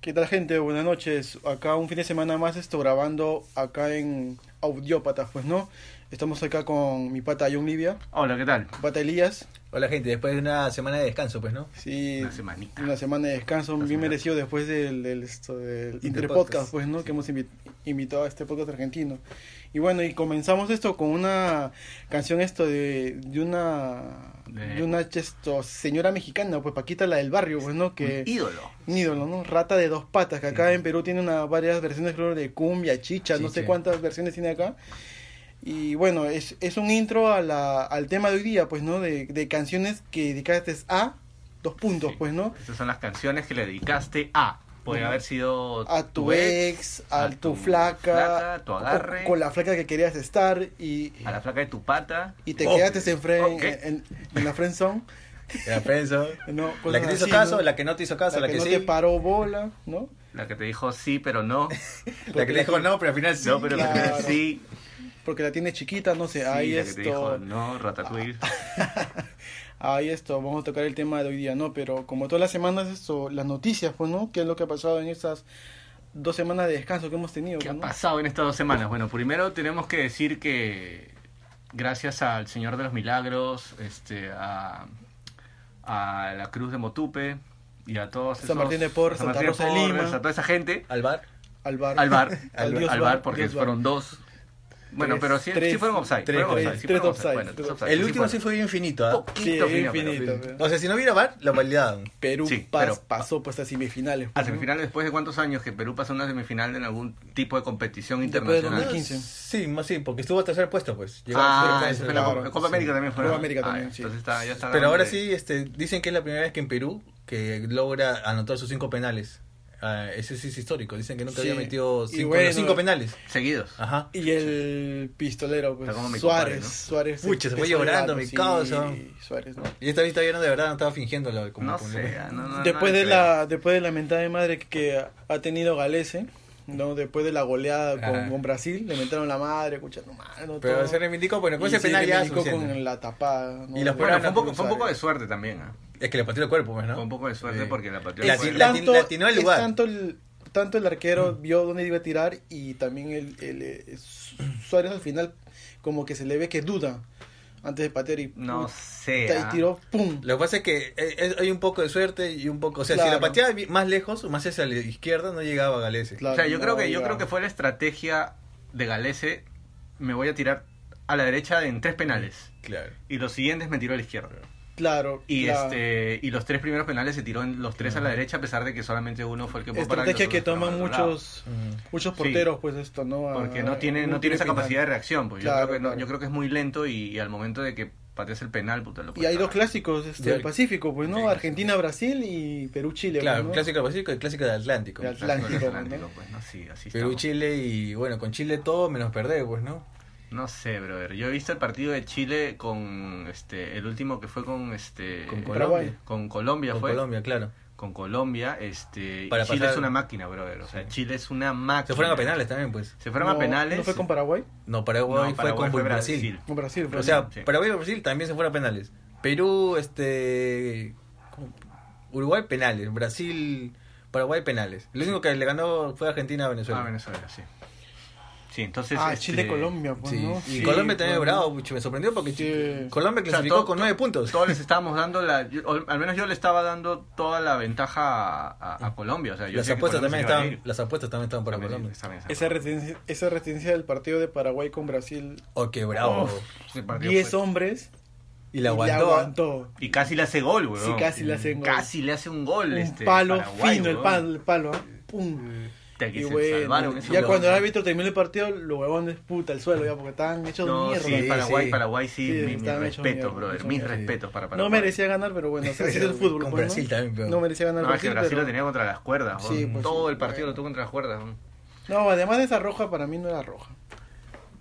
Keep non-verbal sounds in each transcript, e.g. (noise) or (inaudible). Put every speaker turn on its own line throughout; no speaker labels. ¿Qué tal gente? Buenas noches. Acá un fin de semana más estoy grabando acá en Audiópatas, pues no. Estamos acá con mi pata John Livia,
Hola, ¿qué tal?
pata Elías.
Hola gente, después de una semana de descanso, pues, ¿no?
Sí,
Una semanita.
Eh, una semana de descanso
Una
bien
semana.
merecido después del, del, esto, del
Interpodcast.
Interpodcast, pues no, que hemos invi- invitado a este podcast argentino. Y bueno, y comenzamos esto con una canción esto de, de una
De-
de una esto, señora mexicana, pues Paquita la del barrio, pues no, que
Un ídolo.
Un ídolo, ¿no? Rata de dos patas, que acá en Perú tiene una, varias versiones, creo, de cumbia, chicha, no sé
Chicha.
cuántas versiones tiene acá. Y bueno, es, es un intro a la, al tema de hoy día, pues, ¿no? De, de canciones que dedicaste a dos puntos,
Sí.
pues, ¿no?
Estas son las canciones que le dedicaste a. Puede
Ujú.
haber sido
A tu ex, a, tu, flaca,
flaca, tu
o-
agarre.
Con, la flaca que querías estar y,
a la flaca de tu pata.
y te
Oh.
quedaste en, fre-
Ok.
en, en- en la friendzone,
La prensa.
Pues ¿no?
La
Cosas
que te hizo
así,
caso,
¿no?
la que no te hizo caso, la,
La
que,
no
sí.
te paró bola, ¿no?
La que te dijo sí,
(laughs)
pero no.
la que le dijo no, pero al final sí.
no, pero
claro.
al final sí.
Porque la tiene chiquita, no sé,
Sí,
ahí
la que
esto... Ah,
te dijo no, ratatouille.
Ahí esto, vamos a tocar el tema de hoy día, ¿no? Pero como todas las semanas, esto, las noticias, pues, ¿no? ¿Qué es lo que ha pasado en estas dos semanas de descanso que hemos tenido, pues,
¿Qué ha
¿no?
pasado en estas dos semanas? Bueno, primero tenemos que decir que gracias al Señor de los Milagros, este, a, a la Cruz de Motupe y a todos
San
esos-
Martín de Porres,
San
Santa
Martín de
Rosa de
Porres,
Lima.
a toda esa gente,
Al bar.
Al bar.
al bar, al,
(laughs) Al Dios
al
bar,
bar, porque
Dios bar.
fueron dos. Bueno,
Tres,
pero sí,
tres,
sí fueron offside.
tres,
fueron
tres,
offside, sí
tres
fueron
offside,
bueno, tres
tres
offside,
El último sí
fueron.
fue bien finito, ¿ah?
Sí,
Poquito fino, pero
infinito.
fino.
pues.
O sea, si no hubiera bar, lo validaron.
Perú
Sí,
pas-
pero-
pasó pues a semifinales.
A
pues, ¿no?
semifinales, después de cuántos años que Perú pasó a una semifinal en algún tipo de competición
Después de
internacional.
2015.
Sí, más sí, porque estuvo a tercer puesto, pues. Llegó al
Ah,
tercer
esa
puesto.
fue la
claro,
Copa, Copa
sí.
América también fue.
Copa
¿no?
América
Ah,
también, sí.
Entonces está, ya está
Pero ahora
grande.
sí, este, dicen que es la primera vez que en Perú que logra anotar sus cinco penales. Ah, ese sí es histórico. Dicen que nunca
Sí.
había metido
Y
cinco,
bueno.
los cinco penales.
Seguidos.
Ajá.
Y el pistolero, pues,
Está como mi
Suárez,
compadre, ¿no?
Suárez.
Pucha, se fue
empezó
llorando,
llorando,
mi
sí,
causa.
Suárez, ¿no?
Y esta vista yo no de verdad no estaba fingiéndolo. Como,
no
como-
sé, ah, no, no, no
Después
le
de
creo.
la después de la mentada de madre que- que ha tenido Galese, ¿no? Después de la goleada con,
Ah.
Ajá.
con Brasil, le mentaron la madre, escucha, no, mano,
Pero
todo.
se reivindicó, bueno, con
Y
ese
sí,
penal ya
reivindicó
suficiente.
con la tapada. ¿no?
Y los
De-
Bueno,
peruanos
fue un, poco, fue un poco de
Suárez.
suerte también. ah.
Es que le pateó el cuerpo, pues, ¿no?
Fue un poco de suerte
Sí.
porque la pateó
Y
el
así
Es
cuerpo.
la-
tanto-
latinó el
es
lugar.
tanto el, tanto el arquero vio dónde iba a tirar y también el, el, eh, Su- Suárez al final como que se le ve que duda antes de patear y,
No
puta,
sé. ah.
y tiró pum.
Lo que pasa es que eh, es- hay un poco de suerte y un poco. O sea, si
Claro.
la pateaba vi- más lejos, más hacia la izquierda, no llegaba Galese.
Claro,
o sea, yo
no,
creo que yo
ya.
creo que fue la estrategia de Galese. Me voy a tirar a la derecha en tres penales
Claro.
y los siguientes me tiró a la izquierda.
Claro.
Y
la-
este y los tres primeros penales se tiró en los tres a la derecha a pesar de que solamente uno fue el que fue para
estrategia
los
que
otros
toman
fueron al otro lado.
muchos muchos
Sí.
porteros pues esto no A-
porque no tiene no tiene esa
penal.
capacidad de reacción, pues
Claro,
yo creo que no-
claro.
yo creo que es muy lento y, y al momento de que pateas el penal, puta, lo
y
puedes
hay dos
cagar.
clásicos este,
Ya.
del Pacífico pues no
Sí.
Argentina Brasil y Perú Chile
Claro,
pues, ¿no?
clásico del Pacífico y clásico del Atlántico.
Del Atlántico.
Clásico del
¿no?
Atlántico, pues, ¿no? Sí, así
Perú,
estamos.
Chile y bueno, con Chile todo menos perder, pues, ¿no?
No sé, brother. Yo he visto el partido de Chile con este el último que fue con este
Con
Paraguay.
Colombia.
con Colombia
Con
fue.
Colombia, claro.
Con Colombia, este
Para
y Chile
pasar-
es una máquina, brother. O sea,
Sí.
Chile es una máquina.
Se fueron a penales también, pues.
Se fueron a
No,
penales.
no fue con Paraguay
No,
No,
Paraguay, fue
Paraguay
con Brasil.
con Brasil
O
pues.
sea,
Sí.
Paraguay y Brasil también se fueron a penales. Perú, este. ¿cómo? Uruguay, penales. Brasil, Paraguay, penales. Lo único que le ganó fue Argentina a Venezuela.
Ah, Venezuela, sí. Sí, entonces
ah
este,
Chile Colombia pues
Sí,
¿no?
y
Sí,
Colombia también
pues,
bravo, mucho, me sorprendió porque
Sí.
Colombia
O sea,
clasificó
todo-
con nueve puntos.
Todos les estábamos dando la. yo- o al menos yo le estaba dando toda la ventaja a, a- a Colombia. O sea, yo
las
decía que
apuestas
Colombia
también
se iba a
estaban,
ir.
las apuestas también estaban para
También
Colombia.
estaban esas
esa
apuestas.
reticencia, esa reticencia del partido de Paraguay con Brasil
Oh, qué bravo.
Uf, ese partido
10
fue-
hombres y
y
le
la aguantó.
aguantó
Y casi le hace gol, weón.
Sí, casi le hacen gol.
Casi le hace un gol.
un
este,
palo
Paraguay,
fino el
weón.
palo, el palo ¿ah? pum
Puta, que
Y
se
bueno,
salvaron esos
ya
dos,
cuando
¿no?
el árbitro terminó el partido, los huevones puta el suelo ya porque estaban hechos
No,
mierda.
sí, Paraguay,
sí.
Paraguay, sí,
Sí,
mi- mis
estaban hechos
respetos,
mierda,
brother.
hechos
Mis
mierda.
respetos para
No
Paraguay.
merecía ganar, pero bueno, así es
(laughs)
el fútbol.
Con
pues, ¿no?
Brasil también, pero-
No merecía ganar
No, es que
Brasil,
Brasil
pero-
lo tenía contra las cuerdas,
Sí,
weón.
pues,
Todo
sí,
el
bueno.
partido lo tuvo contra las cuerdas, weón.
No, además de esa roja, para mí no era roja.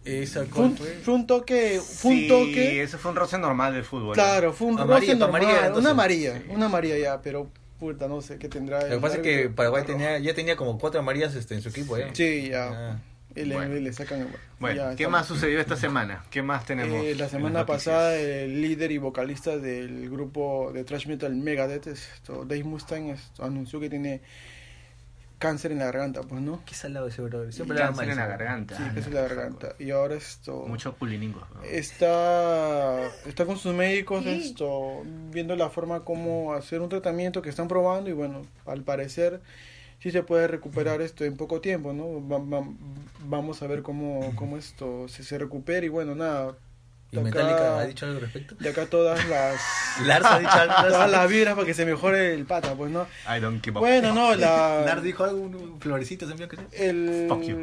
Esa
Fue
cuál
un,
fue?
fue un toque, Eh, fue un
Sí,
toque.
eso fue un roce normal del fútbol.
Claro, fue un roce
Amarilla, para
normal.
amarilla, entonces.
ah, una amarilla,
Sí.
una amarilla ya, pero puta, no sé qué tendrá.
Lo que
el
pasa es que
árbitro.
Paraguay
La roja.
tenía, ya tenía como cuatro amarillas este, en su equipo. ¿eh?
Sí, ya.
Ah.
y le,
Bueno.
le sacan.
Bueno,
ya,
¿qué
está.
más sucedió esta semana? ¿Qué más tenemos?
Eh, la
en
semana
las noticias?
pasada eh, el líder y vocalista del grupo de thrash metal Megadeth, esto, Dave Mustaine, esto, anunció que tiene cáncer en la garganta, pues, ¿no?
Qué salado ese brother. Siempre le da
Cáncer
mal.
en la
ese brother.
garganta.
Sí, cáncer en la garganta. Eh, Y ahora esto...
Mucho puliningo. ¿no?
Está, está con sus médicos esto, viendo la forma como hacer un tratamiento que están probando y bueno, al parecer sí se puede recuperar esto en poco tiempo, ¿no? Va- va- vamos a ver cómo, cómo esto se, se recupera y bueno, nada.
¿Y
De
Metallica
acá,
ha dicho algo al respecto?
de acá todas las
(laughs) Lars ha dicho algo.
todas
Lars-
las vibras para que se mejore el pata, pues no.
I don't give a
Bueno, no,
Lars
la
dijo algo, un florecito, se envió que sea.
Fuck you.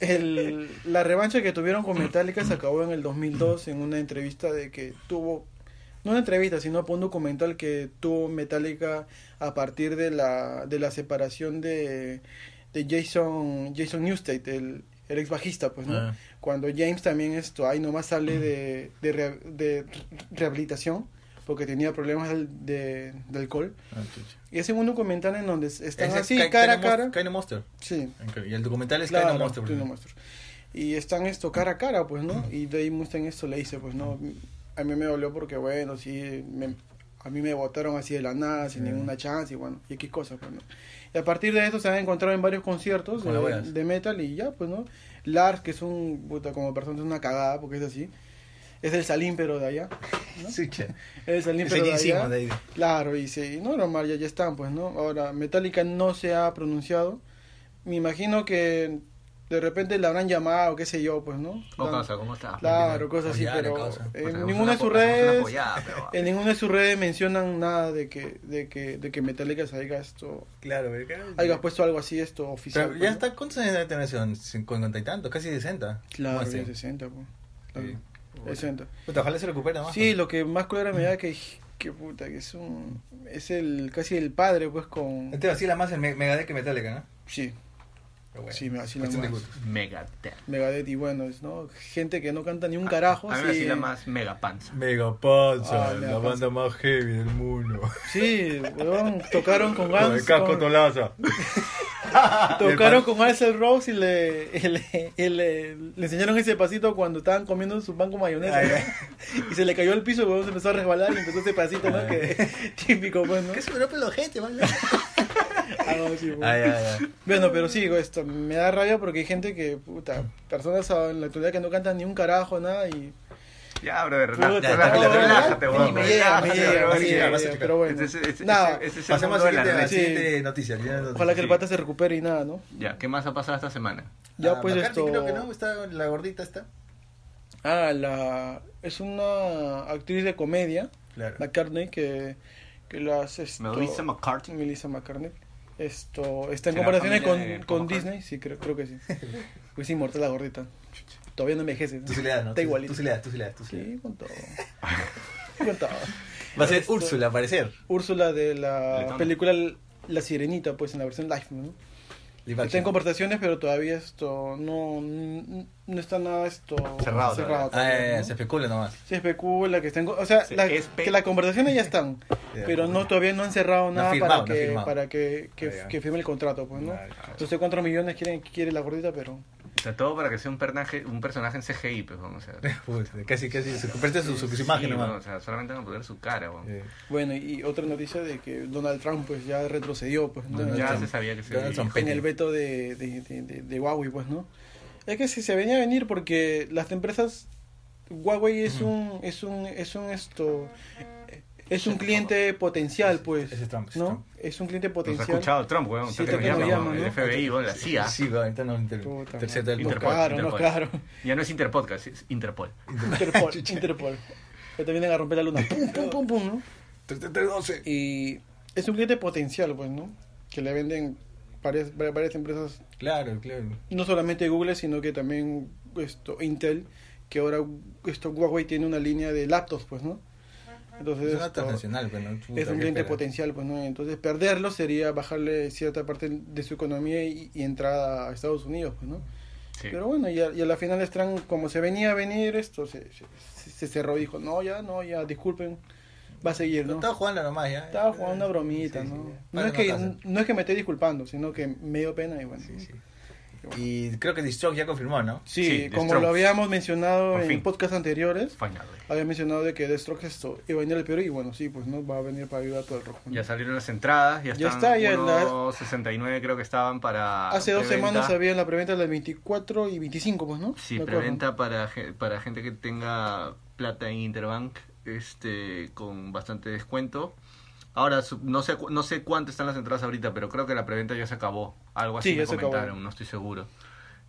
el, el- la revancha que tuvieron con Metallica se acabó en el 2002 en una entrevista de que tuvo, no una entrevista, sino por un documental que tuvo Metallica a partir de la, de la separación de, de Jason, Jason Newsted, el, el ex bajista, pues, ¿no?
Ah.
Cuando James también esto, ahí nomás sale de, de, re- de rehabilitación porque tenía problemas del- de, de alcohol.
Ah, chucha.
Y hacen un documental en donde están
Ese es
así,
Ki-
cara a
Kino Mos-
cara.
Kino Monster.
Sí,
Ok, Y el documental es
Claro,
Kino Monster.
Kino Monster. Y están esto cara a cara, pues, ¿no? Y Dave Mustaine esto le dice, pues, ¿no? A mí me dolió porque, bueno, sí, me- a mí me botaron así de la nada, sin
Sí.
ninguna chance, y bueno, y qué cosas, pues, ¿no? Y a partir de eso se han encontrado en varios conciertos
Con las
de,
huevas.
de metal y ya, pues, ¿no? Lars, que es un, puta, como persona es una cagada, porque es así. Es el Salim, pero de allá. ¿no?
Sí, che.
Es el Salim,
Ese
pero de
Jim
allá.
Simon, David.
Claro, y sí, no, normal, ya, ya están, pues, ¿no? Ahora, Metallica no se ha pronunciado. Me imagino que de repente la habrán llamado, qué sé yo, pues, ¿no?
¿Cómo
Tan-
pasa? ¿Cómo está?
Claro, cosas así,
Apoyar la
pero
causa.
en
Puta,
ninguna de
hacemos
sus
Pues, una po- hacemos una
redes,
pollada,
(laughs)
pero-
en ninguna de sus redes mencionan nada de que, de que, de que Metallica se haya esto,
Claro,
haya puesto algo pues, así esto oficial.
Pero
pues,
ya
¿no?
está, ¿cuántos años de tener? 50 y tantos, casi 60.
Claro,
Monster.
ya 60, pues. Claro,
Sí.
60.
Puta, ojalá se recupere más.
Sí, lo que más culera me da que que puta, que es un es el casi el padre, pues, con
Este vacila más el Me- Megadeth que Metallica, ¿no?
sí.
Pero bueno,
Sí, me vacila
cuestión de
más.
gusto.
Megadeth.
Megadeth y bueno, es, ¿no? Gente que no canta ni un carajo.
Ah, A mí
sí,
me hacía la más mega panza.
Mega
Ah,
Panza,
Mega
la
Panza.
banda más heavy del mundo.
sí, weón, tocaron con
(laughs) Con el
Guns.
casco
con- (laughs)
tolaza.
tocaron con Axl Rose y le, y le, y le, le enseñaron ese pasito cuando estaban comiendo su pan con mayonesa.
Ay,
¿no?
ay.
(laughs) Y se le cayó el piso, weón, se empezó a resbalar y empezó ese pasito, ¿no?
Ay.
Que (laughs) típico, pues, ¿no?
¿Qué se me rompe los gente, ¿vale?
Algo así, weón.
Ay, ay, ay.
Bueno, pero sí, digo, esto me da rabia porque hay gente que, puta, personas en la actualidad que no cantan ni un carajo, nada y...
Ya, bro,
Puta,
relájate,
ya,
relájate,
ya,
relájate,
ya,
weón,
me llega, me
relájate,
llega,
weón,
me
sí,
llega,
vas a
pero
checar.
bueno.
Ese- ese-
Nada,
ese- ese es el
Pasemos
mundo
a
de
la
las
siguiente,
redes.
Sí.
noticia. la siguiente
Ojalá que el
Sí.
pata se recupere y nada, ¿no?
Ya, ¿qué más ha pasado esta semana?
Ya
Ah,
pues
McCarthy
esto...
creo que no, está la gordita está.
Ah, la es una actriz de comedia,
Claro.
McCartney, que, que las esto,
Melissa McCarthy.
Melissa McCartney. Esto está en
¿Será
comparaciones
familia
con,
de Paul
con
McCartney?
Disney, sí creo, creo
(laughs)
que sí. Pues es inmortal la gordita. Todavía no envejece. ¿no?
Tú sí le das, ¿no?
Está
Tú-
igualito.
Tú sí le das, tú sí le das, tú sí le das.
Sí, con
(laughs)
todo. con todo.
Va a ser Úrsula, al parecer.
Úrsula de la
Letona.
película La Sirenita, pues en la versión live, ¿no?
Live
Está en
action.
conversaciones, pero todavía esto no no está nada esto
Cerrado todavía.
Ah, ya,
todavía,
ya,
¿no?
se especula nomás.
Se especula que están. O sea,
Se
la-
espe-
que las conversaciones ya están.
(laughs) Ya,
pero
pues,
no todavía no han cerrado
No
nada
firmado, no
para, que,
firmado.
para que, que,
Ah, ya.
que firme el contrato, pues, ¿no?
Ah, ya.
No sé cuántos millones quieren, quiere la gordita, pero.
O sea, todo para que sea un personaje, un personaje en CGI, pues, vamos (laughs) a
(laughs)
ver.
Puta, Casi, casi, se comparte su, su, su imagen
O
nomás.
sea, solamente van a poner su cara, weón.
Eh,
Bueno, y otra noticia de que Donald Trump, pues, ya retrocedió, pues, ¿no?
Donald
Ya
Trump.
se sabía que se
Donald Trump.
En el veto de, de, de, de- de Huawei, pues, ¿no? Es que si se venía a venir porque las empresas. Huawei es un. Es un. Es un esto. Es un cliente potencial, pues.
ese es Trump, ese es
¿no?
Trump.
Es un cliente
Nos ha
potencial.
escuchado Trump, weón.
Sí,
Está que
creo
nos
que nos
llama,
llama,
weón,
¿no?
El FBI, weón, la CIA.
Sí, va, ahorita no, inter,
Puta
tercer
madre.
del
Interpol,
podcast.
claro, no,
Interpol.
claro.
Ya no es Interpodcast, es (laughs) Interpol.
Interpol, Interpol. Ya te vienen a romper la luna. Pum, pum, pum, pum, ¿no?
Ah, Tercer del 12.
Y es un cliente potencial, pues, ¿no? Que le venden varias, va- varias empresas,
Claro, claro.
no solamente Google, sino que también esto, Intel, que ahora esto, Huawei tiene una línea de laptops, pues, ¿no? Entonces,
Es una
esto,
transnacional, pero no.
Pues, es un cliente potencial, pues, ¿no? Entonces, perderlo sería bajarle cierta parte de su economía y, y entrada a Estados Unidos, pues, ¿no?
Sí.
Pero bueno, y a, y a la final están, como se venía a venir esto, se, se, se cerró y dijo, no, ya, no, ya, disculpen, va a seguir,
No
¿no?
estaba jugando nomás ya.
Estaba jugando una bromita,
Sí, sí,
¿no?
ya.
No
Para
es, que,
no casen.
no es que me esté disculpando, sino que me dio pena y bueno.
Sí, sí. Y creo que The Strokes ya confirmó, ¿no?
Sí,
Sí, The
como
Strokes.
lo habíamos mencionado
Por
en
fin.
podcasts anteriores,
Finally.
había mencionado de que The Strokes esto iba a venir al Perú y bueno, sí, pues no va a venir para ayudar a todo el rojo. ¿no?
Ya salieron las entradas, ya,
Ya está,
están
ya la-
1.69 creo que estaban para
Hace dos
preventa.
semanas había la preventa del 24 y 25, pues, ¿no?
Sí,
Me acuerdo.
preventa para, ge- para gente que tenga plata en Interbank este, con bastante descuento. Ahora, su- no sé, cu- no sé cuánto están las entradas ahorita, pero creo que la preventa ya se acabó. Algo así
Sí, ya
me
se acabó.
comentaron, no estoy seguro.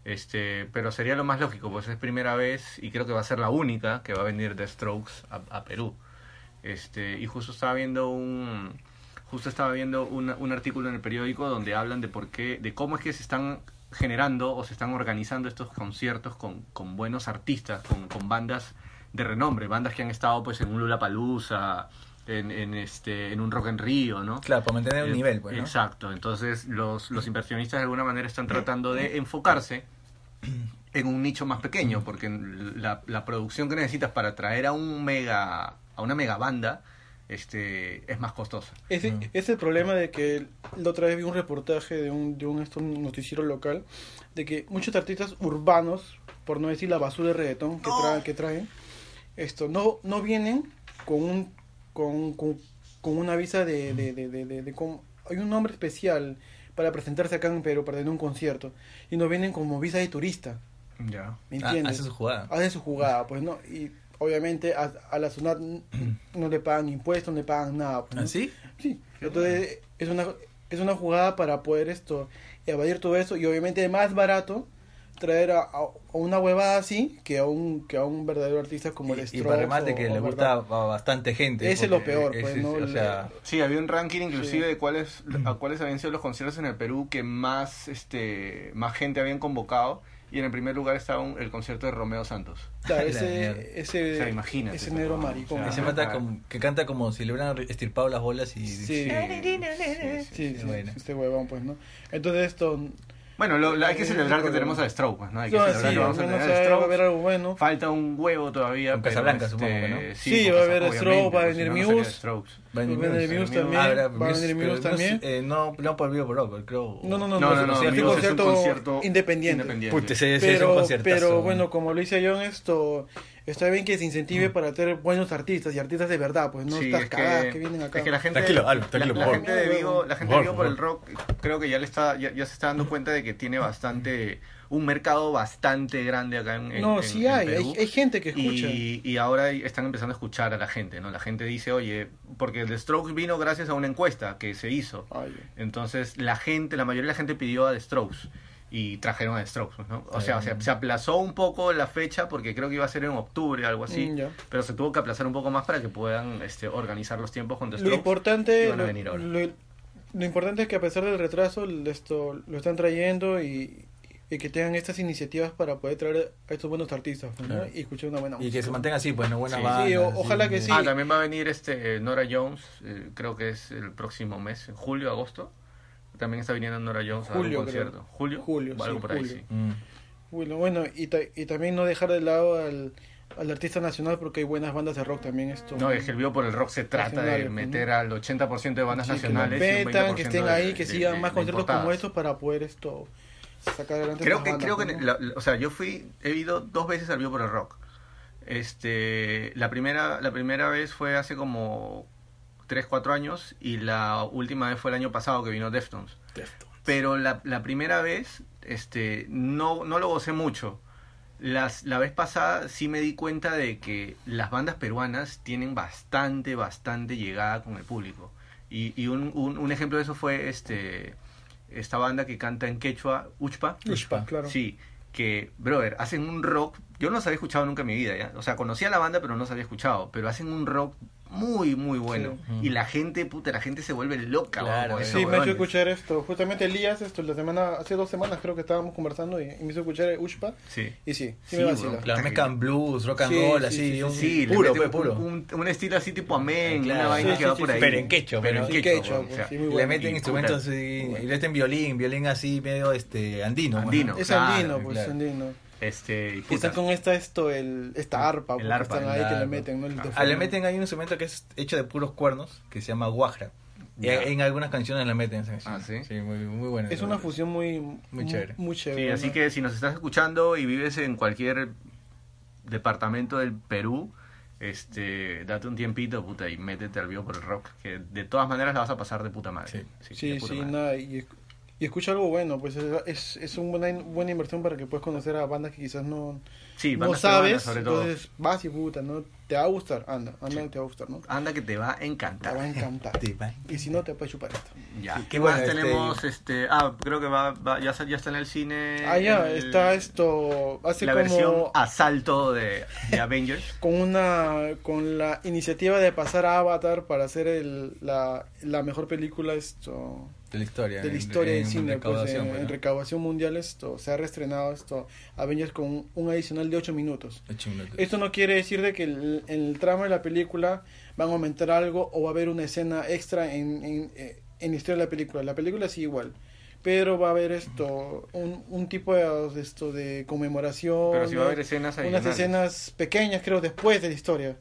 Este, pero sería lo más lógico, pues es primera vez y creo que va a ser la única que va a venir The Strokes a, a Perú. Este, y justo estaba viendo un justo estaba viendo un, un artículo en el periódico donde hablan de por qué, de cómo es que se están generando o se están organizando estos conciertos con, con buenos artistas, con, con bandas de renombre, bandas que han estado pues en un Lollapalooza, en, en este, en un Rock en Río, ¿no?
Claro, para mantener un
Eh,
nivel, pues, ¿no?
Exacto. Entonces, los, los inversionistas de alguna manera están tratando de enfocarse en un nicho más pequeño, porque la, la producción que necesitas para traer a un mega, a una mega banda, este, es más costosa.
Ese,
Mm.
es el problema de que la otra vez vi un reportaje de un, de un, esto, un noticiero local de que muchos artistas urbanos, por no decir la basura de reggaetón que, traen, que traen, esto, no, no vienen con un con, con, con una visa de, de, de, de, de- de com- hay un nombre especial para presentarse acá en Perú para tener un concierto y no vienen como visa de turista,
Ya.
¿me
Ah,
entiendes?
hace su jugada.
hace su jugada, pues no, y obviamente a, a la
(clears throat)
SUNAT n- no le pagan impuestos, no le pagan nada. Pues, ¿no?
¿Ah, sí?
Sí, entonces es una, es una jugada para poder esto, evadir todo eso y obviamente es más barato traer a, a- a una huevada así que a un, que a un verdadero artista como el
Y, y
Strokes
para
o-
remate que
o
le gusta
verdad-
a a bastante gente.
Ese es lo
porque
peor, pues, ¿no?
O sea,
Sí, había un ranking inclusive de cuáles, a cuáles habían sido los conciertos en el Perú que más, este, más gente habían convocado. Y en el primer lugar estaba un- el concierto de Romeo Santos.
Claro,
(laughs) La mierda.
ese, ese,
O sea, imagínate,
ese
pues,
negro
¿no?
maricón.
O sea,
ese
¿no?
mata como- que canta como si le hubieran estirpado las bolas y...
Sí.
sí, sí.
Sí, sí,
bueno.
este huevón, pues, ¿no? Entonces esto... no,
Bueno, lo- lo- hay que
Es
celebrar
un
que
problema.
tenemos a Stroke, pues, ¿no? Hay
sí,
que celebrar que
al
vamos a
menos se
tener a
va a ver
Stroke.
algo bueno.
Falta un huevo todavía.
Con
pero,
Casablanca,
este,
supongo, ¿no?
Sí, va a haber
obviamente,
Stroke, va a
porque
venir
si no, no sería
Muse.
Strokes.
Va a venir
Va a venir
Muse.
Pues Muse
también,
Ah, ¿verdad?
va a venir
pero
Muse también.
eh, no, no por Vivo por Rock, creo.
No, no, no,
No, no, no,
no,
Muse
es un
es un
concierto
concierto
independiente.
independiente.
Puta, ese, ese es un
Pero,
conciertazo.
pero bueno, como lo dice John, esto está bien que se incentive
Mm.
para tener buenos artistas y artistas de verdad, pues no
Sí,
estas
es
cagadas que,
que-
vienen acá.
es que la gente,
Tranquilo, Alf, tranquilo,
la,
por
la
favor.
gente de Vigo, la gente
Por
de Vigo por el
favor.
rock, creo que ya le está, ya, ya se está dando cuenta de que tiene bastante, un mercado bastante grande acá en, en-
no,
en-
sí
en
hay,
Perú.
hay, hay gente que escucha.
Y, y ahora están empezando a escuchar a la gente, ¿no? La gente dice, oye, porque el The Strokes vino gracias a una encuesta que se hizo.
Ay,
Entonces la gente, la mayoría de la gente pidió a The Strokes y trajeron a The Strokes, pues, ¿no? O sea, se, se aplazó un poco la fecha porque creo que iba a ser en octubre, algo así,
Mm, ya.
pero se tuvo que aplazar un poco más para que puedan este, organizar los tiempos con The
lo
Strokes. y
importante
van a
lo,
venir ahora.
lo- lo importante es que a pesar del retraso el- esto lo están trayendo y, y que tengan estas iniciativas para poder traer a estos buenos artistas ¿no?
Claro.
y escuchar una buena
Y
música.
que se mantenga así, pues, no buenas
Sí.
bandas.
Sí, o-
así,
ojalá que
de-
sí.
Ah, también va a venir este eh, Nora Jones, eh, creo que es el próximo mes, en julio, agosto. También está viniendo Nora Jones a
Julio,
un concierto.
creo.
¿Julio?
Julio,
Algo
sí,
por ahí,
julio.
sí.
Mm.
Bueno, bueno y, ta- y también no dejar de lado al, al artista nacional porque hay buenas bandas de rock también esto.
No, es que el Vivo por el Rock se trata de
Nacionales, pues,
meter al 80% de bandas
Sí, que
nacionales. y
competan,
un
que
20%
estén
de-
ahí, que
de-
sigan
de-
más
de
conciertos como
importadas.
estos para poder esto sacar adelante.
creo
estas
que
bandas,
creo que
¿no?
la- la- o sea yo fui he ido dos veces al vivo por el rock este la primera la primera vez fue hace como 3, 4 años y la última vez fue el año pasado que vino Deftones pero la, la primera vez este no no lo gocé mucho las, la vez pasada sí me di cuenta de que las bandas peruanas tienen bastante, bastante llegada con el público. Y, y un, un, un ejemplo de eso fue este esta banda que canta en quechua, Uchpa.
Ushpa, claro.
Sí, que, brother, hacen un rock. Yo no los había escuchado nunca en mi vida, ¿ya? O sea, conocía la banda, pero no los había escuchado. Pero hacen un rock muy, muy bueno.
Sí.
Y la gente, puta, la gente se vuelve loca,
Claro,
weón, con
eh.
esos
Sí, me hizo
huevones.
escuchar esto. Justamente Elías, esto, la semana, hace dos semanas creo que estábamos conversando y, y me hizo escuchar Ushpa.
Sí.
Y sí, sí,
Sí,
me
weón,
vacila.
claro.
La mezclan blues, rock and
Sí,
roll,
sí,
así.
sí, sí,
un-
Sí, le
puro,
mete
pues,
un-
puro. Eh,
Un, un estilo así tipo amén,
Claro.
una vaina
Sí,
que
sí,
va
sí,
por
sí.
ahí.
Pero en quechua,
Pero en
Sí,
quechua,
quechua,
weón,
pues,
o sea,
sí, muy
le
bueno.
y
meten
puta,
instrumentos y, y le meten violín, violín así medio este andino. pues, ¿no?
Andino.
Es
Claro,
andino, pues
claro.
andino.
Este, y
Y están
puta,
con esta, esto, el, esta arpa,
El
pues, que
arpa,
están ahí
el
que le
arpa.
meten, ¿no? El
Ah,
teléfono.
Ah, le meten ahí un instrumento que es hecho de puros cuernos que se llama guajra. Y
Ya.
en algunas canciones la meten. esa canción.
Ah, ¿sí?
muy, muy buena.
Es
esa
una
canción.
fusión muy,
Muy chévere.
muy
Sí,
chévere,
así
¿no?
que si nos estás escuchando y vives en cualquier departamento del Perú, este, date un tiempito, puta, y métete al vivo por el rock, que de todas maneras la vas a pasar de puta madre.
Sí.
Sí,
de puta
sí,
madre.
nada, y, esc- y escucha algo bueno, pues es, es, es una buena, in- buena inversión para que puedas conocer a bandas que quizás no,
Sí,
no
bandas
sabes,
peruanas, sobre todo.
entonces vas y puta, ¿no? Te va a gustar, anda, anda, te va a gustar, ¿no?
Anda que te va a
Te va a
encantar.
encantar.
Te va a
Y si no, te puedes chupar esto.
Ya.
Sí,
¿Qué
bueno,
más
este-
tenemos? Este, ah, creo que va, va- ya, sa- ya está en el cine.
Ah, ya,
el-
está esto, hace
la versión
como
asalto de,
(laughs)
de Avengers.
con una con la iniciativa de pasar a Avatar para hacer el, la, la mejor película esto
De la historia.
de la
en-
historia
en
del cine, pues,
recaudación,
en,
pues,
en
¿no?
recaudación mundial esto se ha reestrenado esto Avengers con un, un adicional de 8 minutos.
Ocho minutos.
Esto no quiere decir de que el, en el tramo de la película van a aumentar algo o va a haber una escena extra en, en, eh, en la historia de la película. La película sigue igual. Pero va a haber esto, un, un tipo de, de esto de conmemoración.
Pero si va a haber escenas
unas
adicionales.
escenas pequeñas, creo, después de la historia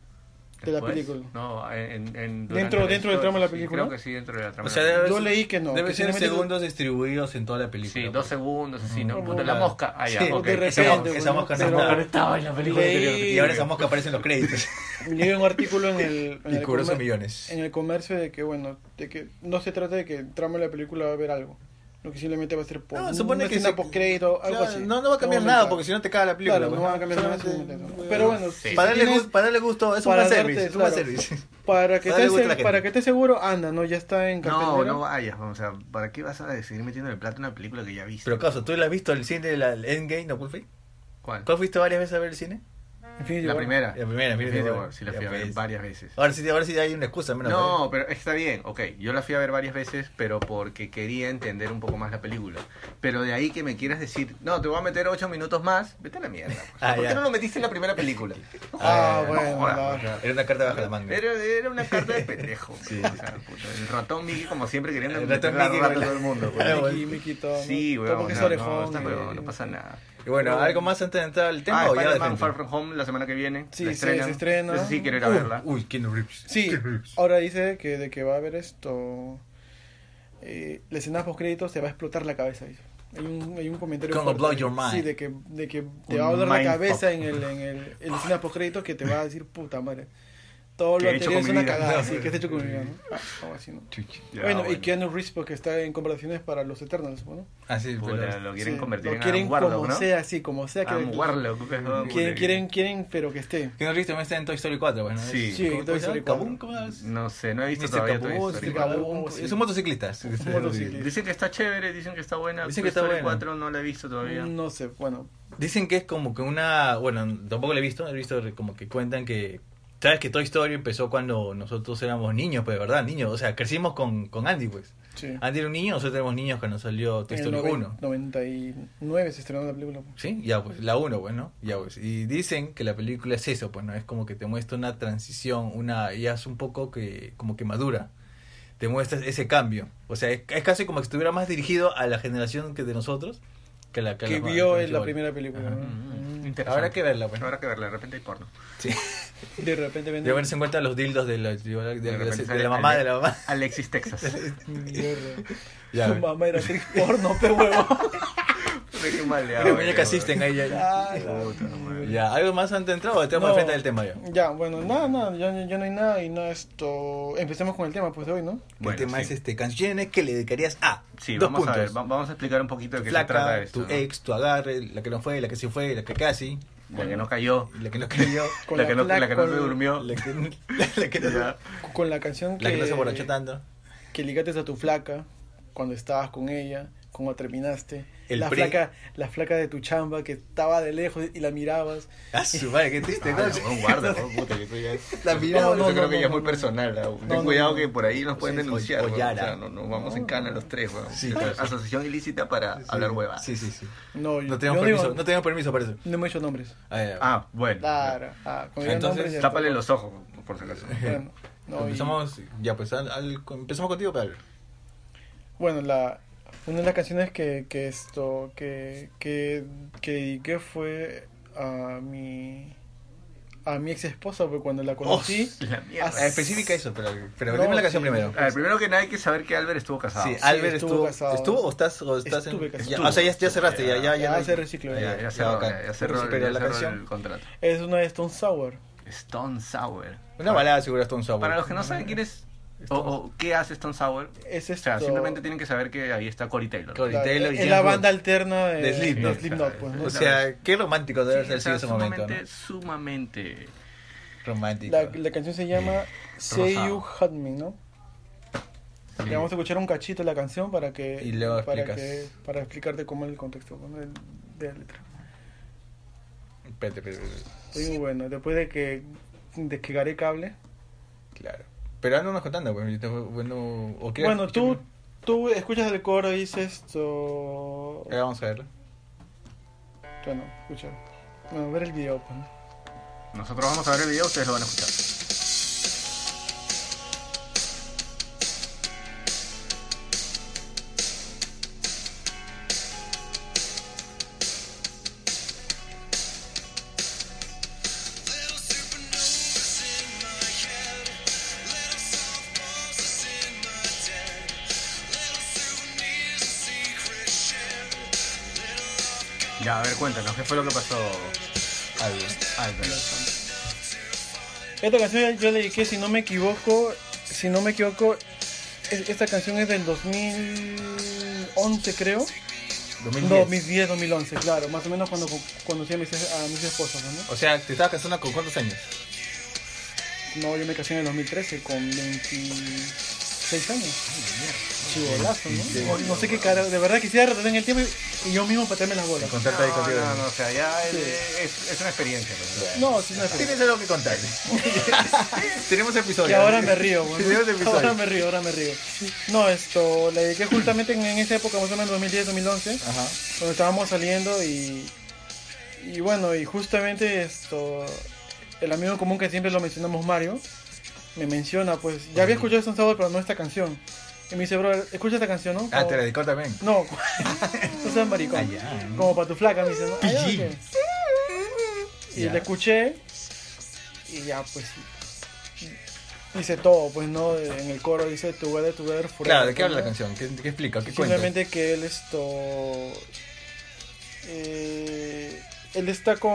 de la
Después.
película.
No, en, en- en-
Dentro-
durante la
dentro del tramo de la
historia, sí,
película,
creo
¿no?
que sí, dentro de la trama.
O
de
sea,
la
debe
Yo
ser-
leí que no.
Debe
que
ser
simplemente-
segundos distribuidos en toda la película. pues.
Sí, dos segundos, así, ¿no?
Mm. Como
Puta, la
la-
mosca. Ah, ya,
Sí,
ok.
de
Esa mo-
repente,
esa
bueno,
mosca no
pero-
estaba.
estaba en la película
Leí-
anterior.
Y ahora esa mosca aparece en
(laughs)
los créditos.
Leí un artículo en el, en
y
el
cobró sus
comer-
millones.
en el comercio de que, bueno, de que no se trata de que el tramo de la película va a haber algo. Lo que simplemente va a ser por
No, supone
una
que
escena
se-
postcrédito, algo
Claro,
así.
No, no va a cambiar nada porque si
no...
no te caga la película.
Claro,
pues,
no va a cambiar nada,
Solamente-
simplemente. Pero bueno,
Sí.
si
Para darle,
tienes-
gu- para darle gusto, es un
para
fan
darte,
service. es un fan
claro.
service.
para que
(laughs) para darle
estés
gusto a la gente.
para que estés seguro, anda, no ya está en
No,
cartelera.
no ah, vayas, o sea, ¿para qué vas a seguir metiendo el plato en una película que ya viste?
Pero caso, ¿tú la has visto el cine, la el Endgame, no Pulfi?
¿Cuál?
¿Cuál fuiste varias veces a ver el cine?
Infinity
La
War.
primera.
La primera, mira,
Infinity
igual.
War, sí la fui
Ya,
a ver
pues.
varias veces.
Ahora sí, ahora sí hay una excusa, menos.
No, pero está bien, ok. Yo la fui a ver varias veces, pero porque quería entender un poco más la película. Pero de ahí que me quieras decir, no, te voy a meter ocho minutos más, vete a
(laughs)
la mierda. pues. O sea,
Ah,
¿Por
ya.
qué no lo metiste en la primera película? Eh, No
Ah,
Ah,
bueno.
jodas,
va.
o sea,
Era una carta bajo la manga.
Era, era una carta de pendejo. pues, o sea, puta, el ratón Mickey, como siempre, queriendo
El
meter
ratón
la
Mickey
rata a
con la-
todo el mundo.
(laughs)
pues.
Claro,
Mickey,
bueno.
Mickey, todo.
Sí,
¿no?
weón.
Todo porque es
no,
orejón,
no, está
eh.
huevón, no pasa nada.
Y bueno, ¿algo más antes de entrar al tema
ah,
o ya de
Spider-Man
frente?
Far From Home la semana que viene.
Sí,
la
sí,
estrenan.
se estrena.
Eso sí, quiero ir a
Uy,
verla.
Uy, Keanu Reeves.
(laughs)
Sí, Oh.
Keanu Reeves.
ahora dice que de que va a haber esto. Eh, la escena post créditos te va a explotar la cabeza. Dice. Hay un, hay un comentario.
Gonna
fuerte.
blow your mind.
Sí, de que, de que te
Un
va a doler la
mind
cabeza
fuck.
en el, en el en la escena post créditos que te va a decir puta madre. Todo
Que
lo
he hecho
anterior es
con
una
mi vida. (laughs)
cagada. Sí, que has hecho con mi vida, ¿no? Ah, algo así, ¿no?
Chuch.
Ya,
bueno, y Keanu Reeves porque está en conversaciones para los Eternals, ¿no?
Ah, sí,
Puta,
pero...
lo quieren
Sí,
convertir
lo
en
quieren
Adam Warlock,
como
¿no?
sea, sí, como sea que
Adam
(laughs)
Warlock. weón,
quieren,
puta,
quieren, quieren, pero que esté.
Keanu Reeves también está en Toy Story 4, bueno.
Sí.
Sí,
¿Cómo-
Toy
cómo se llama?
Story 4.
¿Kabum? ¿Cómo es?
No sé, no he visto
Mr.
todavía
Kabum,
Toy
Mr.
Story.
Kabum.
Kabum,
sí.
Es un motociclista.
Un motociclista.
Dicen que está chévere, dicen que está buena.
Dicen
Dicen
que
que
está buena. Mm,
4 no la he visto todavía.
No sé, bueno.
Dicen que es como que una... Bueno, tampoco lo he visto. He visto como que cuentan que... Sabes que Toy Story empezó cuando nosotros éramos niños, pues, ¿verdad? Niños. O sea, crecimos con, con Andy, pues.
Sí.
Andy era un niño, nosotros éramos niños cuando salió Toy
En el
Story
noven-
1.
99 se estrenó la película.
¿Sí? Ya, pues, la 1, pues, ¿no? Ya, pues. Y dicen que la película es eso, pues, ¿no? Es como que te muestra una transición, una... Ya es un poco que... Como que madura. Te muestra ese cambio. O sea, es, es casi como que estuviera más dirigido a la generación que de nosotros que la que, a
que
la-
vio
que
en la
igual.
primera película.
Ajá.
¿no?
Mm,
Mm.
interesante.
Habrá que verla, pues.
Habrá que verla, de repente hay porno.
Sí.
De repente venden.
De verse en cuenta los dildos de la, de la- de la-
De repente
de la
sale
mamá
Ale-
de la
(laughs)
mamá.
Alexis,
(laughs)
Texas.
Mierda.
Ya,
Su
ve.
mamá era actriz porno, pe
(laughs)
huevo.
Puta, qué mal le hago,
Las
weón.
muñecas asisten ahí ya, ya.
Ah, la
Puta madre.
mierda.
Ya, ¿algo más han entrado? Estamos al
No.
frente del tema ya.
Ya, bueno, nada, nada, ya, ya no hay nada y no esto. Empecemos con el tema pues de hoy,
(laughs)
¿no?
el tema
sí.
es este, canciones que le dedicarías a.
Sí,
dos
vamos
puntos.
a ver, va- vamos a explicar un poquito de qué se trata
Flaca,
esto.
tu
¿no?
ex, tu agarre, la que no fue, la que sí fue, la que casi,
La que no cayó,
la que
(laughs)
no creyó,
Con
la, que no,
flaca-
la que no se
con-
durmió.
la que, la que no,
Ya.
Con la canción que.
la que no se borrachó tanto.
Que ligates a tu flaca cuando estabas con ella, cuando terminaste.
El
la
pre-
flaca, la flaca de tu chamba que estaba de lejos y la mirabas.
Ah, su madre, qué triste,
Ah,
¿no?
no, guarda, oh, puta, yo creo ya-
La mirada,
yo
no,
creo
no,
que
no,
ya es muy
no, no.
personal. ¿no? Ten
no,
cuidado
no.
que por ahí nos pueden
Sí, sí,
denunciar.
o- o
weón.
Yara.
O sea, no, no, vamos en cana los tres. weón.
Sí,
O sea,
claro.
Asociación ilícita para
Sí,
hablar huevas.
Sí, sí, sí.
No, yo
No tenemos
yo
permiso,
digo-
no tenemos permiso para eso.
no me he hecho nombres.
Ah, ya,
Ah, bueno.
Claro, ah, como digan
Entonces,
nombres, ya
Tápale
está.
los ojos, por si
(laughs)
acaso.
Bueno, no, y-
empezamos, ya pues, al- al- empezamos contigo, Pablo.
bueno, la, una de las canciones que, que esto, que, que, que dediqué fue a mi, a a mi ex esposa, porque cuando la conocí.
Oh, la mierda.
hace-
Ah, especifica eso, pero, pero
No,
dime
sí.
la
Ah,
canción primero.
A ver, primero que nada hay que saber que Albert estuvo casado.
Sí, ah,
Sí,
Albert
estuvo
estuvo,
casado.
estuvo o estás, o estás en-
Estuve casado.
ya, o sea, ya, ya
Estuvo.
cerraste, ya, ya,
Ya
ya.
se recicló,
Ah,
ya,
Ya, ya cerró,
bacán.
ya cerró,
Pero
ya
la
cerró
canción,
el contrato.
Es una de Stone Sour.
Stone Sour.
una balada seguro Stone Sour.
Para los que no saben quién es o, o qué hace Stone Sour,
Es
o sea,
esto-
simplemente tienen que saber que ahí está Cory Taylor.
Corey
la-
Taylor y
es
James
la
Brown.
banda alterna de,
De Slipknot.
de Slipknot, pues, ¿no?
O sea, qué romántico
Sí,
debe haber
o sea,
sido ese momento,
sumamente,
¿no?
sumamente.
Romántico.
La, la canción se
Eh,
llama Say You Had Me, ¿no? Le vamos a escuchar un cachito de la canción para que
Y luego
para
explicas.
que para explicarte cómo es el contexto ¿no? de, de la letra.
Espérate, espérate, espérate.
Es muy bueno, después de que de que Garé cable.
Claro. Pero ándanos contando, bueno, yo te- bueno, o quieres-
Bueno, tú tú escuchas el coro y dices esto.
Ya vamos a verlo.
Bueno, escucha. Bueno, ver el video, pues. ¿no?
Nosotros vamos a ver el video, ustedes lo van a escuchar. Ya, a ver, cuéntanos, ¿qué fue lo que pasó?
Albert.
Albert?
Esta canción yo le dediqué, si no me equivoco, si no me equivoco, es- esta canción es del 2011 creo.
2010.
2010, 2011, claro, más o menos cuando con- conocí a mis, a mis esposas, ¿no?
O sea, te estabas casando con cuántos años?
No, yo me casé en el 2013 con 26 años. Chivolazo, ¿no? No sé qué cara, de verdad quisiera retroceder en el tiempo y- y yo mismo patearme las bolas.
Contacta ahí contigo.
No, no, no, o sea, ya es,
Sí.
es- es una experiencia. pues.
No, sí, no es
Tienes algo
(laughs)
que contar. Tenemos episodio.
Y ahora me río,
(laughs) Tenemos
bueno.
episodio.
Ahora me río, ahora me río. No, esto, le dediqué justamente en, en esa época, más o menos 2010, 2011.
Ajá.
donde estábamos saliendo y, y bueno, y justamente esto, el amigo en común que siempre lo mencionamos, Mario, me menciona, pues ya había escuchado Stone Sour, pero no esta canción. Y me dice, bro, escucha esta canción, ¿no?
Ah,
Como-
te la dedicó también.
No, (laughs) no seas maricón.
Ah, ya.
Como para tu flaca, me dice, ¿no? Ah, ya,
Pillín.
ok. Y
Ya.
la escuché y ya, pues hice todo, pues no, en el coro dice, tu weather, tu weather, forever.
Claro, ¿de qué
¿no?
habla la canción? ¿Qué, qué explica? ¿Qué cuenta?
Simplemente que él esto. eh, él está con.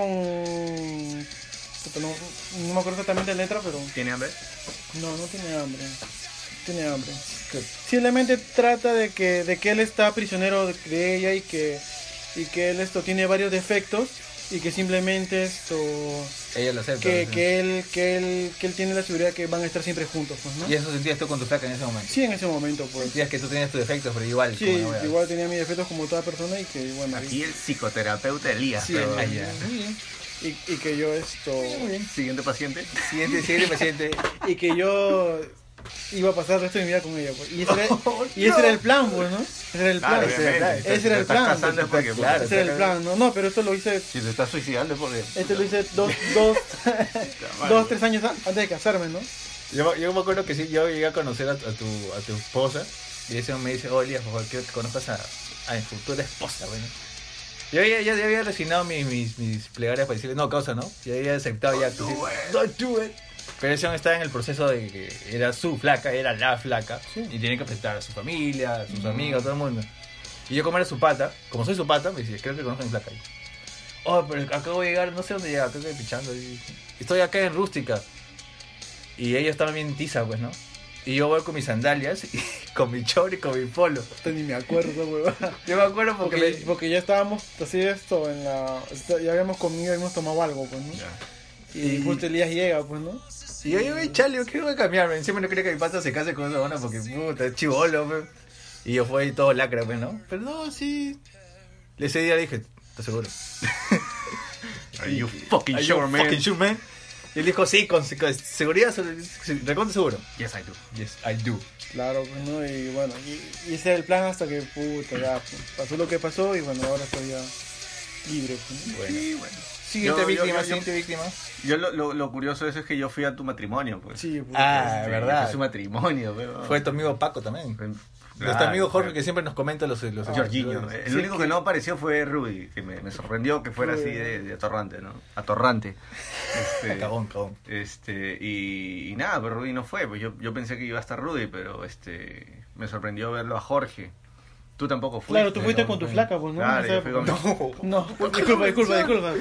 puta, No, no me acuerdo exactamente la letra, pero.
¿Tiene hambre?
No, no tiene hambre. Tiene hambre.
¿Qué?
Simplemente trata de que, de que él está prisionero de, de ella y que, y que él esto tiene varios defectos y que simplemente esto.
Ella lo acepta.
Que,
¿no?
que, él, que, él, que él tiene la seguridad que van a estar siempre juntos, pues, ¿no?
Y eso sentías tú con tu flaca en ese momento.
Sí, en ese momento, pues.
Sentías que tú tenías tus defectos, pero igual. como
Sí,
la wea.
igual tenía mis defectos como toda persona y que, bueno.
Aquí el psicoterapeuta Elías.
Sí,
pero-
Ah, ya.
y, y que yo esto
Siguiente paciente.
Siguiente, siguiente paciente.
y que yo iba a pasar el resto de mi vida con ella pues. y, ese
(laughs)
era, y ese era el plan pues no ese era el plan
Oh, Claro,
ese
obviamente.
era,
Si te-
ese era
te
el
estás
plan
casando es porque-
Claro.
ese era el plan no no pero esto lo hice
Si te estás suicidando es porque...
esto lo hice dos
(laughs)
dos dos tres años an- antes de casarme no
Yo, me- yo me acuerdo que sí, yo llegué a conocer a, a tu, a tu esposa y ese hombre me dice, oye, por favor, quiero que conozcas a, a mi futura esposa, bueno. Yo ya, ya, ya había resignado mis, mis, mis plegarias para decirle, no, causa, ¿no? Yo había aceptado ya. que sí, Don't do it. Pero ese hombre estaba en el proceso de que era su flaca, era la flaca, y tiene que presentar a su familia, a sus amigos, a todo el mundo. Y yo como era su pata, como soy su pata, me dice, creo que conozco a mi flaca. Y, oh, pero acabo de llegar, no sé dónde llega, tengo que ir pichando. y- estoy acá en Rústica. Y ella estaba bien tiza, pues, ¿no? Y yo voy con mis sandalias, y (laughs) con mi chor y con mi polo.
Esto ni me acuerdo pues,
(laughs)
huevón.
Yo me acuerdo porque...
porque porque ya estábamos así esto en la ya habíamos comido habíamos tomado algo pues no y justo Elías llega pues no
Y yo digo, "Ey, chale, yo quiero cambiarme. Encima no quería que mi pata se case con esa buena porque, puta, es chivolo, pe. Y yo fui ahí todo lacra, pe, ¿no? Pero no, sí. Le ese día le dije, ¿estás seguro?
Are you fucking
Are you
sure, man?
fucking sure, man? Y él dijo, sí, con, con seguridad, se- se- recontra seguro.
Yes, I do.
Yes, I do.
Claro, pues no, y bueno, y, y ese era el plan hasta que puta, ya, pues, pasó lo que pasó y bueno, ahora estoy ya libre. pues, ¿no?
Bueno.
Sí, bueno. Yo-
Siguiente
yo-
víctima,
yo- yo-
siguiente víctima.
Yo lo, lo, lo curioso de eso es que yo fui a tu matrimonio, pues.
Sí, pues,
Ah,
Sí,
verdad.
Fue su matrimonio, pero...
Fue tu amigo Paco también. Nuestro
Claro,
amigo Jorge
claro.
que siempre nos comenta los... los
Ah, Jorginho. eh. El
Sí,
único
que-
que no apareció fue Rudy, que me, me sorprendió que fuera así de, de atorrante, ¿no? Atorrante. Este,
Cabón, cabón.
este, y, y nada, pero Rudy no fue. Pues yo, yo pensé que iba a estar Rudy, pero este me sorprendió verlo a Jorge. Tú tampoco fuiste.
pues, Claro, tú fuiste
¿no?
con tu
bueno.
flaca, pues, ¿no?
Claro,
En esa
yo fui con
época. No, disculpa, disculpa, disculpa.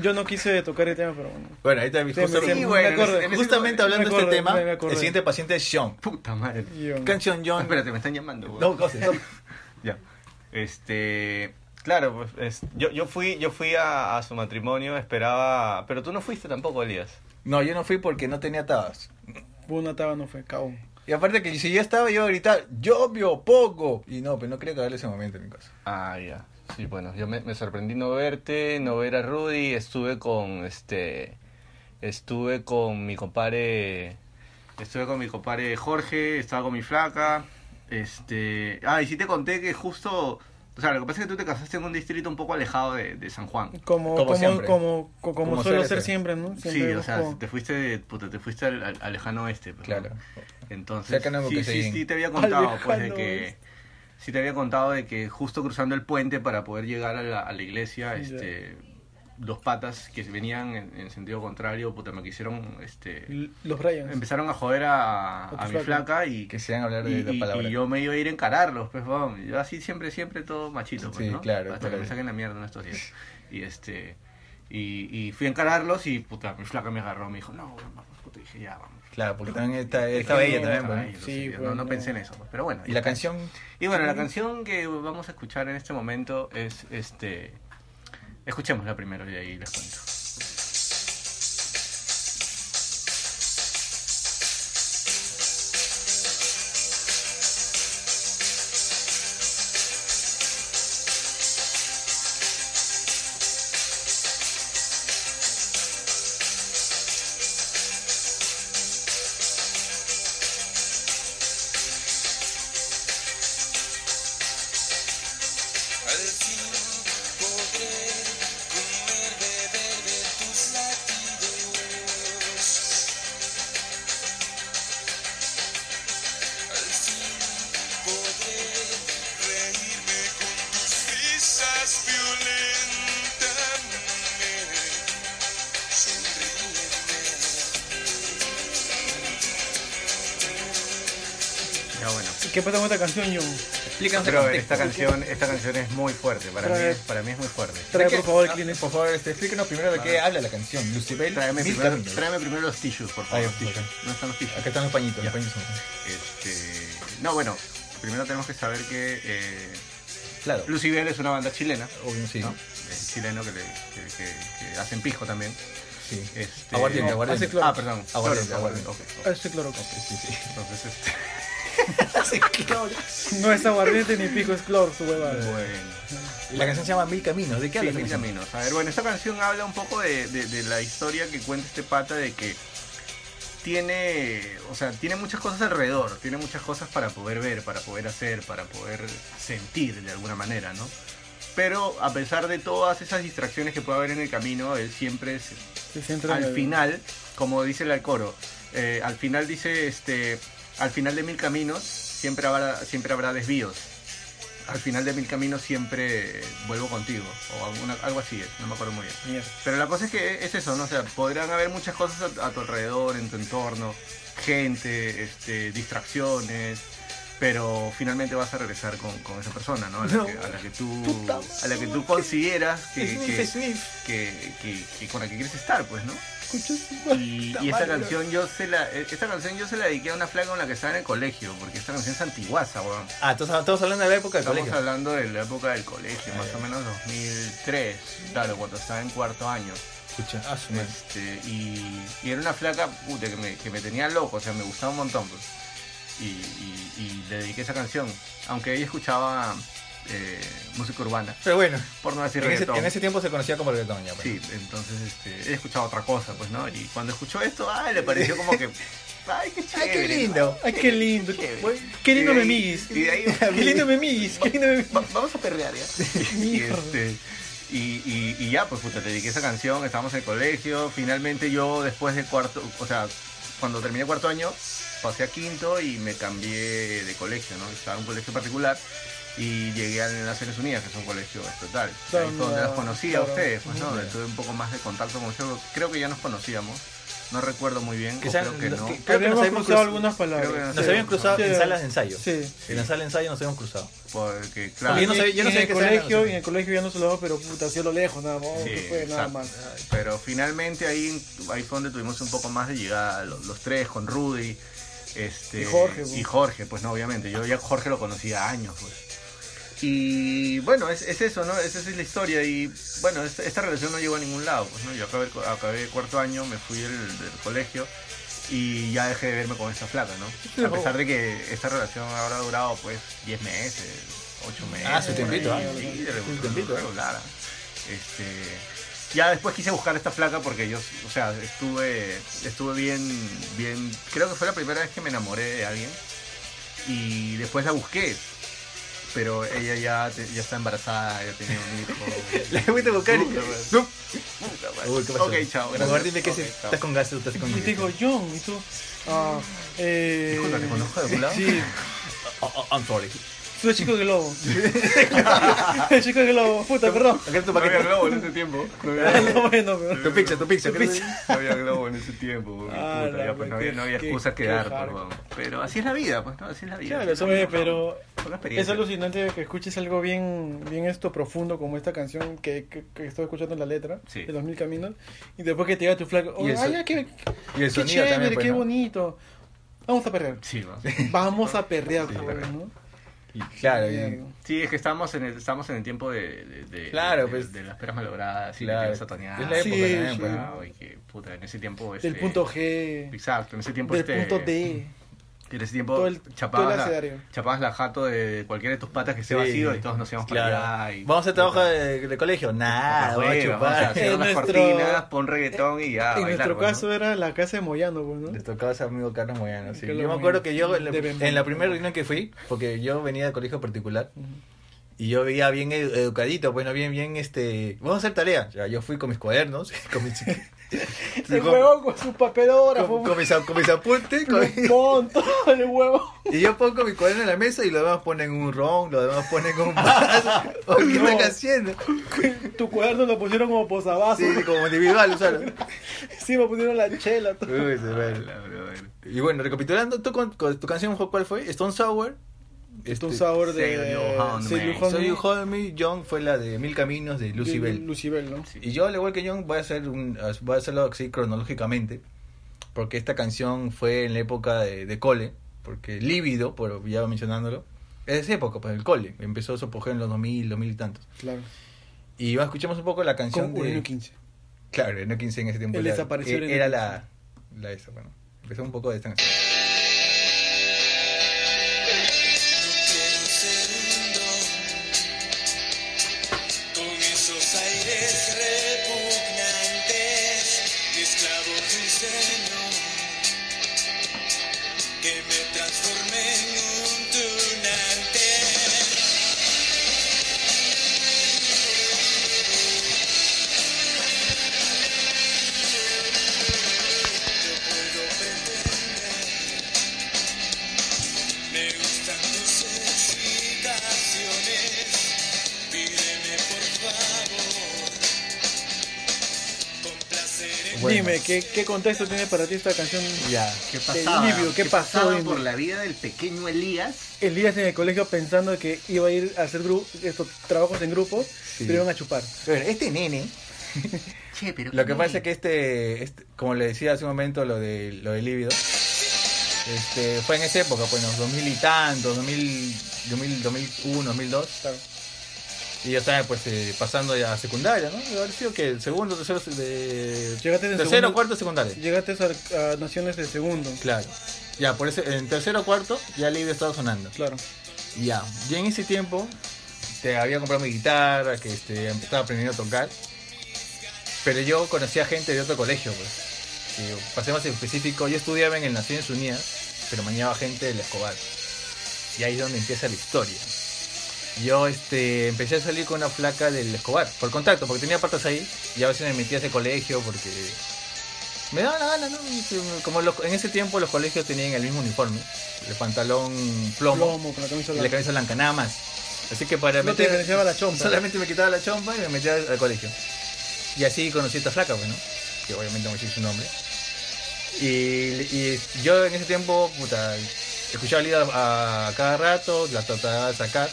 Yo no quise tocar el tema, pero bueno.
(laughs) Bueno, ahí también,
Sí,
justo-
me- sí, me
bueno,
acuerdo.
en ese-
justamente
me
hablando de este
acordé,
tema,
me- me acordé.
el siguiente paciente es Sean.
(laughs) Puta madre.
Yo-
Canción John.
Espérate, me están llamando. weón.
No, cosas.
Ya. Este. Claro, pues es- yo, yo fui, yo fui a, a su matrimonio, esperaba. Pero tú no fuiste tampoco, Elías.
No, yo no fui porque no tenía tabas.
Una taba no fue, cabrón.
Y aparte que si yo estaba, yo iba a gritar, llovió poco. Y no, pero no quería cagarle ese momento en mi casa.
Ah, ya. Sí, bueno, yo me, me sorprendí no verte, no ver a Rudy, estuve con este. Estuve con mi compadre. Estuve con mi compadre Jorge, estaba con mi flaca. Este. Ah, y sí te conté que justo. O sea, lo que pasa es que tú te casaste en un distrito un poco alejado de, de San Juan.
Como,
Como
como,
siempre.
como, como, como
Como
suelo
suele
ser
ser.
siempre, ¿no?
Sí,
Siempre
o sea,
busco-
te fuiste, de- puta, te fuiste al, al- al lejano oeste. pues, ¿no?
Claro.
Entonces,
Cerca de
sí,
Neuquén.
sí, sí, te había
Al
contado, pues, de
lejano
que...
oeste.
Sí, te había contado de que justo cruzando el puente para poder llegar a la, a la iglesia,
Ya.
este... Dos patas que venían en, en sentido contrario, puta, me quisieron, este...
L- Los Bryans.
Empezaron a joder a,
A tu
a mi
flaca.
flaca y...
Que sean hablar de
y-
la
y-
palabra.
y yo me iba a ir a encararlos, pues, vamos. Yo así siempre, siempre todo machito, pues,
Sí,
¿no?
claro,
Hasta que
claro.
me saquen la mierda en estos
(laughs)
días. Y este... Y, y fui a encararlos y, puta, mi flaca me agarró, me dijo, no, vamos, puta, y dije, ya, vamos.
Claro, porque también está,
Es
estaba
que
ella
no,
también.
estaba
pues,
ella,
¿no?
Sí,
entonces,
bueno.
no, no pensé en eso, pues, pero bueno.
Y la
está.
canción,
Y bueno, la canción que vamos a escuchar en este momento es este. Escuchémosla primero y ahí les cuento.
Al fin podré comer, beber de tus latidos. Al fin podré reírme con tus risas violentamente. Sonríeme.
Ya bueno.
¿Qué pasa con esta canción, John?
explícanos el
Pero esta
contexto.
canción, esta canción es muy fuerte. Para mí,
Trae-
es- para mí es muy fuerte.
Trae,
¿De qué?
por favor,
Ah,
Kleenex.
Por favor, este, explícanos primero de qué habla la canción. Lucibel,
Ah. Tráeme
mil
primero,
caminos.
tráeme primero los tissues, por favor.
Ahí,
los tissues.
ok.
No están los tissues.
Acá están los pañitos,
Ya.
los pañitos son-
Este, no, bueno, primero tenemos que saber que eh,
Claro,
Lucibel es una banda chilena.
obvio, sí.
¿no? Es chileno que, le, que, que- que hacen pisco también.
sí.
Este,
Aguardiente,
no,
aguardiente.
hace cloro.
Ah, perdón.
Aguardiente,
Cloro,
aguardiente.
ok, ok.
Ah, Estoy claro.
Sí, sí. (laughs)
Entonces, este,
No es aguardiente ni pico, es cloro, su huevada.
bueno.
Y La canción se llama Mil Caminos. ¿De qué
Sí,
habla la
Mil
canción?
Caminos. A ver, bueno, esta canción habla un poco de, de- de la historia que cuenta este pata de que tiene, o sea, tiene muchas cosas alrededor, tiene muchas cosas para poder ver, para poder hacer, para poder sentir de alguna manera, ¿no? Pero a pesar de todas esas distracciones que puede haber en el camino, él siempre se-
Se centra en
al
el-
final, como dice el coro, eh, al final dice, este, al final de mil caminos siempre habrá, siempre habrá desvíos. Al final de mil caminos siempre eh, vuelvo contigo o alguna- algo así, es, no me acuerdo muy bien.
Mierda.
Pero la cosa es que es eso, ¿no? O sea, podrán haber muchas cosas a, a tu alrededor, en tu entorno, gente, este, distracciones, pero finalmente vas a regresar con, con esa persona, ¿no? A la,
No.
que, a la que tú,
Puta
a la que
madre.
tú consideras que,
Sniff,
que-
sniff.
que, que- que con la que quieres estar, pues, ¿no?
Escuchas.
Y, y esta canción yo se la eh, esta canción yo se la dediqué a una flaca con la que estaba en el colegio, porque esta canción es antiguaza, weón.
Ah, entonces estamos hablando de la época del
Estamos
colegio. Ah,
hablando de la época del colegio, más o menos 2003, claro, cuando estaba en cuarto año.
Escucha. Ah, su madre.
Este, y, y era una flaca puta, que, me, que me tenía loco, o sea, me gustaba un montón. pues. Y, y- y le dediqué esa canción, aunque ella escuchaba eh, música urbana,
Pero bueno,
por no decir
en ese,
reggaetón.
en ese tiempo se conocía como reggaetón ya. pues.
Sí, entonces este, he escuchado otra cosa, pues, ¿no? Y cuando escuchó esto, ay, le pareció como (laughs) que. ¡Ay, qué
Ay,
chévere!
qué lindo.
Ay, qué lindo.
Chévere.
Bueno, Qué lindo
Y de
me
ahí-
miguis.
y (laughs)
(laughs)
de ahí-
Qué lindo me miguis. Qué lindo me miguis.
Va- vamos a perrear ya. (laughs) y,
Mierda.
este, y, y- y ya, pues puta, te dediqué esa canción, estábamos en el colegio. Finalmente yo, después de cuarto, o sea, cuando terminé cuarto año, pasé a quinto y me cambié de colegio, ¿no? Estaba en un colegio particular y llegué a Naciones Unidas, que es un colegio estatal.
Claro,
Ahí fue donde
no,
las conocí a
claro.
ustedes, pues, ¿no?
Ujú.
Donde Tuve un poco más de contacto con ustedes. Creo que ya nos conocíamos. No recuerdo muy bien, o
Quizás
creo que
los
no.
que-
Pero
que nos
hemos
habíamos
cruzado
cruz-
algunas
creo que
palabras.
Nos
Sí,
habían cruzado
Sí.
en salas de ensayo.
Sí.
En la sala de ensayo nos habíamos cruzado.
Porque, claro.
Porque yo no
Y-
sabía- yo no
y
sabía
en
que
el
estaban
colegio,
las-
y en el colegio ya no se lo hago, pero puta, hacía lo lejos, nada más,
Sí,
no fue pues, nada
exacto.
más.
Pero finalmente ahí, ahí fue donde tuvimos un poco más de llegada, lo- los, tres con Rudy. Este,
Y Jorge, pues.
y Jorge, pues no, obviamente. Yo ya Jorge lo conocía años, pues. Y bueno, es, es eso, ¿no? Es- Esa es la historia. Y bueno, es- esta relación no llegó a ningún lado, pues, ¿no? Yo acabé, el co- acabé el cuarto año, me fui del, del colegio y ya dejé de verme con esta flaca, ¿no? A pesar de que esta relación habrá durado, pues, 10 meses, 8 meses.
Ah, su
por ahí.
tiempito, ¿ah?
Sí, de
Su tiempito, ¿eh?
regular, ¿ah? Este, ya después quise buscar a esta flaca porque yo, o sea, estuve, estuve bien, bien, creo que fue la primera vez que me enamoré de alguien y después la busqué, pero ella ya, te- ya está embarazada, ya tiene un (laughs) hijo.
La fuiste a buscar y-
Puta madre,
¡Nup!
puta madre.
Uy, ¿qué pasó?
Ok, chao.
Por favor, dime que
Ok,
si
chao.
estás con gas o estás con
Y te digo, John, y tú, ah, eh...
Disculpa, ¿te conozco de algún lado?
Sí,
Oh, oh, I'm sorry.
soy chico de globo. (laughs) El chico de globo, puta, perdón.
Acá
(laughs)
tu
No había
paquete.
globo en ese tiempo. No había
Ah,
globo.
no, (laughs) bueno, pero-
Tu pizza, tu pizza.
Tu
¿qué
pizza.
No había globo en ese tiempo, güey,
Ah,
puta,
la
ya, pues, no,
güey,
había, no había
qué-
excusa que
qué
dar,
hard.
perdón. Pero así es la vida, pues, ¿no? Así es la vida.
Claro, eso
No,
me-
no,
pero
fue una
es
experiencia.
alucinante que escuches algo bien, bien esto profundo como esta canción que, que, que estoy escuchando en la letra
Sí.
de los mil caminos y después que te llega tu flaco, oh,
Y el
ah,
so-
ya, qué,
Y el
qué
sonido
chévere,
también, pues,
qué
¿no?
bonito, vamos a perder,
Sí, ¿no? (laughs)
vamos a perder,
Sí.
cabrón, ¿no?
Y Claro, y...
Mierda.
Sí, es que estamos en el, estamos en el tiempo de, de, de-
Claro,
de-
pues.
de las peras malogradas y
Claro.
la satanía.
Es la
época Sí, también, sí. pues,
¿no? Y que, puta, en ese tiempo.
del
este,
punto G,
Exacto, en ese tiempo.
del
este,
punto D,
En ese tiempo
todo el- todo
chapabas,
el
la,
abecedario.
chapabas la jato de cualquiera de tus patas que se
Sí.
vacío y todos nos íbamos para allá.
Claro.
y-
Vamos a hacer trabajo de, de colegio. Nada, vamos a
Bueno, vamos a
chupar.
hacer
En
unas
nuestro-
cortinas, pon reggaetón y ya.
Ah,
en
bailar,
nuestro
pues, ¿no?
caso era la casa de Moyano, pues, ¿no?
Les tocaba ese amigo Carlos Moyano. sí.
Carlos
Yo me
Moyano.
acuerdo que yo,
De Bembo.
en la primera reunión que fui, porque yo venía de colegio particular,
Ujú.
y yo veía bien edu- educadito, bueno, bien, bien, este, vamos a hacer tarea. Ya, yo fui con mis cuadernos, (laughs)
(laughs)
con mis,
El pues.
con-
huevón con su papelógrafo,
con, con mis, a- con mis apuntes, con-
un montón, el huevón.
y yo pongo mi cuaderno en la mesa y los demás ponen un ron, los demás ponen un vaso.
(laughs)
¿O ¿Qué
No.
están haciendo?
Tu cuaderno lo pusieron como posavasos.
Sí, como individual, usaron.
Sí, me pusieron la chela. todo.
Uy, se ve.
La verdad,
Y bueno, recapitulando, ¿tú con, con tu canción fue- cuál fue? Stone Sour.
Este,
Este,
un sabor de.
Say you hold
Say
me.
you hold
Soy
me.
You Hold Me, John fue la de Mil Caminos de Lucibel.
Lucibel, ¿no?
Sí.
Y yo, al igual que John, voy a, hacer un, voy a hacerlo así cronológicamente, porque esta canción fue en la época de, de cole, porque Lívido, por ya mencionándolo, es esa época, pues el cole, empezó su apogeo en los 2000, 2000 y tantos.
Claro.
Y va, escuchamos un poco la canción
Con Urino
de...
15.
Claro, Ureno 15 en ese tiempo.
El
era-
desapareció
e-
Ureno
Era
15.
la, la esa, bueno. Empezó un poco de esta canción.
Quiero ser un don con esos aires repugnantes de esclavo cristiano que me transforme en un tunante. Yo puedo pretender me gustan tus excitaciones, pídeme por favor, con placer en
Bueno.
Dime, ¿qué, ¿qué contexto tiene para ti esta canción?
Ya.
¿Qué
pasaba? Livio, ¿qué ¿Qué pasó, pasaba Livio? por
la vida del pequeño Elías?
Elías en el colegio pensando que iba a ir a hacer gru- estos trabajos en grupo, pero iban a chupar.
Bueno, este nene
Che, pero
Lo que pasa es que este, este- como le decía hace un momento, lo de lo del líbido, este, fue en esa época, pues en los 2000 y tantos, 2000, 2000, 2001, 2002,
Claro.
y ya estaba pues eh, pasando ya a secundaria, ¿no? Debe haber sido que el segundo, tercero, de,
Llegaste en el
tercero,
segundo-
cuarto, secundaria.
Llegaste a, a Naciones de Segundo.
Claro. Ya, por eso, en tercero, cuarto, ya el líbido estaba sonando.
Claro.
Y Ya, yo en ese tiempo te había comprado mi guitarra, que este, estaba aprendiendo a tocar, pero yo conocía gente de otro colegio, pues. Y, pasé más en específico, yo estudiaba en el Naciones Unidas, pero mañana gente del Escobar. Y ahí es donde empieza la historia. Yo este, empecé a salir con una flaca del Escobar, por contacto, porque tenía patas ahí, y a veces me metía a ese colegio porque Me daba la gana, ¿no? Como los- en ese tiempo los colegios tenían el mismo uniforme, el pantalón plomo,
Plomo, con la camisa
y la
blanca.
camisa blanca, nada más. Así que para
No te
meter-
diferenciaba la chompa.
Solamente me quitaba la chompa y me metía al colegio. Y así conocí a esta flaca, bueno, que obviamente no me decir su nombre. Y, y yo en ese tiempo, puta, escuchaba Lida a, a cada rato, la trataba de sacar.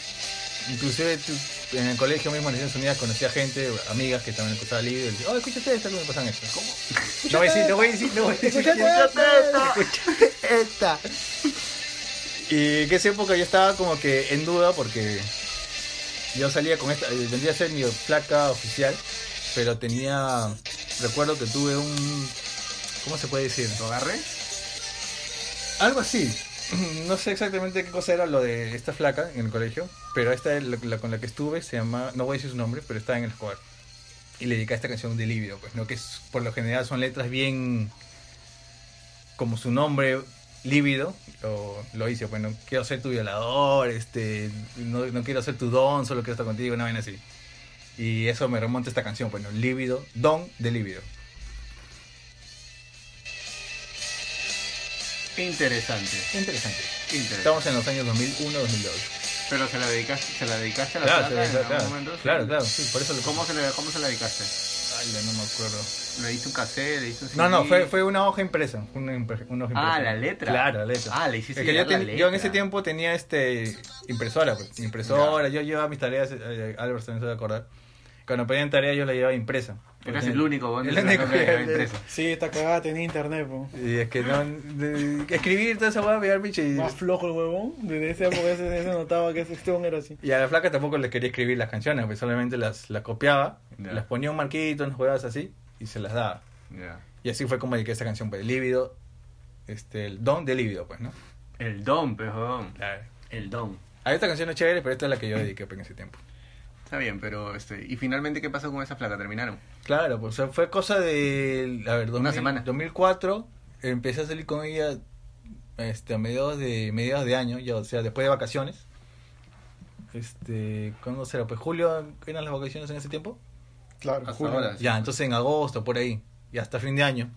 Inclusive tú- en el colegio mismo en Naciones Unidas conocía gente, amigas que también escuchaba Lida y decía, oh, escúchate esto, ¿cómo me pasan esto? ¿Cómo? No voy a decir, no voy a decir, no voy a decir. (laughs)
Escúchate esta.
Escúchate esta. Y en esa época yo estaba como que en duda porque yo salía con esta, eh, vendría a ser mi placa oficial, pero tenía, recuerdo que tuve un, ¿cómo se puede decir?
¿Lo agarré?
Algo así. (clears throat) No sé exactamente qué cosa era lo de esta flaca en el colegio, pero esta es la, la con la que estuve se llama, no voy a decir su nombre, pero estaba en el escobar. Y le dediqué a esta canción Delirio, pues, ¿no? Que es- por lo general son letras bien como su nombre, lívido, lo, lo hice, bueno, quiero ser tu violador, este, no, no quiero ser tu don, solo quiero estar contigo, una vaina así. Y eso me remonta a esta canción, bueno, lívido, don de lívido.
Interesante.
Interesante.
Interesante.
Estamos en los años 2001, 2002.
Pero se la dedicaste, se la dedicaste a la
Claro,
plata en
claro,
algún
claro,
momento.
claro, claro, sí, por eso lo
¿Cómo se, la, ¿Cómo se la dedicaste?
Ay, no me acuerdo.
¿Le diste un cassette? ¿Le diste un
No, no,
CD?
fue, fue una hoja impresa. Una, impre- una hoja impresa.
Ah, la letra.
Claro, la letra.
Ah, le hiciste
Es que yo,
llegar la
ten- yo en
letra.
ese tiempo tenía este impresora, pues, impresora, yo llevaba mis tareas, eh, Albert también se va a acordar. Cuando pedían tarea yo la llevaba impresa.
Eras el único, bueno,
El
que
único
no
que-
había impreso.
Sí, esta cagada tenía internet, po.
Y es que no, de- escribir toda esa hueá, pegar bicho y...
Más flojo el huevón. Desde esa época se, se notaba que ese Esteban era así.
Y a la flaca tampoco le quería escribir las canciones, pues solamente las, las copiaba,
Ya.
las ponía un marquito, unas jugadas así, y se las daba.
Ya.
Y así fue como dediqué esta canción, pues, Lívido, este, el don de Lívido, pues, ¿no?
El don, pejón.
Claro.
El don.
Hay otra canción chévere, pero esta es la que yo dediqué pues, en ese tiempo.
Está bien, pero este. ¿Y finalmente qué pasó con esa placa? ¿Terminaron?
Claro, pues o sea, fue cosa de. A ver, 2000,
Una semana.
2004. Empecé a salir con ella este, a mediados de, mediados de año, ya, o sea, después de vacaciones. Este, ¿Cuándo será? Pues julio, ¿eran las vacaciones en ese tiempo?
Claro,
Hasta
Julio.
ahora. Así.
Ya, entonces en agosto, por ahí. Y hasta fin de año.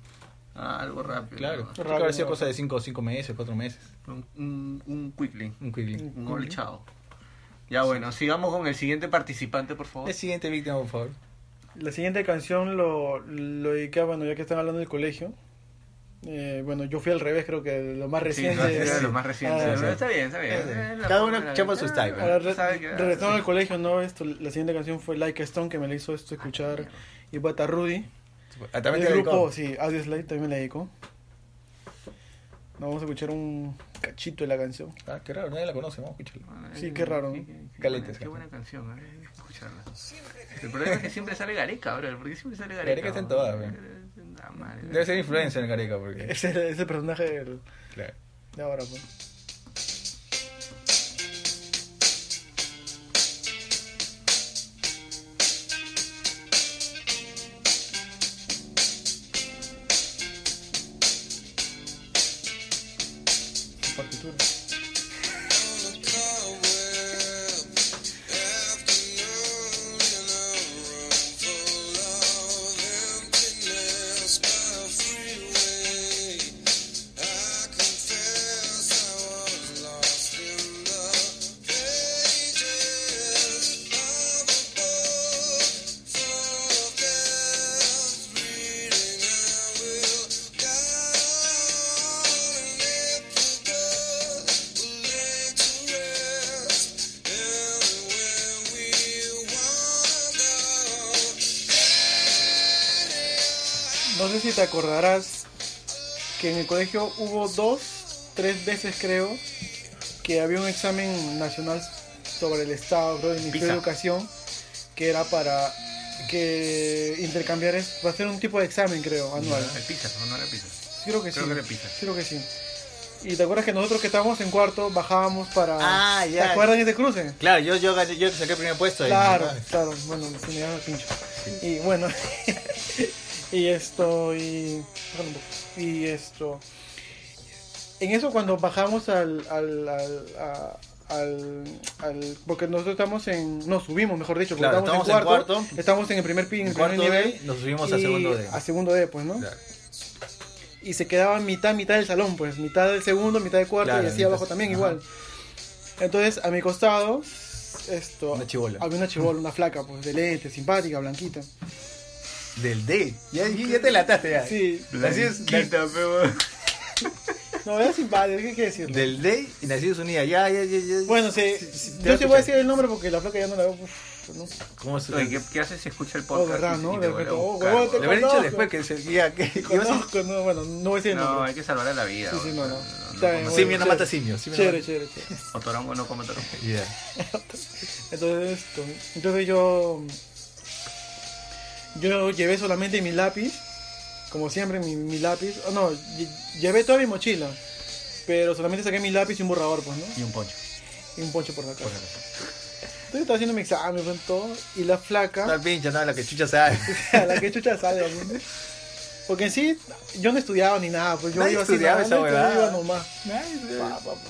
Ah, algo rápido.
Claro.
¿no?
Creo que habrá sido cosa de 5 cinco, cinco meses, 4 meses.
Un, un, un quickly.
Un quickly.
Un gol, chao. Ya bueno, sigamos con el siguiente participante, por favor.
El siguiente víctima, por favor.
La siguiente canción lo, lo dediqué, bueno, ya que están hablando del colegio. Eh, bueno, yo fui al revés, creo que lo más
Sí,
reciente.
no, era
es-
lo más reciente.
Ah,
Pero
sí.
Está bien, está bien.
Sí.
Eh, la
Cada
forma
uno
de la
chapa
vida.
su style,
Ah,
¿no?
Ahora,
tú sabes que-
re- regresando al colegio, ¿no? Esto, la siguiente canción fue Like a Stone, que me la hizo
Ah,
esto escuchar. Y Bata Rudy.
Ah,
El
también te dedicó.
grupo, sí, Adios Light también me la dedicó. No, Vamos a escuchar un cachito de la canción.
Ah, qué raro, nadie la conoce, vamos a escucharla.
Sí, qué raro, ¿no?
Sí, qué- qué
Caleta
buena-
esa
Qué buena canción, ¿eh? hay que escucharla. El problema es que siempre sale Gareca, bro. ¿Por qué siempre sale Gareca?
Gareca está en
bro?
todas, bro.
Ah, madre.
Debe ser influencer en Gareca, porque.
(laughs) Ese ese personaje del-
Claro.
de ahora, pues. Partitura. No sé si te acordarás que en el colegio hubo dos, tres veces creo, que había un examen nacional sobre el Estado, creo, del Ministerio
PISA.
de Educación, que era para que intercambiar, es, va a ser un tipo de examen creo, anual.
El pizza, ¿no? no era pizza.
Creo que
Creo
sí.
que era PISA.
Creo que sí. Y te acuerdas que nosotros que estábamos en cuarto bajábamos para...
Ah, ya.
¿Te acuerdas de ese cruce?
Claro, yo, yo, gané- yo saqué el primer puesto. ahí,
Claro,
¿no?
claro, bueno, se me llama pincho. Y bueno, (laughs) y esto, y, déjalo un poco. y esto. En eso cuando bajamos al, al, al, a- al, al- porque nosotros estamos en, no, subimos, mejor dicho, porque
Claro,
estamos, en
estamos en
cuarto,
cuarto.
estamos en el primer pin,
En
en el
cuarto
primer nivel,
D, nos subimos a segundo D.
a segundo D, pues, ¿no?
Claro.
y se quedaba mitad, mitad del salón, pues mitad del segundo, mitad del cuarto
Claro,
y así abajo
entonces,
también
ajá.
igual. Entonces a mi costado, esto,
Una chibola.
había una chibola, una flaca, pues de lente, simpática, blanquita.
Del D. Ya, ya te lataste ya.
Sí,
Así es.
Blanquita, pe, weón.
no, era simpática, ¿qué quiere decir?
Del D y Naciones Unidas. Ya, ya, ya. ya.
Bueno, sí,
te va
yo te voy a
escuchar.
decir el nombre porque la flaca ya no la veo. uf, no sé.
¿Cómo es?
Oye, ¿qué, qué haces si escucha el
Oh,
podcast?
verdad,
y-
¿no?
y
Le-
te vuelve a
oh,
buscar,
huevón, te
weón?
Le habría dicho
conozco.
después que se ya, que que ibas a-
Conozco, no, bueno, no voy a decir el
No,
nombre.
hay que salvar la vida.
Sí, sí,
weón.
no, no. Está bien, bueno.
no-
Simio no
chévere.
mata simio. simio no
Chévere,
mata-
chévere, chévere.
Otorongo no come otorongo.
Ya.
Entonces, esto, entonces yo, yo llevé solamente mi lápiz, como siempre mi, mi lápiz, oh, no, lle- llevé toda mi mochila, pero solamente saqué mi lápiz y un borrador, pues, ¿no?
Y un poncho.
Y un poncho por la cara. Entonces estaba haciendo mi examen, pues, todo, y la flaca,
Está pincha, no, la que chucha sabe.
(laughs) a la que chucha sale, ¿no? porque en sí yo no estudiaba ni nada, pues yo
Nadie
iba así,
estudiaba
nada,
esa
yo
huevada.
iba nomás. Pa, pa, pa.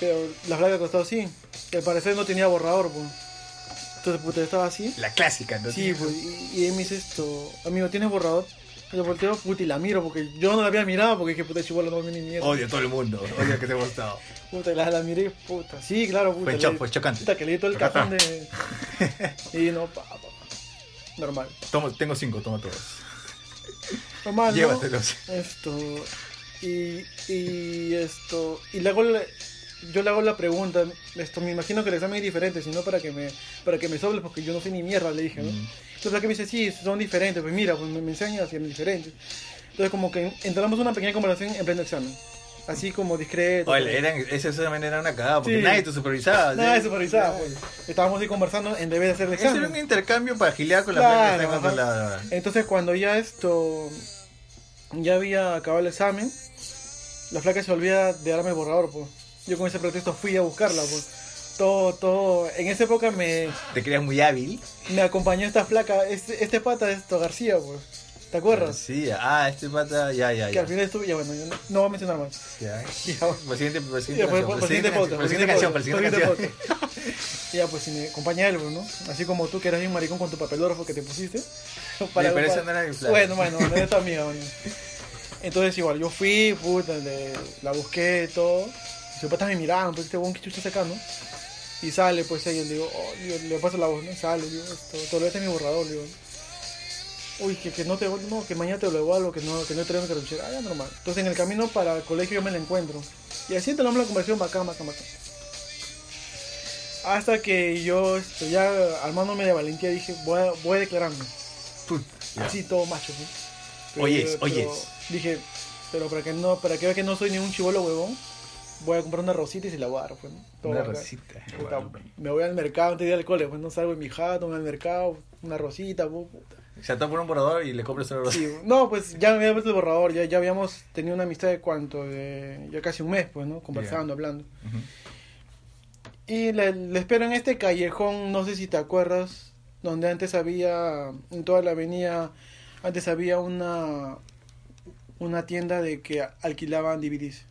Pero la flaca costado sí, que al parecer no tenía borrador, pues. Entonces, puta, yo estaba así.
(laughs) La clásica, ¿no?
Sí, pues, y, y él me dice esto, amigo, ¿tienes borrador? Yo volteo, puta, y la miro, porque yo no la había mirado, porque dije, puta, chivolo, no me ni mierda.
Odio a todo el mundo. Odio que te he gustado.
Puta, y la, la miré, puta, sí, claro, puta.
Fue
le-
choc, fue chocante.
Puta, que le di todo el cajón
(laughs)
de... y no, pa, pa, pa. Normal,
Tomo- tengo cinco, toma todos. Ah,
normal, ¿no?
Llévatelos.
Esto, y, y esto, y le hago la- yo le hago la pregunta, esto, me imagino que el examen es diferente, sino para que me, para que me sobles, porque yo no sé ni mierda, le dije, ¿no?
Mm.
Entonces la que me dice, sí, son diferentes, pues mira, pues me, me enseñas y eran diferentes. Entonces como que entramos en una pequeña conversación en pleno examen. Así como discreto.
Oye, eran, ese examen era una cagada porque
Sí.
nadie te supervisaba.
Nada de
¿sí?
supervisado, pues. Estábamos ahí conversando en vez de hacer el
Ese era un
examen.
intercambio para gilear con la
Claro,
gente que estaba
ajá.
con la-
Entonces cuando ya esto, ya había acabado el examen, la flaca se olvida de darme el borrador, pues. Yo con ese pretexto fui a buscarla, pues. Todo, todo. En esa época me,
Te creías muy hábil.
me acompañó esta flaca, este, este pata, esto, García, pues. ¿Te acuerdas?
Sí, ah, este pata, ya, ya,
Que
ya.
al final estuve, ya bueno, yo no, no voy a mencionar más.
Ya.
Ya, bueno.
Para el siguiente- para
Ya,
el
pues, pues,
siguiente canción, para el siguiente
siguiente
canción, para el siguiente canción, para el siguiente
podcast,
canción.
siguiente podcast. Ya, pues, si me acompaña él, pues, ¿no? Así como tú, que eras bien maricón con tu papelógrafo que te pusiste.
(laughs) Ya, pero eso no era mi plan.
Bueno, bueno, no era tu mía, bueno. Entonces, igual, yo fui, puta, le- la busqué, todo. Y sus patas me miraban, pues, este weón que chucha sacando. Y sale, pues, ahí, le digo, oh, le, digo, le paso la voz, ¿no? Sale, digo, esto, todavía está en mi borrador, le digo. Uy, que, que no te no, que mañana te lo devuelvo, que no, que no he traído mi cartuchera. Ah, ya normal. Entonces en el camino para el colegio yo me la encuentro. Y así entramos en la conversación bacán, bacán, bacán. Hasta que yo, esto, ya armándome de valentía, dije, voy a, voy a declararme.
Put, ya.
Así todo macho, ¿sí?
Oyes, oyes.
Dije, pero para que no, para que vea que no soy ni un chivolo huevón, voy a comprar una rosita y se la voy a dar, pues, ¿no? Todo
Una
bacán.
rosita.
Puta, me voy al mercado antes de ir al cole, pues no salgo en mi jato, me voy al mercado, una rosita, pu- puta.
Se ató por un borrador y le compras una (laughs) rosita.
Sí, no, pues ya me había puesto el borrador, ya, ya habíamos tenido una amistad de cuánto, de ya casi un mes, pues, ¿no? Conversando, hablando.
Ujú.
Y le, le espero en este callejón, no sé si te acuerdas, donde antes había, en toda la avenida, antes había una, una tienda de que alquilaban DVDs.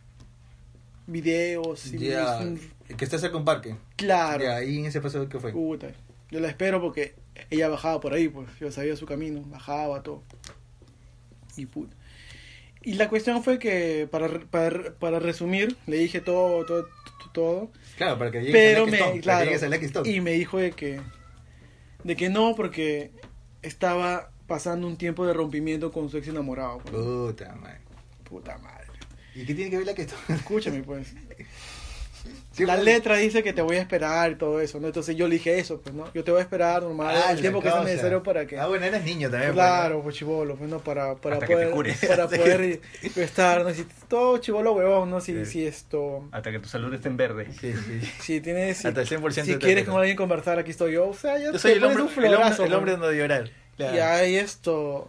Videos,
Ya,
CDs, un-
que está cerca de un parque.
claro.
Ya, ahí en ese paso que fue.
Puta, yo la espero porque ella bajaba por ahí, pues yo sabía su camino, bajaba todo. Y puta. Y la cuestión fue que, para, re- para, re- para resumir, le dije todo, todo, todo, todo,
Claro, para que llegues
pero
al Lucky
me,
Stone, para que
claro,
llegues al Lucky Stone.
y me dijo de que, de que no, porque estaba pasando un tiempo de rompimiento con su ex enamorado. pues.
Puta madre.
Puta madre.
¿Y qué tiene que ver Lucky (laughs) Stone?
Escúchame, pues.
Sí,
la
pues.
letra dice que te voy a esperar y todo eso, ¿no? Entonces yo le dije eso, pues, ¿no? Yo te voy a esperar normal,
Ah,
el
la
tiempo que sea
causa.
necesario para que...
Ah, bueno, eras niño también.
Claro, pues chivolo, pues no, para, para
Hasta que te
poder,
cures.
(laughs)
(laughs)
para poder estar, ¿no? Si, todo chivolo huevón, ¿no? Si,
Sí.
si esto,
Hasta que tu salud esté en verde.
pues, ¿no? Sí, sí.
si tienes, si,
Hasta el 100%
si
de
quieres
tu
con alguien conversar, aquí estoy (laughs) yo, o sea, ya
Yo
te
soy el
pones
hombre,
un
el
florazo,
hombre, el hombre
pues.
no de llorar. Claro.
Y ahí esto,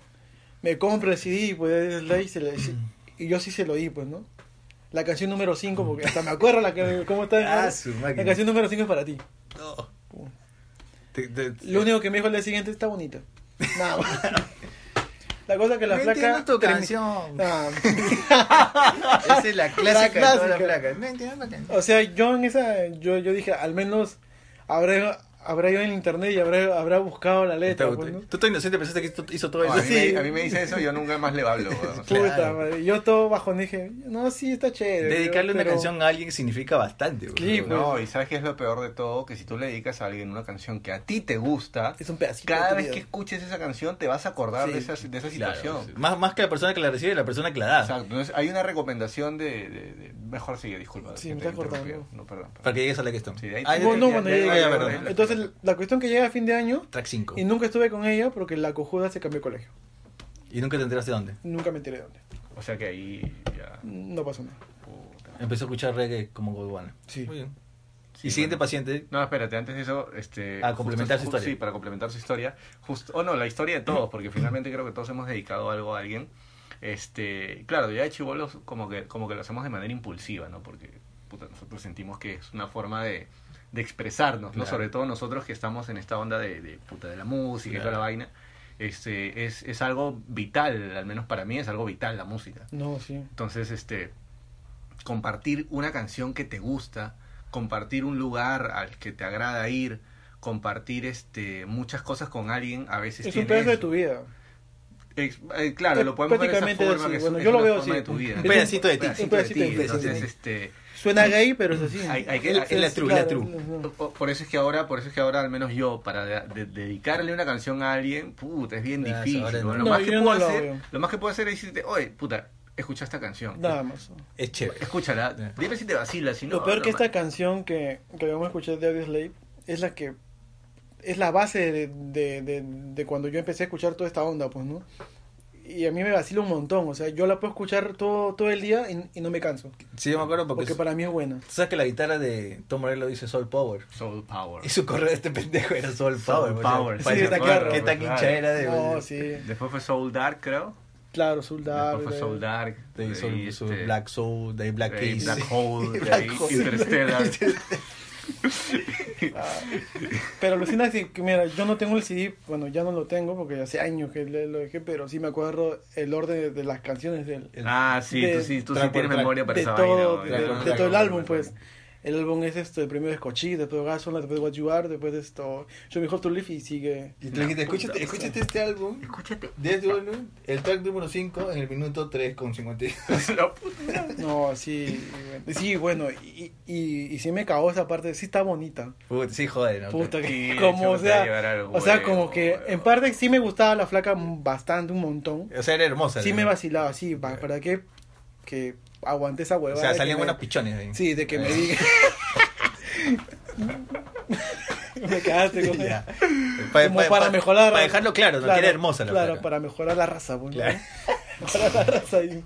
me compro el CD, pues, el rey se le-
(clears throat)
se- y yo sí se lo di, pues, ¿no? La canción número 5, porque hasta me acuerdo la que, cómo está,
Mm. (laughs) Ah,
¿no?
su
la
máquina.
canción número 5 es para ti.
No.
Pum.
Te- te-
Uh. Lo único que me dijo el día siguiente está
(laughs)
bonita. Nada. más. (laughs) La cosa que la
no
flaca
entiendo tu
termi- (laughs)
canción.
Ah,
Esa es la clásica,
La
de todas las
clásica.
placas. No entiendo tu canción.
O sea, yo en esa, yo, yo dije, al menos habré, habrá ido en internet y habrá, habrá buscado la letra.
Está-
pues, ¿no?
Tú tan inocente pensaste que esto- hizo todo
No, a,
eso.
mí
Pues sí.
me, a mí me dice eso y yo nunca más le hablo. weón.
(laughs)
Claro.
Puta madre, Yo todo bajo dije, no, sí, está chévere.
Dedicarle una
pero-
canción a alguien significa bastante, bro.
Sí, pues.
No, y sabes qué es lo peor de todo, que si tú le dedicas a alguien una canción que a ti te gusta,
Es un pedacito. de
cada
tu
vez
vida.
que escuches esa canción te vas a acordar
Sí,
de esa, de esa
Claro,
situación.
sí. más, más que la persona que la recibe, la persona que la da.
Exacto, entonces hay una recomendación de, de- de- mejor sigue, disculpa.
Sí,
que
me
te
está cortando.
interrumpí. No, perdón. perdón.
Para que llegues a la que estamos.
Sí, ahí
Ah,
te-
Bueno, no,
ya-
cuando
ya-
llegue,
ya-
ya,
ya-
perdón.
ya- ya-
Entonces, la cuestión que llega a fin de año
Track 5.
y nunca estuve con ella porque la cojuda se cambió de colegio.
Y nunca te enteraste dónde.
Nunca me enteré de dónde.
O sea que ahí ya...
No pasó nada.
puta.
Empezó a escuchar reggae como Godwana.
Sí.
Muy bien.
Sí,
y siguiente
bueno.
paciente.
No, espérate, antes de eso, este...
Ah,
justo-
complementar su
justo-
historia.
Sí, para complementar su historia. Justo, oh, no, la historia de todos, porque finalmente creo que todos hemos dedicado algo a alguien. Este, claro, ya de chivolos como que, como que lo hacemos de manera impulsiva, ¿no? Porque puta, nosotros sentimos que es una forma de, de expresarnos, ¿no?
Claro.
Sobre todo nosotros que estamos en esta onda de, de, puta, de la música y toda la
Claro.
vaina. Este, es, es algo vital, al menos para mí es algo vital la música.
No, sí.
Entonces, este, compartir una canción que te gusta, compartir un lugar al que te agrada ir, compartir este muchas cosas con alguien, a veces
Es un
tiene
pedazo de
eso.
tu vida.
Ex- eh, claro,
Es
lo podemos ver de esa
prácticamente
forma,
así.
que es-
Bueno,
es
yo lo
una
veo
forma
así.
de tu vida.
Un pedacito de ti.
Un
Un pedacito
pedacito de ti.
de ti,
Entonces,
sí.
este,
Suena gay, pero es así.
Hay- hay que-
Es-
hay- es la
es-
true, es la
claro,
true.
ajá.
o- por eso es que ahora, por eso es que ahora al menos yo para de- de- dedicarle una canción a alguien, puta, es bien
Claro,
difícil.
ahora
¿no?
no.
Lo,
No,
más que
yo no
puedo
lo
hacer,
veo.
lo más que puedo hacer es decirte, "Oye, puta, escucha esta canción."
Nada más.
Es chévere.
Escúchala,
Ya.
dime si te vacilas, si no.
Lo peor que
no,
esta canción que, que vamos a escuchar de Audioslave es la que es la base de, de, de- de cuando yo empecé a escuchar toda esta onda, pues, ¿no? Y a mí me vacila un montón, o sea, yo la puedo escuchar todo, todo el día y, y no me canso,
Sí, yo me acuerdo porque.
porque para mí es buena.
Tú sabes que la guitarra de Tom Morello dice Soul Power.
Soul Power.
Y su correo de este pendejo era Soul
Soul
Power. o sea,
Power, sí,
parece
está
que-
claro,
que tan
claro.
hincha era de.
No, sí,
Después fue Soul Dark, creo.
claro, soldado.
Después fue Soul Dark.
de ahí Soul-
ahí,
su
este,
Black Soul, de ahí
de
Black
ahí
Keys.
Black Hole, de
Black
ahí
(laughs)
Hole.
Interstellar.
Ah. Pero alucina que, que mira, yo no tengo el CD, bueno, ya no lo tengo porque hace años que le- lo dejé, pero sí me acuerdo el orden de, de las canciones del,
Ah, sí,
De-
tú sí, tú sí
track por
tienes
track,
memoria para
de
esa
todo,
vaina.
de,
¿no?
de todo el álbum, pues. El álbum es esto, el primero es Cochí, después Gasol, después What You Are, después esto, Yo Me Hold To Live y sigue...
Y tú le dijiste, escúchate, escúchate este álbum.
Escúchate.
Desde uno, el track número 5 en el minuto 3 con 52.
(laughs)
(laughs) La puta.
No, sí, y bueno. sí, bueno, y, y, y sí me cagó esa parte, sí está bonita.
sí, joder, ¿no?
Puta,
Sí,
que,
chuta,
como, o sea,
llevar al
o sea,
huevo,
como que
huevo.
en parte sí me gustaba la flaca bastante, un montón.
O sea, era hermosa.
Sí
¿no?
me vacilaba, sí, va, para que, que aguante esa
O
huevada.
sea,
de que
salían
me-
buenas pichones ahí.
Sí, de que me diga... (laughs) me cagaste con
(laughs) (laughs) Ya.
Como para mejorar.
Para dejarlo claro, no
Claro,
que era hermosa la
Claro,
flaca.
para mejorar la raza, bueno.
Claro.
(laughs) Para la raza. Y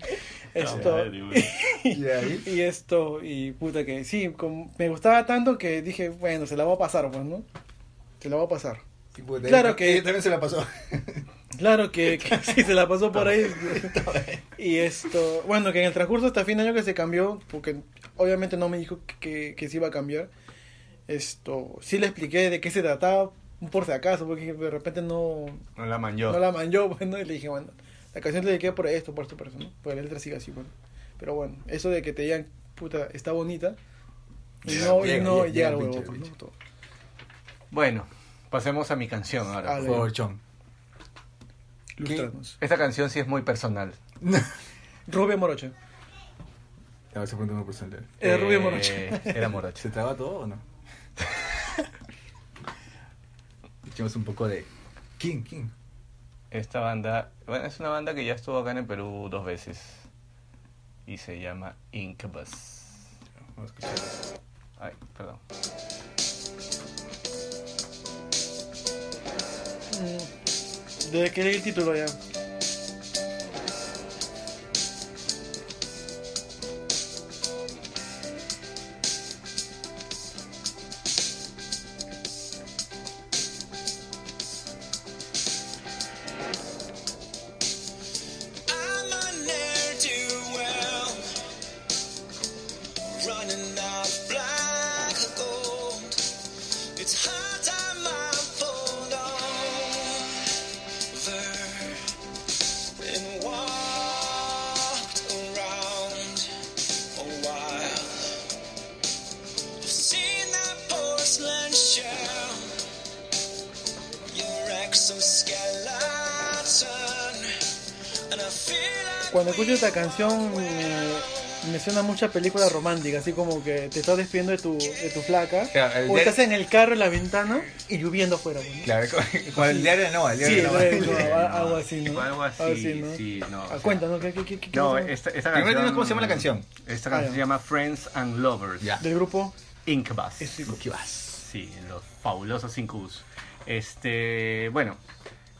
esto,
Madre, güey.
(laughs) Y ahí,
y esto, y puta que sí, como- me gustaba tanto que dije, bueno, se la voy a pasar, pues, ¿no? Se la voy a pasar.
y puta,
Claro
ella-
que-
ella eh, también se la (laughs) pasó.
Claro que, que sí, se la pasó por ahí. y esto, bueno, que en el transcurso hasta fin de año que se cambió, porque obviamente no me dijo que, que, que se iba a cambiar, esto, sí le expliqué de qué se trataba, por si acaso, porque de repente no,
No la manjó.
No la manchó, (laughs) bueno, y le dije, bueno, la canción te dediqué por esto, por esto, por eso, ¿no? Por el letra sigue así, bueno. Pero bueno, eso de que te digan, puta, está bonita, y
Llega,
no,
llega,
y no
llega,
llega,
llega
al huevo,
pinche,
pues, ¿no?
pinche.
Todo.
Bueno, pasemos a mi canción ahora.
A
por
ver.
favor.
Forchón.
Ilustranos.
Esta canción sí es muy personal.
Rubio Moroche.
A ver, se pregunta una persona.
Era Rubio
Eh,
Moroche.
Era Moroche.
¿Se traba todo (laughs) o no? Echemos un poco de. ¿Quién? ¿Quién?
Esta banda, bueno, es una banda que ya estuvo acá en el Perú dos veces y se llama Incubus.
Vamos a escuchar.
Ay, perdón.
Mm. Desde que leí el título ya.
I'm a ne'er do well, running off black gold. It's hard time I fold over. some skeleton, and I feel like
Cuando escucho esta canción me, me suena mucha película romántica, así como que te estás despidiendo de tu, de tu flaca,
Claro, el
o
de-
estás en el carro en la ventana y lloviendo afuera. pues, ¿no?
Claro, con el diario no, el
Sí,
diario no.
algo, algo así, ¿no?
Algo así,
¿no?
sí, no, o
Ah,
sea,
cuéntanos, ¿qué, qué, qué, qué
No,
es?
esta, esta
Primero
canción...
dinos cómo se llama la canción.
Esta
Ah,
canción
ya.
se llama Friends and Lovers.
Ya.
Del grupo.
Incubus.
¿Qué vas?
Sí, los fabulosos Incubus. Este, bueno,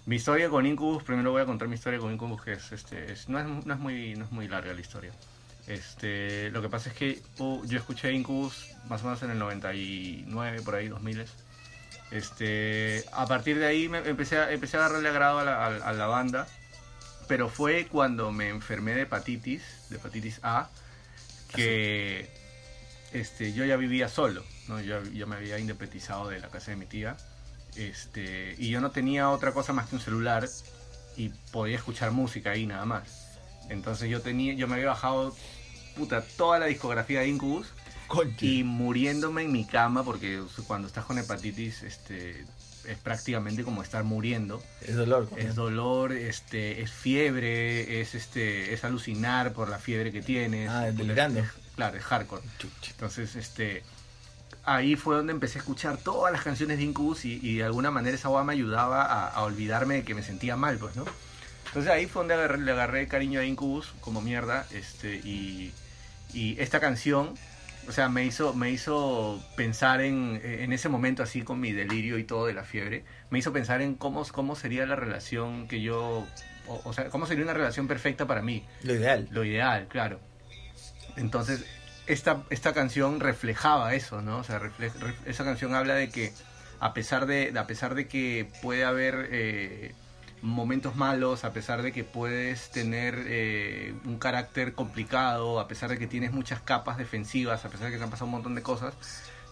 mi historia con Incubus, primero voy a contar mi historia con Incubus, que es, este, es- no, es, no es muy, no es muy larga la historia. Este, lo que pasa es que uh, yo escuché Incubus más o menos en el 99, por ahí, 2000. Este, a partir de ahí me empecé a, empecé a agarrarle agrado a la, a- a la banda, pero fue cuando me enfermé de hepatitis, de hepatitis A, que este, yo ya vivía solo, ¿no? yo, yo me había independizado de la casa de mi tía este, y yo no tenía otra cosa más que un celular y podía escuchar música ahí nada más. Entonces yo, tenía, yo me había bajado puta, toda la discografía de Incubus y muriéndome en mi cama porque cuando estás con hepatitis este, es prácticamente como estar muriendo.
Es dolor.
Es dolor, este, es fiebre, es este, es alucinar por la fiebre que tienes.
Ah, delirando.
Claro, es hardcore.
Chucha.
Entonces, este, ahí fue donde empecé a escuchar todas las canciones de Incubus y, y de alguna manera esa guada me ayudaba a, a olvidarme de que me sentía mal, pues, ¿no? Entonces ahí fue donde agarré- le agarré cariño a Incubus como mierda, este, y, y esta canción, o sea, me hizo, me hizo pensar en, en ese momento así con mi delirio y todo de la fiebre, me hizo pensar en cómo, cómo sería la relación que yo, o- o sea, cómo sería una relación perfecta para mí
Lo ideal.
lo ideal, claro. Entonces, esta, esta canción reflejaba eso, ¿no? O sea, refle- ref- esa canción habla de que a pesar de, de- a pesar de que puede haber eh, momentos malos, a pesar de que puedes tener eh, un carácter complicado, a pesar de que tienes muchas capas defensivas, a pesar de que te han pasado un montón de cosas,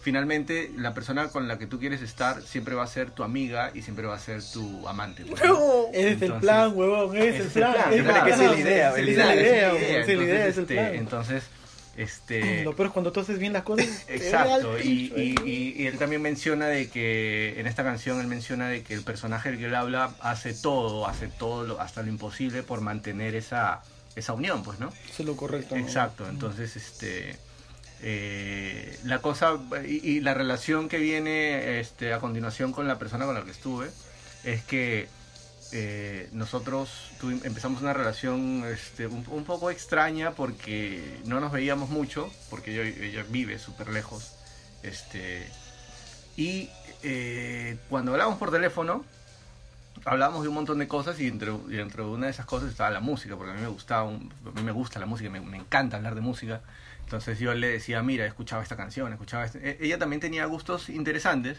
finalmente la persona con la que tú quieres estar siempre va a ser tu amiga y siempre va a ser tu amante. pues,
(laughs)
¿no?
Ese es el
Entonces,
plan, huevón, ese es el plan.
plan,
ese el
claro, que
plan,
es la idea,
esa
la
es
idea,
la idea,
esa es la idea.
huevón, esa es la idea, es el
Entonces,
plan.
este, este,
Lo peor es cuando tú haces bien las cosas. te
Exacto,
da el
y,
pincho,
y-
¿eh?
y- y él también menciona de que en esta canción él menciona de que el personaje del que él habla hace todo, hace todo lo- hasta lo imposible por mantener esa, esa unión, pues, ¿no?
Eso es lo correcto. ¿no?
Exacto, entonces este eh, la cosa y, y la relación que viene este, a continuación con la persona con la que estuve es que eh, nosotros tuvi- empezamos una relación este, un, un poco extraña porque no nos veíamos mucho, porque yo- ella vive súper lejos. Este, y eh, cuando hablábamos por teléfono, hablábamos de un montón de cosas y dentro, y dentro de una de esas cosas estaba la música, porque a mí me gustaba, un- a mí me gusta la música, me, me encanta hablar de música. Entonces yo le decía, mira, escuchaba esta canción, escuchaba este- e- Ella también tenía gustos interesantes.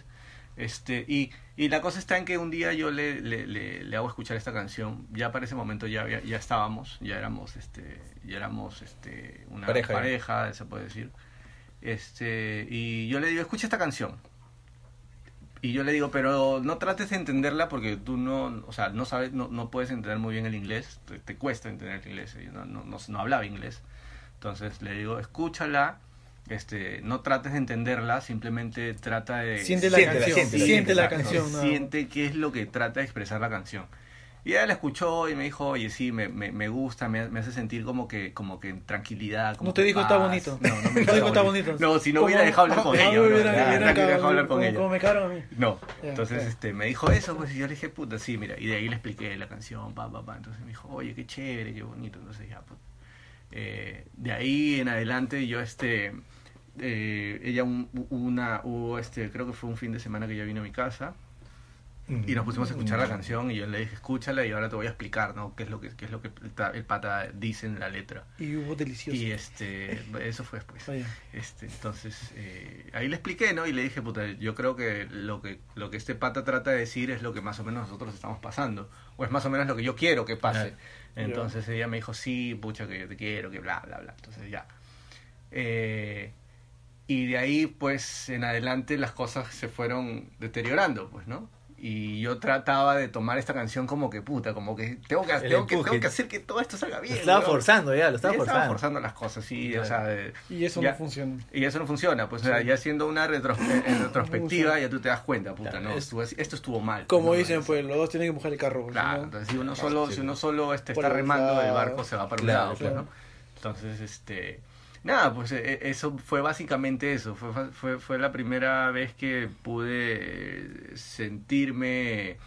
Este, y, y la cosa está en que un día yo le, le, le- le hago escuchar esta canción. Ya para ese momento ya, había- ya estábamos, ya éramos, este, ya éramos este, una
Pareja, ya.
pareja, se puede decir. Este, y yo le digo, escucha esta canción. Y yo le digo, pero no trates de entenderla porque tú no, o sea, no sabes, no, no puedes entender muy bien el inglés, te, te cuesta entender el inglés, y no, no, no, no hablaba inglés. Entonces le digo, escúchala, este, no trates de entenderla, simplemente trata de...
Siente la
Siéntela,
canción,
siéntela,
siente la
siéntela.
canción. nada más.
Siente qué es lo que trata de expresar la canción. Y ella la escuchó y me dijo, oye, sí, me, me, me gusta, me, me hace sentir como que, como que en tranquilidad. Como
No te
que
dijo está
paz".
bonito. (laughs)
No, no
No te
me dijo
dijo está bonito.
No, si no
Como-
hubiera dejado hablar
(laughs)
con
Ah,
ella.
me hubiera-
bro,
me
ya,
hubiera
ya hubiera dejado
cagado,
hablar con
como-
ella.
como me cagaron a mí.
No,
Ya,
entonces
ya.
este me dijo eso, pues y yo le dije, puta, sí, mira, y de ahí le expliqué la canción, pa, pa, pa, entonces me dijo, oye, qué chévere, qué bonito, entonces ya, pues, eh, de ahí en adelante yo, este, eh, ella, un- una, hubo, este, creo que fue un fin de semana que ella vino a mi casa
Mm.
y nos pusimos a escuchar la canción y yo le dije, escúchala y ahora te voy a explicar, ¿no?, qué es lo que, qué es lo que el ta- el pata dice en la letra.
Y hubo delicioso.
Y este, eso fue después.
Oye,
Este, entonces, eh, ahí le expliqué, ¿no? Y le dije, puta, yo creo que lo, que lo que este pata trata de decir es lo que más o menos nosotros estamos pasando. O es más o menos lo que yo quiero que pase.
Claro.
Entonces ella me dijo, sí, pucha, que yo te quiero, que bla, bla, bla. Entonces ya. Eh, y de ahí, pues, en adelante las cosas se fueron deteriorando, pues, ¿no? Y yo trataba de tomar esta canción como que puta, como que tengo que,
El
tengo que,
empuje.
tengo que hacer que todo esto salga
Lo
bien.
estaba
weón.
forzando ya, lo estaba
Ya
forzando.
las cosas, sí,
Claro.
o sea, de-
Y eso
Ya.
no funciona.
y eso no funciona, pues o sea, ya siendo una retros- en retrospectiva
Sí.
ya tú te das cuenta, puta,
Claro,
no,
es-
estuvo así- esto estuvo mal.
Como
no,
dicen,
es-
pues los dos tienen que empujar el carro.
Claro,
¿no?
entonces si uno solo,
sí.
si uno solo este,
Por
está
el
remando, el
lado.
barco se va para un
Claro,
lado, pues,
claro.
¿no? Entonces, este, nada, pues e- e- eso fue básicamente eso, fue, fa- fue, fue la primera vez que pude eh, sentirme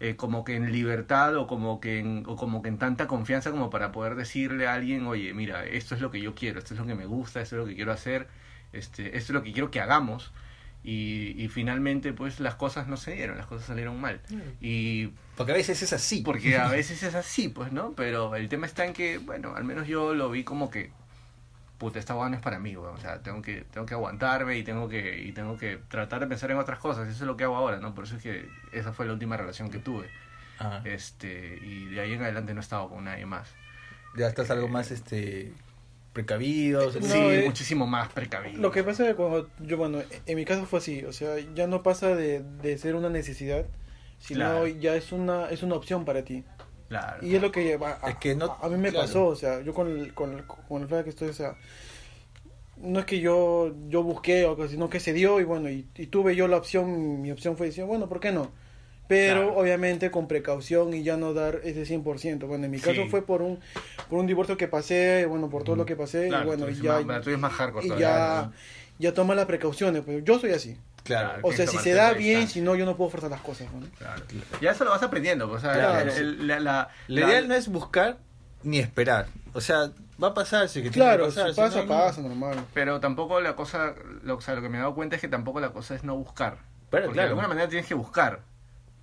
eh, como que en libertad o como que en, o como que en tanta confianza como para poder decirle a alguien, oye, mira, esto es lo que yo quiero, esto es lo que me gusta, esto es lo que quiero hacer, este, esto es lo que quiero que hagamos. Y, y finalmente, pues las cosas no se dieron, las cosas salieron mal.
Mm.
Y
Porque a veces es así.
porque
(laughs)
a veces es así, pues, ¿no? Pero el tema está en que, bueno, al menos yo lo vi como que, puta, esta hueá no es para mí, weón. O sea, tengo que, tengo que aguantarme y tengo que, y tengo que tratar de pensar en otras cosas. Eso es lo que hago ahora, ¿no? Por eso es que esa fue la última relación que tuve.
Ajá.
Este, y de ahí en adelante no he estado con nadie más.
Ya estás algo más este precavido. o sea,
No,
sí,
eh,
muchísimo más precavido.
Lo que pasa es que cuando yo, bueno, en mi caso fue así, o sea, ya no pasa de, de ser una necesidad, sino
Claro.
ya es una, es una opción para ti.
Claro.
Y es lo que lleva- a,
Es que no-
a- a mí me
claro.
pasó, o sea, yo con el, con el, con el flaco que estoy, o sea, no es que yo, yo busqué o algo, sino que se dio y bueno, y, y tuve yo la opción, mi opción fue decir, bueno, ¿por qué no? Pero
Claro.
obviamente con precaución y ya no dar ese 100%. Bueno, en mi caso
Sí.
fue por un por un divorcio que pasé, y bueno, por todo lo que pasé,
Claro,
y bueno,
tú eres
ya,
más- la tuya es más hardcore
y
todavía,
ya,
¿no?
ya toma las precauciones. Pues yo soy así.
Claro.
O
Tienes
sea,
que
si se
tomarte
da
la
bien,
distancia.
si no, yo no puedo forzar las cosas. ¿no?
Claro. Ya eso lo vas aprendiendo, pues, o sea,
Claro.
el- el- la, la-
Lo
la-
ideal no es buscar ni esperar. O sea, va a pasar si es que tiene que
Claro, si
pasar, si
pasa,
no, no.
pasa, normal.
Pero tampoco la cosa, lo, o sea, lo que me he dado cuenta es que tampoco la cosa es no buscar.
Pero,
porque
claro.
de alguna manera tienes que buscar,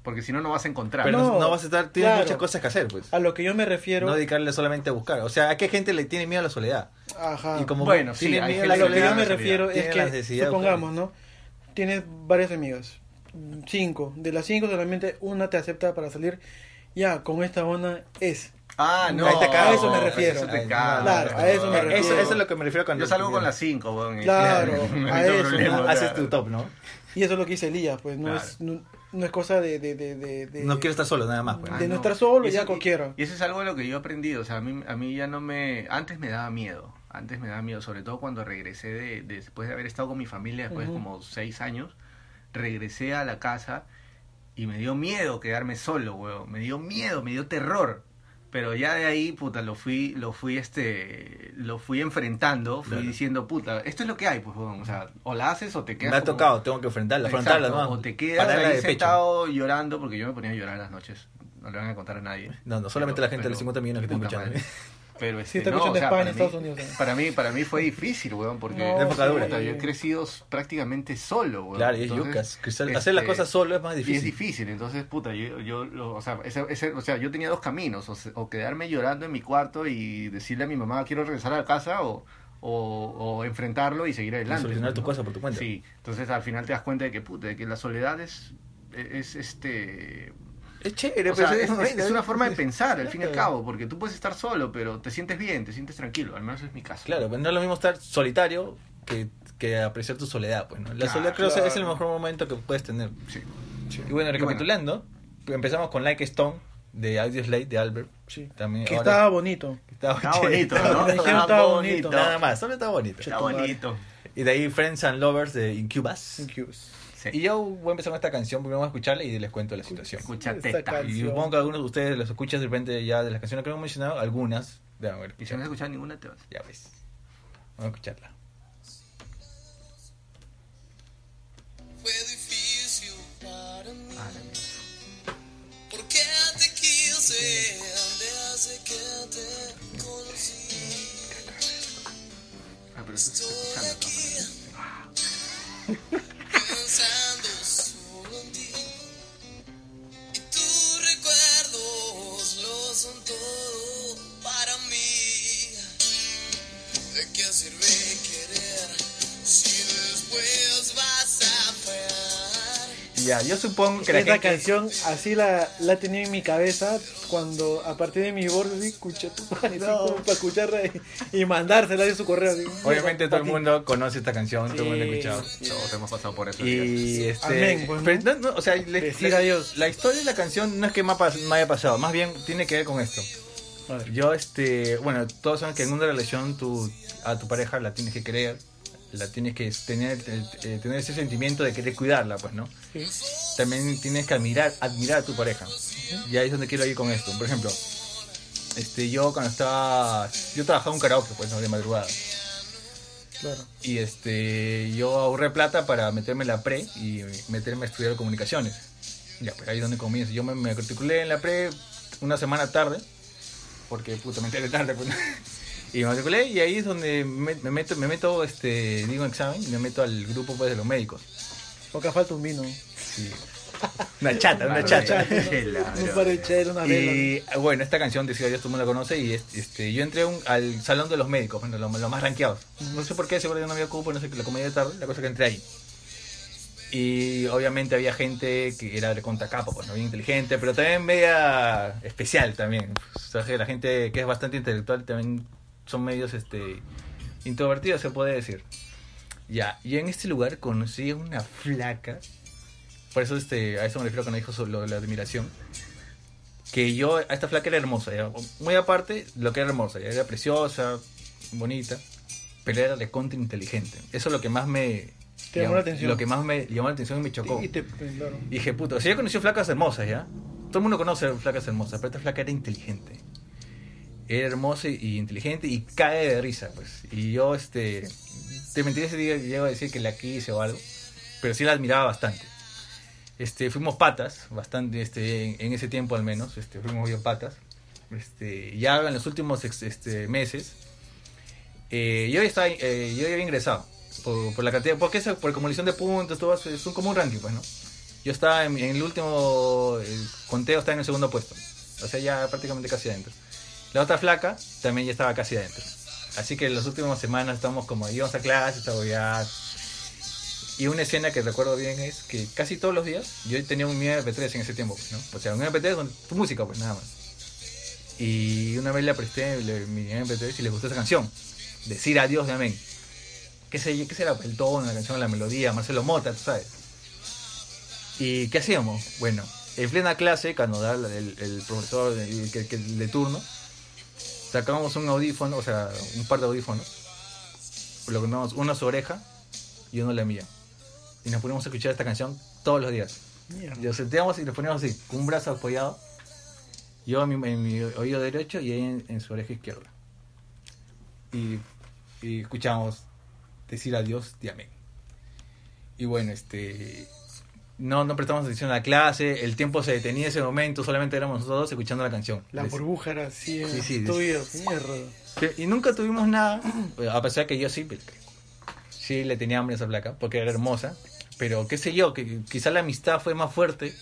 porque si no, no vas a encontrar.
Pero no,
No,
no vas a estar, tienes
claro. Ah,
muchas cosas que hacer, pues.
A lo que yo me refiero.
No dedicarle solamente a buscar. O sea, ¿a qué gente le tiene miedo a la soledad?
Ajá.
Y como
Bueno,
que
sí,
tiene
hay
miedo a
a
la
lo que
soledad.
yo me refiero
Tiene
es
la
que,
necesidad,
supongamos, ¿no? Tienes varias amigas, cinco. De las cinco solamente una te acepta para salir. Ya, con esta onda es.
Ah, no.
Ahí te cagas.
A eso me refiero.
Eso te Eh,
Ay,
cagas,
claro,
no.
a eso me refiero.
Eso, eso es lo que me refiero cuando
Yo salgo con las (laughs) 5, weón. y-
(laughs)
Claro,
no
a
hay
eso,
problema,
¿no?
o sea,
Haces tu top, ¿no?
Y eso es lo que dice Elías, pues no
Claro.
es no, no es cosa de, de, de, de- de-
No quiero estar solo, nada más, pues.
de no
no.
estar solo
Y
ya
eso-
cualquiera.
Y eso es algo de lo que yo he aprendido. O sea, a mí, a mí ya no me. Antes me daba miedo. Antes me daba miedo, sobre todo cuando regresé de, de- después de haber estado con mi familia después
Ujú.
de como seis años. Regresé a la casa y me dio miedo quedarme solo, weón. Me dio miedo, me dio terror. Pero ya de ahí, puta, lo fui, lo fui, este, lo fui enfrentando, fui
Claro.
diciendo, puta, esto es lo que hay, pues, weón. O sea, o la haces o te quedas.
Me ha
como-
tocado, tengo que enfrentarla, afrontarla,
Exacto,
¿no?
O te quedas
Patarla
ahí
de pecho.
sentado llorando, porque yo me ponía a llorar en las noches. No le van a contar a nadie.
No, no, solamente la gente de los 50 millones que te
puta
escuchan.
madre.
(laughs)
Pero este,
está
no,
escuchando
o sea,
España,
para,
Estados
mí,
Unidos, ¿eh?
para mí para mí fue difícil, weón, porque
No,
época dura.
puta, yo he crecido s- prácticamente solo, weón.
Claro, y es
Entonces,
yucas. que sal-
este,
Hacer las cosas solo es más
y es
difícil.
difícil, entonces, puta, yo, yo lo- o, sea, ese- ese- o sea, yo tenía dos caminos, o, se- o quedarme llorando en mi cuarto y decirle a mi mamá, quiero regresar a la casa, o, o, o enfrentarlo y seguir
Y
adelante.
solucionar tus
¿no?
cosas por tu cuenta.
Sí, entonces al final te das cuenta de que, puta, de que la soledad es, es este...
Es ¿eh? chévere,
o sea,
pero
es, es- es una forma de pensar, al fin y al
Claro.
cabo, porque tú puedes estar solo, pero te sientes bien, te sientes tranquilo, al menos es mi caso.
Claro, pues no es lo mismo estar solitario que, que apreciar tu soledad, pues, ¿no? La
Claro,
soledad creo que
claro.
es el mejor momento que puedes tener.
Sí.
Y bueno, recapitulando, pues, empezamos con Like Stone de Audio Slate de Albert.
Sí.
También
Que
ahora-
estaba bonito.
(laughs) estaba
Está bonito,
Está
¿no?
bonito,
Está
está
bonito.
bonito.
Nada más, solo estaba bonito.
Está bonito.
Y de ahí Friends and Lovers de Incubus.
Incubes.
Sí.
Y yo voy a empezar con esta canción porque vamos a escucharla y les cuento la situación.
Escucha
Esta
teta.
canción.
Y supongo que algunos de ustedes los escuchan de repente ya de las canciones que hemos mencionado, algunas. Ya, bueno,
Y si no has escuchado ninguna, te vas.
ya ves. Vamos a escucharla.
Fue difícil para mí
Ah, la mierda.
porque te quise desde que te conocí.
Ah, pero eso está
Estoy
escuchando, ¿no?
aquí pensando solo en ti y tus recuerdos lo son todo para mí. ¿De qué sirve querer si después vas a fallar?
Ya, yo supongo que la
Esta
gente-
canción así la, la he tenido en mi cabeza cuando a partir de mi borde así, escuché tu pan, así como para escucharla y, y mandársela de su correo. así.
Obviamente todo el
Pa' ti.
mundo conoce esta canción, todo el mundo la ha
Sí.
escuchado.
Todos hemos pasado por eso. chicas.
Y este,
Amén, pues, ¿no?
pero no, no, o sea, le-
Decir
la,
adiós.
la historia de la canción no es que me, ha pas- me haya pasado, más bien tiene que ver con esto.
A ver.
Yo, este, bueno, todos saben que en una relación tú, a tu pareja la tienes que querer, la tienes que tener, eh, eh, tener ese sentimiento de querer cuidarla, pues, ¿no?
Sí.
También tienes que admirar, admirar a tu pareja. Y ahí es donde quiero ir con esto. Por ejemplo, este, yo cuando estaba, yo trabajaba un karaoke, pues, ¿no? de madrugada.
Claro.
Y este, yo ahorré plata para meterme en la pre y meterme a estudiar comunicaciones. Ya, pues ahí es donde comienzo. Yo me, me matriculé en la pre una semana tarde, porque puta, me enteré tarde. pues. (laughs) Y me matriculé y ahí es donde me, me meto, me meto, este, digo examen y me meto al grupo pues, de los médicos.
Acá falta un vino.
Sí. Una chata, una
Claro, (laughs)
chata.
claro. Chela,
Un
bro.
par de chela, una vela.
Y eh, bueno, esta canción decía yo, todo el mundo la conoce. Y es- este, yo entré a un- al salón de los médicos, bueno, los los más rankeados. No sé por qué, seguro que no había cupo, no sé qué, la comida de tarde, la cosa que entré ahí. Y obviamente había gente que era de contacapa, pues no bien inteligente, pero también media especial también. O sea, que la gente que es bastante intelectual también son medios este, introvertidos, se puede decir. Ya, y en este lugar conocí a una flaca. Por eso este, a eso me refiero cuando dijo sobre lo de la admiración que yo, a esta flaca era hermosa, ya. muy aparte lo que era hermosa, ya. era preciosa, bonita, pero era de contra inteligente. Eso es lo que más me
Te llamó la atención.
Lo que más me llamó la atención y me chocó.
Y te claro.
Y dije, puto, si yo conocí flacas hermosas, ¿ya? Todo el mundo conoce flacas hermosas, pero esta flaca era inteligente. Era hermosa y- y inteligente y cae de risa, pues. Y yo, este, te mentiré ese día, llego a decir que la quise o algo, pero sí la admiraba bastante. Este, fuimos patas, bastante, este, en, en ese tiempo al menos, este, fuimos bien patas. Este, ya en los últimos ex- este, meses, eh, yo, ya estaba, eh, yo ya había ingresado por, por la cantidad, porque eso, por acumulación de puntos, todo eso, es un, como un ranking, pues, ¿no? Yo estaba en, en el último el conteo, estaba en el segundo puesto. O sea, ya prácticamente casi adentro. La otra flaca también ya estaba casi adentro. Así que las últimas semanas estamos como íbamos a clase, estaba ya. Y una escena que recuerdo bien es que casi todos los días yo tenía un MP3 en ese tiempo, pues, ¿no? O sea, un MP3 con tu música, pues nada más. Y una vez le presté le- mi MP3 y le gustó esa canción, Decir Adiós de Amén. ¿Qué, sé, yo, ¿Qué será? El tono, la canción, la melodía, Marcelo Mota, tú sabes. ¿Y qué hacíamos? Bueno, en plena clase, cuando da la- el, el profesor el que- que- de turno, sacábamos un audífono, o sea, un par de audífonos, lo poníamos uno a su oreja y uno a la mía. Y nos poníamos a escuchar esta canción todos los días.
Mierda.
Nos sentíamos y nos poníamos así, con un brazo apoyado, yo en mi, en mi oído derecho y ella en, en su oreja izquierda. Y, y escuchamos decir adiós y amén. Y bueno, este no, no prestamos atención a la clase, el tiempo se detenía en ese momento, solamente éramos nosotros dos escuchando la canción.
La
Les-
burbuja era así.
Sí, sí,
tuya. Mierda.
Sí, Y nunca tuvimos nada, (clears throat) a pesar que yo sí, pero- sí le tenía hambre a esa placa, porque era hermosa, pero qué sé yo, que quizá la amistad fue más fuerte,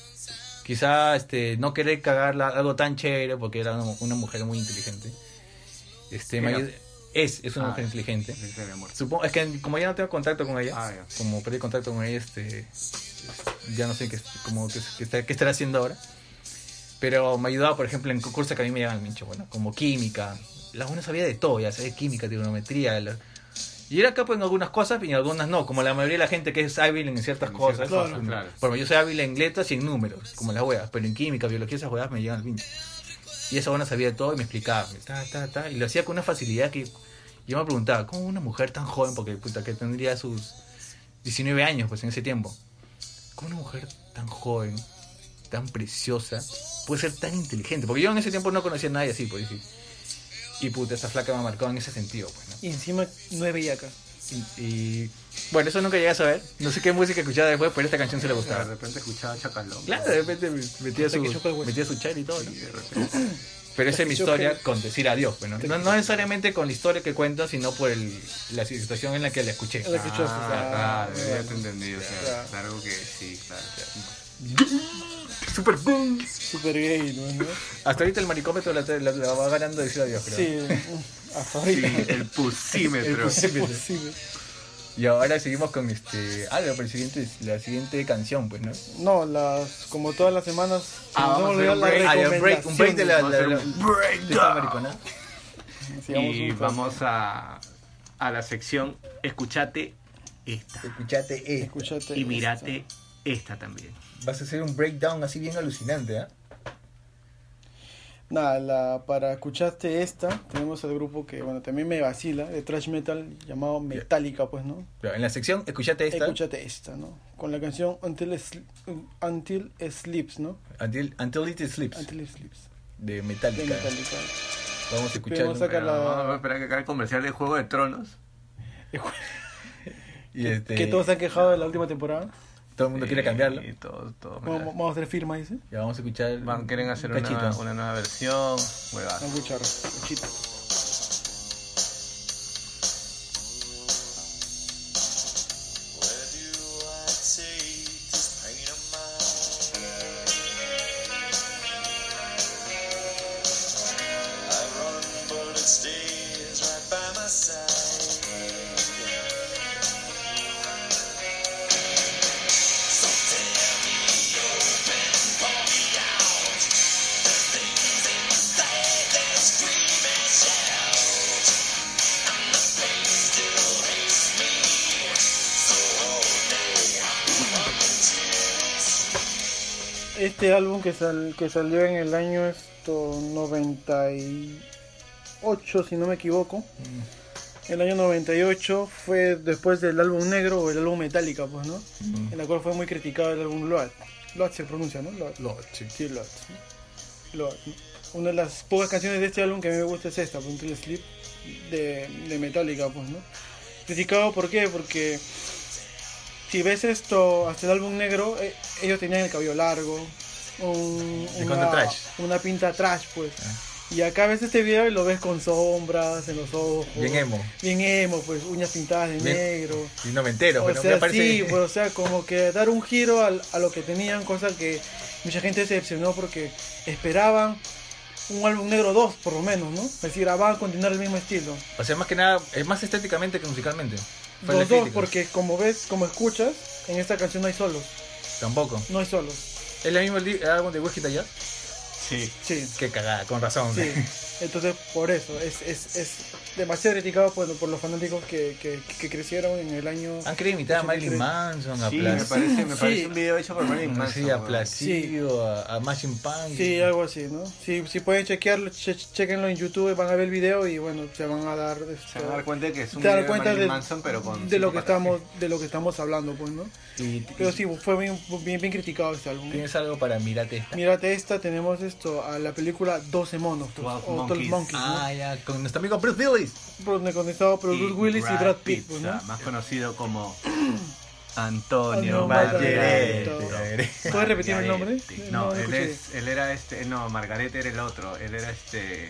quizá este, no querer cagarla, algo tan chévere, porque era una, una mujer muy inteligente. Este, me
Era.
ayud- es, es una
Ah,
mujer inteligente.
Sí, sí, mi amor.
Supongo, es que como ya no tengo contacto con ella,
Ah, ya.
como perdí contacto con ella, este, ya no sé qué, como, qué, qué está- qué estará haciendo ahora. Pero me ayudaba, por ejemplo, en concursos que a mí me llevaban mincho, bueno, como química. La buena sabía de todo, ya sabía de química, trigonometría. la- Y era capo en algunas cosas y en algunas no, como la mayoría de la gente que es hábil en ciertas
En
cosas.
ciertas
cosas,
como-
claro.
Por ejemplo, yo soy hábil en letras y en números, como las huevas, pero en química, biología, esas huevas me llevan al pincho. Y esa buena sabía de todo y me explicaba, ta, ta, ta, y lo hacía con una facilidad que yo me preguntaba, ¿cómo una mujer tan joven, porque puta, que tendría sus 19 años pues en ese tiempo, cómo una mujer tan joven, tan preciosa, puede ser tan inteligente? Porque yo en ese tiempo no conocía a nadie así, pues dije, y puta, esta flaca me marcó en ese sentido, pues, ¿no?
Y encima nueve y acá.
Y, y- bueno, eso nunca llegué a saber, no sé qué música escuchaba después, pero esta canción se le
De
gustaba.
repente escuchaba Chacalón.
Claro, de repente metía su,
que choca el hueso.
metía su char y todo, ¿no?
Sí, de repente.
Pero esa es mi
Yo creo-
historia con decir adiós, pues, ¿no? No, no necesariamente con la historia que cuento, sino por el- la situación en la que la escuché.
La escuchaste. Ah,
Ah, claro, ya te
bueno.
entendí. O sea,
Claro.
es algo que sí, claro.
¡Super boom!
Super gay, ¿no?
Hasta ahorita el maricómetro la, la- la va ganando decir adiós, creo.
Sí. (laughs) Hasta
Sí,
ahorita.
el
El
pusímetro.
pusímetro.
Posible.
Y ahora seguimos con este. Ah, la siguiente, la siguiente canción, pues, ¿no?
No, las, como todas las semanas,
Ah,
nos
vamos a
hemos olvidado
hacer un
las
break.
Ah, ya, un break, un break de la.
Vamos a
la,
hacer
la-
un
de
breakdown.
esta maricona.
Sigamos
y
juntos.
vamos a, a la sección Escuchate esta
Escuchate esto.
Escúchate
y mirate esta también.
Vas a hacer un breakdown así bien alucinante, ¿ah?
Nada, la, para escucharte esta, tenemos el grupo que, bueno, también me vacila, de thrash metal, llamado Metallica, pues, ¿no?
Pero en la sección Escuchate esta.
Escúchate esta, ¿no? Con la canción Until, It Sl- Until It Sleeps, ¿no?
Until, Until It Sleeps.
Until It Sleeps,
De
de
Metallica.
Metallica.
Eh. Vamos a escucharlo.
Vamos a- Saca
Pero
la-
vamos a esperar que acabe el comercial de Juego de Tronos.
Y este,
Que todos se han quejado de la última temporada.
todo el mundo quiere cambiarlo.
Y todo, todo.
Vamos, vamos a hacer firma, dice.
Ya vamos a escuchar.
Van, quieren hacer una,
cachitos.
una nueva versión. huevadas.
Vamos a escuchar. Escuchita.
Where do I take this pain of mine? I run, but it stays right by my side. So tear me open, pour me out. The things inside that scream and shout. And the pain still hates me.
Este álbum que, sal- que salió en el año esto, 98, si no me equivoco.
Mm.
El año 98 fue después del álbum negro o el álbum Metallica, pues, ¿no?
Mm.
En la cual fue muy criticado el álbum Load. Load se pronuncia, ¿no? Load.
Lord, sí.
Sí, Load. Load. Una de las pocas canciones de este álbum que a mí me gusta es esta, pues, Until Sleep, de, de Metallica, pues, ¿no? Criticado, ¿por qué? Porque si ves esto, hasta el álbum negro, eh, ellos tenían el cabello largo, un-
De
una,
cuánto trash.
una pinta trash, pues.
Ah.
Y acá ves este video y lo ves con sombras en los ojos.
Bien emo.
Bien emo, pues, uñas pintadas de
Bien-
negro.
Y no me entero,
O
pero
sea,
me parece.
sí, pues, o sea, como que dar un giro al- a, lo que tenían, cosa que mucha gente se decepcionó porque esperaban un álbum negro 2, por lo menos, ¿no? Es decir, ah, van a continuar el mismo estilo.
O sea, más que nada, es más estéticamente que musicalmente. Fue la
Los dos,
crítica.
porque como ves, como escuchas, en esta canción no hay solos,
Tampoco.
no hay solos.
¿Es la misma el di- el álbum de Whiskey Taylor?
Sí.
Sí,
Qué cagada, con razón. (laughs)
sí. Entonces, por eso, es, es, es demasiado criticado pues, por, por los fanáticos que, que, que crecieron en el año...
Han querido imitar a Marilyn Manson, a
Sí, me
Plas-
parece, me
Sí.
parece un video hecho por Marilyn Manson.
sí, a
huevón.
Placido, a, a Machine Punk.
Sí, algo así, ¿no? Si, si pueden chequearlo, che- chequenlo en YouTube, van a ver el video y bueno, se van a dar... este,
Se van a dar
esto,
cuenta que es un
te
video
das
de
cuenta
Marilyn
de,
Manson, pero con
de lo que
psicópata.
estamos de lo que estamos hablando pues no
Y,
pero sí fue bien bien, bien criticado este álbum
¿Tienes algo para mirarte esta?
mírate esta tenemos esto a la película 12 monos pues,
12
o 12
Monkeys.
monkeys ¿no?
Ah, ya, con nuestro amigo Bruce Willis.
protagonizado por Bruce Willis y Brad Pitt pues, ¿no?
Pizza, más conocido como Antonio
Antonio
Margarete.
Margarete. ¿Puedes repetir el nombre?
Margarete. No,
No, no
él,
escuché.
es, él era este, no, Margarete era el otro, él era este,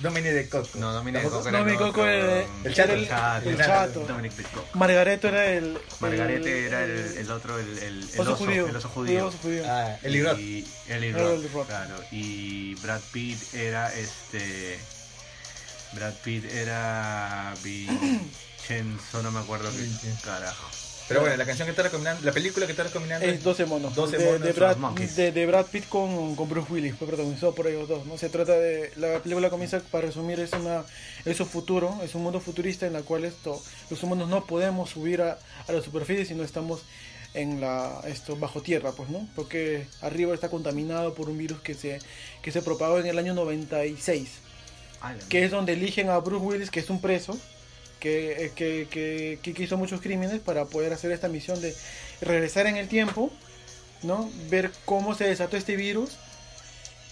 Dominic de Coco.
no, Dominic de Coco era
Dominic
el
Coco
otro,
era el-
El chato.
el chato,
el chato.
Dominic de Coco.
Margareto era el
Margarete era el, el otro, el, el, el
oso, judío
el oso judío.
oso judío.
Ah, el Iraq.
Y, Eli
Era
Roth,
Eli Roth.
claro. Y Brad Pitt era este. Brad Pitt era. Vincenzo, no me acuerdo qué
Vincenzo.
carajo.
Pero bueno, la canción que está recomendando, la película que está recomendando
Es 12 monos.
12
de,
monos,
de
los
Brad,
monkeys.
de, de Brad Pitt con, con Bruce Willis. Fue protagonizado por ellos dos. ¿no? Se trata de. La película comienza, para resumir, es, una, es un futuro. Es un mundo futurista en la cual esto, los humanos no podemos subir a, a la superficie si no estamos en la esto bajo tierra pues no porque arriba está contaminado por un virus que se que se propagó en el año 96
Ah, la
que
mierda.
es donde eligen a Bruce Willis, que es un preso, que, eh, que, que, que- que hizo muchos crímenes para poder hacer esta misión de regresar en el tiempo, ¿no? Ver cómo se desató este virus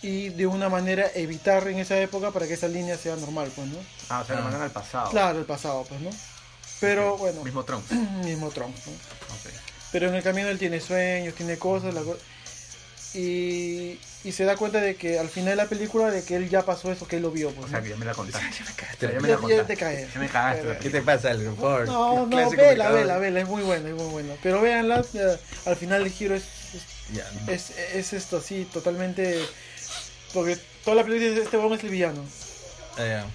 y de una manera evitar en esa época para que esa línea sea normal, pues, ¿no?
Ah, o sea, lo
Ah.
mandan al pasado.
Claro, el pasado, pues, ¿no? Pero
Ok.
bueno, (clears throat)
Mismo Trump.
mismo Trump, ¿no?
Ok.
Pero en el camino él tiene sueños, tiene cosas, la co- y, y se da cuenta de que al final de la película de que él ya pasó eso, que él lo vio, pues.
O sea,
¿no?
que ya me la contaste.
cagaste.
Ya
(laughs) Ya-
me la
ya
contaste.
te caí.
Ya me cagaste.
Pero-
la
¿Qué
película.
te pasa, Albert? Por (laughs)
No, no,
clásico
vela,
pecador.
vela, vela, es muy buena, es muy buena. Pero véanla, eh, al final el giro es,
Ya, no.
es, es, es esto así, totalmente... Porque toda la película dice, este huevón es el villano.
Ah, ya.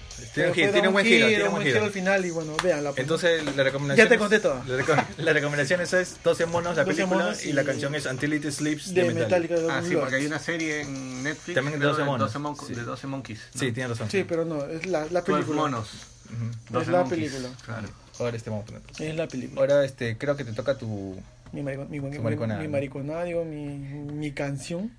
Pero
Tiene un
fue
giro, tiene
da
un buen giro, tiene un
un
buen
giro
giro.
al final y bueno, véanla. pues.
Entonces, la recomendación.
Ya te
es-
conté todo.
La, reco- (laughs) la recomendación esa es 12 monos, la
12
película,
monos
y la
y-
canción es Until It Sleeps
de Metallica. de
Ah,
Golden
sí, porque hay
Globes.
una serie en Netflix
También de
creo,
12
de
monos.
12 mon-
Sí.
de 12 Monkeys. ¿no?
Sí, tiene razón.
Sí, pero no, es la, la
12
película.
monos.
Ujú.
12
la
monkeys,
película.
Claro.
Ahora este vamos a poner.
Es la película.
Ahora este, creo que te toca tu.
Mi, maricon- mi, mi,
mariconada.
mi mariconario, mi, mi canción.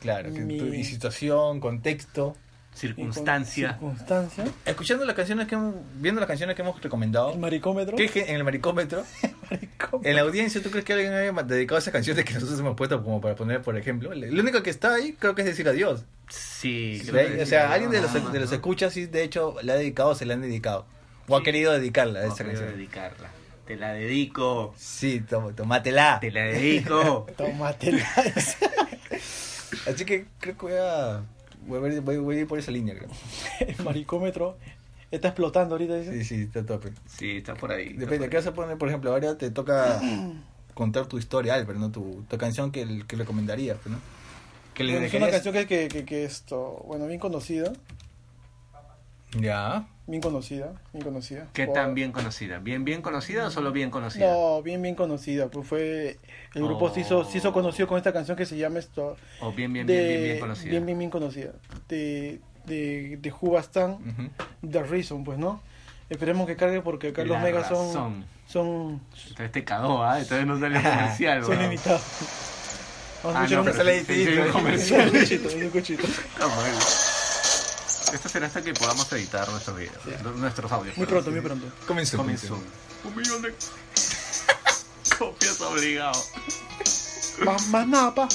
Claro, que
Mi-
tu y situación, contexto.
Circunstancia.
Circunstancia.
Escuchando las canciones que hemos, viendo las canciones que hemos
El
recomendado,
maricómetro.
¿crees que en
(laughs)
el maricómetro,
Maricómetro.
en la audiencia, tú crees que alguien haya dedicado esas canciones que nosotros hemos puesto como para poner, por ejemplo? El único que está ahí creo que es decir adiós.
Sí.
Sí,
creo
¿ve?
que
o
sí,
sea,
no,
alguien de los,
nada más,
de los
¿no?
escuchas sí, de hecho, la ha dedicado o se la han dedicado. O ha
Sí.
querido dedicarla a
No,
esa
quiero
canción.
dedicarla. Te la dedico.
Sí, tom- tomátela.
Te la
(laughs)
dedico.
Tómatela.
Así que creo que voy a, voy a, ver- voy- voy a ir por esa línea, creo.
El maricómetro está explotando ahorita. dice.
Sí, sí, está a tope.
Sí, está por ahí. está
Depende,
por
¿qué
ahí.
vas a poner? Por ejemplo, ahora te toca contar tu historia, Albert, ¿no? Tu, tu canción que, el- que recomendarías, pues, ¿no? Que le
Bueno, es una
dejarías-
canción que, que, que, que esto, bueno, bien conocida.
Ya.
Bien conocida, bien conocida.
¿Qué
Por-
tan bien conocida? ¿Bien bien conocida o solo bien conocida?
No, bien, bien conocida. Pues fue. El grupo se, hizo, se hizo conocido con esta canción que se llama esto.
O Oh. bien bien
de-
bien bien bien conocida.
Bien, bien, bien conocida. De, de, de Who Was
Mm.
Tan,
Ujú.
The Reason, pues, ¿no? Esperemos que cargue porque Carlos
La
Mega son.
razón.
Son.
Entonces te cagó, ¿ah? Entonces no
(laughs)
sale comercial,
Son
weón.
limitados. Vamos a
Ah,
escuchar
no,
un-
pero
sale
sí, sí, sí,
distinto.
un (laughs)
un (laughs)
comercial.
cuchito, un cuchito.
No, bueno. Esto será hasta que podamos editar nuestros videos, nuestros audios.
Muy
perdón.
pronto, muy
(laughs)
pronto.
Comenzó.
Comenzó. Un millón de (laughs) copias obligado.
Más, más nada, pa.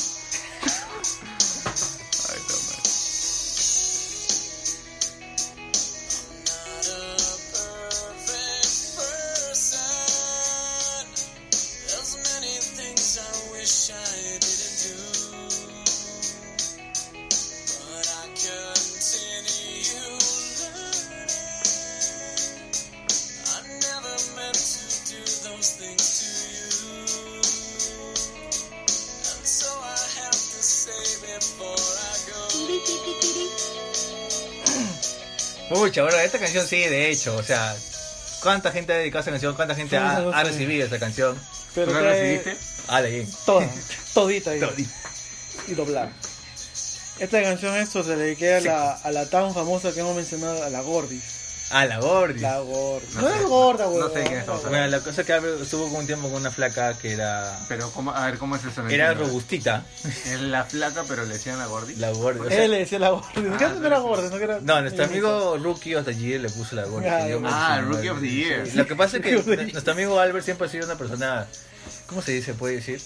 Ay, no, man.
Mucha, ahora esta canción sí, de hecho, o sea, ¿cuánta gente ha dedicado a esa canción? ¿Cuánta
Sí,
gente ha,
sí, sí.
ha recibido esa canción?
Pero
¿Tú la
trae-
recibiste?
Ah, de bien.
Toda, todita ahí.
Todita.
Y doblada. Esta canción esto se le dediqué a la, a la tan famosa que hemos mencionado, a la Gordis.
Ah, la Gordy.
La Gordis.
No
No,
sé.
es gorda,
No
güey.
sé de quién estamos
Bueno, la cosa es que Albert estuvo con un tiempo con una flaca que era...
Pero, ¿cómo, a ver, ¿cómo es eso? No
Era
entiendo.
robustita,
Es la flaca, pero le decían la gordi.
la Gordy. o sea,
Él le decía la Gordis. ¿Qué
Ah,
antes no era
sí, sí.
Gordis? No, que era-
No, nuestro amigo Rookie of the Year le puso la Gordy.
Ah,
que yo me
ah,
aluciné,
Rookie of the Year.
Sí, Lo que pasa es que
Rookie of the
n-
Year.
nuestro amigo Albert siempre ha sido una persona. ¿Cómo se dice? ¿Puede decir?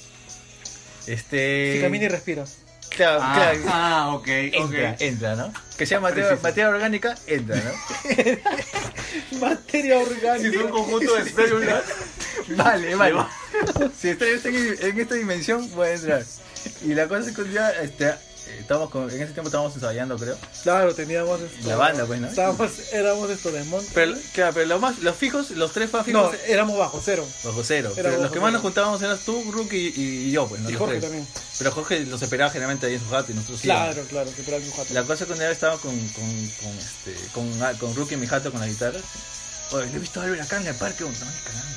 Este.
Si camina y respira. (laughs)
Claro,
Ah,
claro.
ah, ok,
Entra,
ok.
entra, ¿no? Que sea materia,
Preciso.
materia orgánica, entra, ¿no?
Materia
Si es
orgánica.
un
(laughs)
conjunto de células.
(laughs) Vale, vale. Si está en, esta- en esta dimensión, puede entrar. Y la cosa es que un día, este, eh, estamos con- en ese tiempo estábamos ensayando, creo.
Claro, teníamos esto.
La banda, pues, ¿no?
Estábamos, éramos esto de monte.
Pero, claro, pero lo más, los fijos, los tres más
No,
fijos,
éramos bajo cero.
bajo cero.
Era
Pero los
bajo
que más
cero.
nos juntábamos eras tú, Rookie y, y yo, pues, ¿no?
Y
Los
Jorge
tres.
también.
Pero Jorge los esperaba generalmente ahí en su jato y nosotros íbamos.
Claro, claro, que era el jato.
La cosa es que una vez estaba con, con, con, este, con, con Rookie, mi jato, con la guitarra. Oye, le he visto a Albert acá en el parque, un tamaño cagando.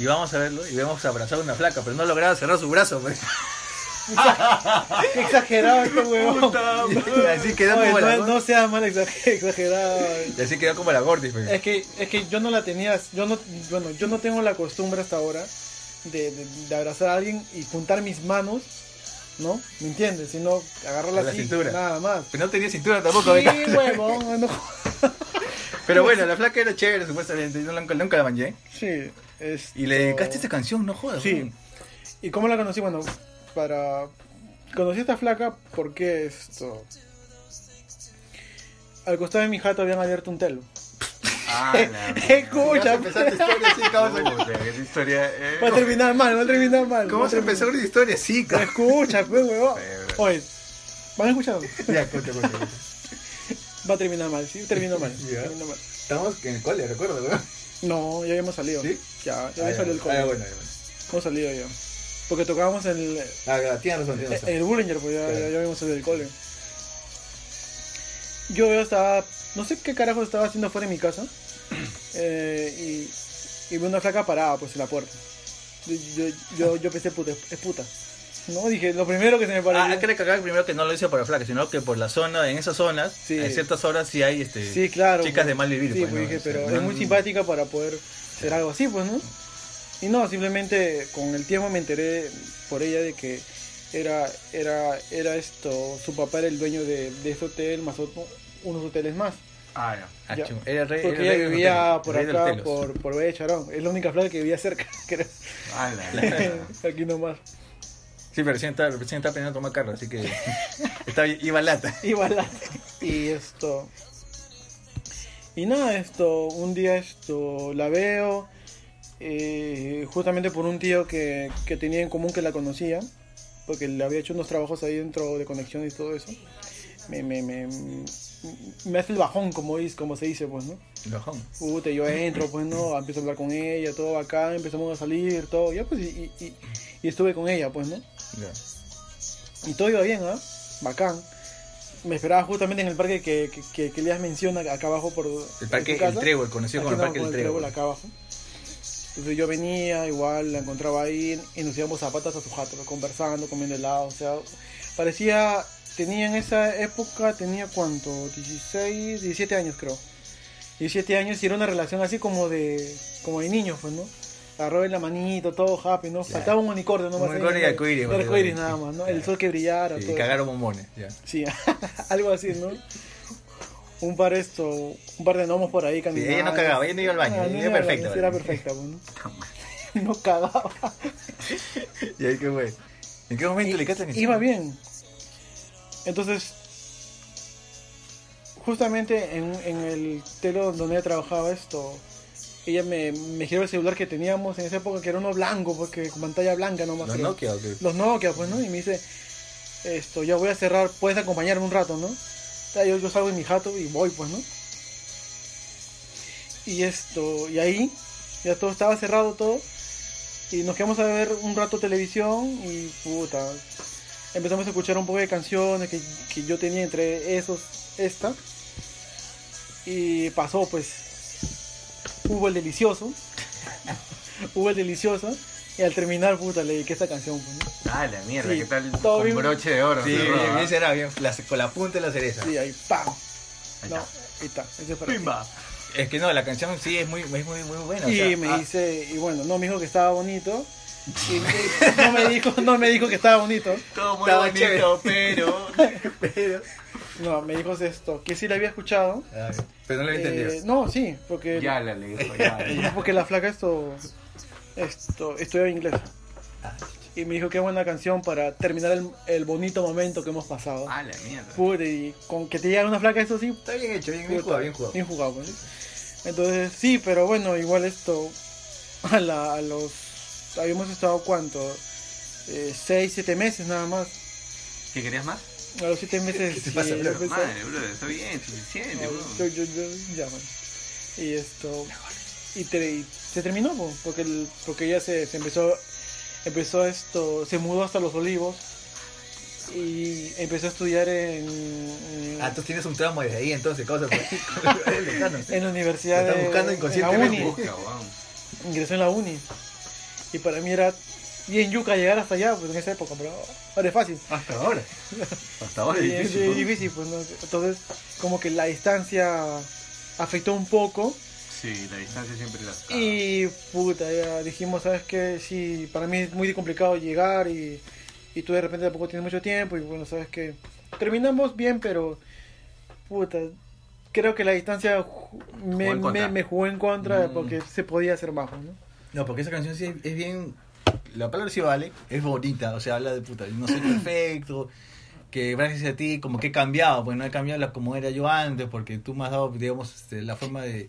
Y vamos a verlo y vemos abrazado a una flaca, pero no lograba cerrar su brazo. pues.
Qué exagerado este huevón.
Y, así quedó
Oye,
como la
no,
gordi.
no seas mal exag- (laughs) exagerado.
Y así quedó como la gordi. pues.
Es que, es que yo no la tenía, yo no, bueno, yo no tengo la costumbre hasta ahora de, de- de abrazar a alguien y juntar mis manos, ¿no? ¿Me entiendes? Sino agarrarla
A la
así,
cintura.
nada más.
Pero no tenía cintura tampoco, ¿verdad?
Sí, (laughs) huevón, no.
Pero bueno, la flaca era chévere, supuestamente. Yo nunca, nunca la manché.
Sí, es-
Y le dedicaste esta canción, no jodas.
Sí.
weón.
¿Y cómo la conocí? Bueno, para. Conocí a esta flaca porque esto. Al costado de mi jato habían abierto un telo.
Ah, la
Escucha,
Ya empezaste historia, sí, cabrón.
Puta, esa historia eh, es.
Va a terminar mal, va a terminar mal. va
¿Cómo
a
se
terminar-
empezó una historia así,
No
cabrón?
escucha, pues,
(laughs)
huevón.
Pero-
Oye, ¿van escuchando?
Ya, cuenta, cuenta, cuenta.
Va a terminar mal, sí, terminó mal.
(laughs) Ya.
terminó mal.
Estamos en el cole, recuerdo, ¿verdad?
No, ya habíamos salido.
¿Sí?
Ya, ya habíamos salido el
Ah,
cole.
bueno, ya, bueno.
Hemos salido ya. Porque tocábamos en el,
Ah, claro, tienes razón, tienes
en el Bullinger, pues ya,
Claro.
ya habíamos salido del cole. yo estaba, no sé qué carajo estaba haciendo fuera de mi casa. (clears throat) eh, y, y vi una flaca parada pues en la puerta. Yo, yo, yo, yo pensé, puta, es es puta. No, dije, lo primero que se me
Ah,
pareció.
hay que recalcar primero que no lo hizo por la flaca, sino que por la zona, en esas zonas,
Sí.
en ciertas horas sí hay este,
Sí, claro.
chicas
pues.
de mal vivir.
Sí,
pues,
pues,
¿no?
dije,
O sea,
pero
no-
es muy simpática para poder hacer algo así, pues, ¿no? Y no, simplemente con el tiempo me enteré por ella de que era era era esto, su papá era el dueño de, de ese hotel más otro- unos hoteles más.
Ah, ya.
Ah,
Ya.
chum, Era el rey,
Porque ella
era el rey de los
vivía
hoteles,
por
el rey de los
acá,
hoteles.
por, por Valle de Charón. Es la única flaca que vivía cerca, (laughs) creo.
Ah, la- la-
Aquí nomás.
Sí, pero recién está, recién está aprendiendo a tomar carro,
(laughs)
así que está, iba lata.
Y bala. Y esto. Y nada, esto. Un día esto la veo. eh, justamente por un tío que, que tenía en común que la conocía. Porque le había hecho unos trabajos ahí dentro de conexiones y todo eso. Me, me, me, me hace el bajón, como, dis- como se dice, pues, ¿no?
Lojón.
Puta, yo entro, pues no, empiezo a hablar con ella, todo acá, empezamos a salir, todo. Ya, pues, y, y, y- y estuve con ella, pues, ¿no?
Ya.
Y todo iba bien, ¿ah? Bacán. Me esperaba justamente en el parque que, que, que, que Elías menciona acá abajo por.
El parque
por su
El
casa.
Trébol, conocido como el
Aquí
parque
andaba
El
con
Trébol.
acá abajo. Entonces yo venía, igual la encontraba ahí y nos íbamos a patas a su jato, conversando, comiendo helado, o sea, parecía, tenía en esa época, tenía cuánto, 16, 17 años creo. 17 años y era una relación así como de, como de niños, pues, ¿no? Agarró en la manito, todo happy, ¿no?
Claro.
Faltaba un unicornio, ¿no?
Un unicornio y arcoíris,
Un
más o
arcoíris
menos.
nada más, ¿no?
Claro.
El sol que brillara,
Sí,
todo. eso.
cagaron bombones. Ya.
Sí, (laughs) algo así, ¿no? Un par esto, un par de gnomos por ahí caminando.
ella no cagaba, ella no iba al baño, ella era
iba al
perfecta,
baño, sí,
¿verdad?
era perfecta,
(laughs)
pues, ¿no? (laughs) No cagaba.
(laughs) Y ahí que güey. ¿En qué momento le cachan encima?
Iba bien. Entonces, justamente en, en el telo donde ella trabajaba esto, ella me, me giró el celular que teníamos en esa época, que era uno blanco, porque con pantalla blanca nomás.
Los
creo.
Nokia, ¿o qué?
los Nokia, pues, ¿no? Y me dice, esto, ya voy a cerrar, puedes acompañarme un rato, ¿no? O sea, Yo, yo salgo en mi jato y voy, pues, ¿no? Y esto, y ahí, ya todo estaba cerrado, todo. Y nos quedamos a ver un rato televisión y puta. Empezamos a escuchar un poco de canciones que, que yo tenía entre esos, esta. Y pasó, pues. Hubo el delicioso. (laughs) Hubo el delicioso. Y al terminar, puta, le dediqué esta canción, pues, ¿no?
Ah, la mierda,
Sí,
¿qué tal?
todo
Con
bien.
broche de oro. ¿eh?
Sí,
¿no?
bien, bien será, bien, la- con la punta de la cereza.
Sí, ahí, ¡pam!
Ahí
No,
está.
ahí está, ese es para ti.
Pimba.
Es que no, la canción sí es muy, es muy, muy buena. o
Y
sea,
me
ah,
dice, y bueno, no me dijo que estaba bonito. Y
(laughs)
y no me dijo, no me dijo que estaba bonito.
Todo muy
Estaba
bonito,
chévere.
pero.
Pero,
No, me dijo esto, que sí la había escuchado.
Ah, pero no lo he entendido.
Eh, no, sí, porque
ya la le dijo, ya. ya.
porque la flaca esto esto estudiaba inglés. Y me dijo qué buena canción para terminar el, el bonito momento que hemos pasado.
Ah, la mierda.
Puta, y con que te llegara una flaca eso sí,
Está bien hecho, bien, bien jugado, bien jugado.
Bien jugado, pues, ¿sí? Entonces, sí, pero bueno, igual esto. A, la- a los. Habíamos estado cuánto? Eh, seis, siete meses nada más.
¿Qué querías más?
A los siete meses.
¿Qué te
sí,
pasa,
yo
bro?
pensaba-
Madre, bro, está bien, suficiente,
Pues, no,
bro.
yo- yo- yo- ya, bueno. Y esto. Y, te- y se terminó, po, porque, el- porque ella se, se empezó. Empezó esto. Se mudó hasta los olivos. Y empezó a estudiar en. en-
Ah, tú tienes un tramo de ahí, entonces, cosas. (laughs)
(laughs)
pues. Eres lejano.
en la universidad.
Lo estás
de-
buscando
en la
inconscientemente.
uni.
Busca, weón.
ingresé en la uni. Y para mí era bien yuca llegar hasta allá, pues en esa época, pero ahora es fácil.
Hasta ahora.
Hasta ahora es
Y es
difícil.
es
¿no?
difícil, pues ¿no? entonces como que la distancia afectó un poco
Sí, la distancia siempre la.
y puta, ya dijimos, ¿sabes qué? Sí, para mí es muy complicado llegar y, y tú de repente tampoco tienes mucho tiempo y bueno, ¿sabes qué? Terminamos bien, pero puta, creo que la distancia ju- me,
Jugó en contra.
me, me jugó en contra
Mm.
porque se podía hacer más, pues, ¿no?
No, porque esa canción sí es, es bien. La palabra sí vale, es bonita, o sea, habla de puta, no
(clears throat)
soy perfecto, que gracias a ti como que he cambiado, pues no he cambiado la- como era yo antes, porque tú me has dado, digamos, este, la forma de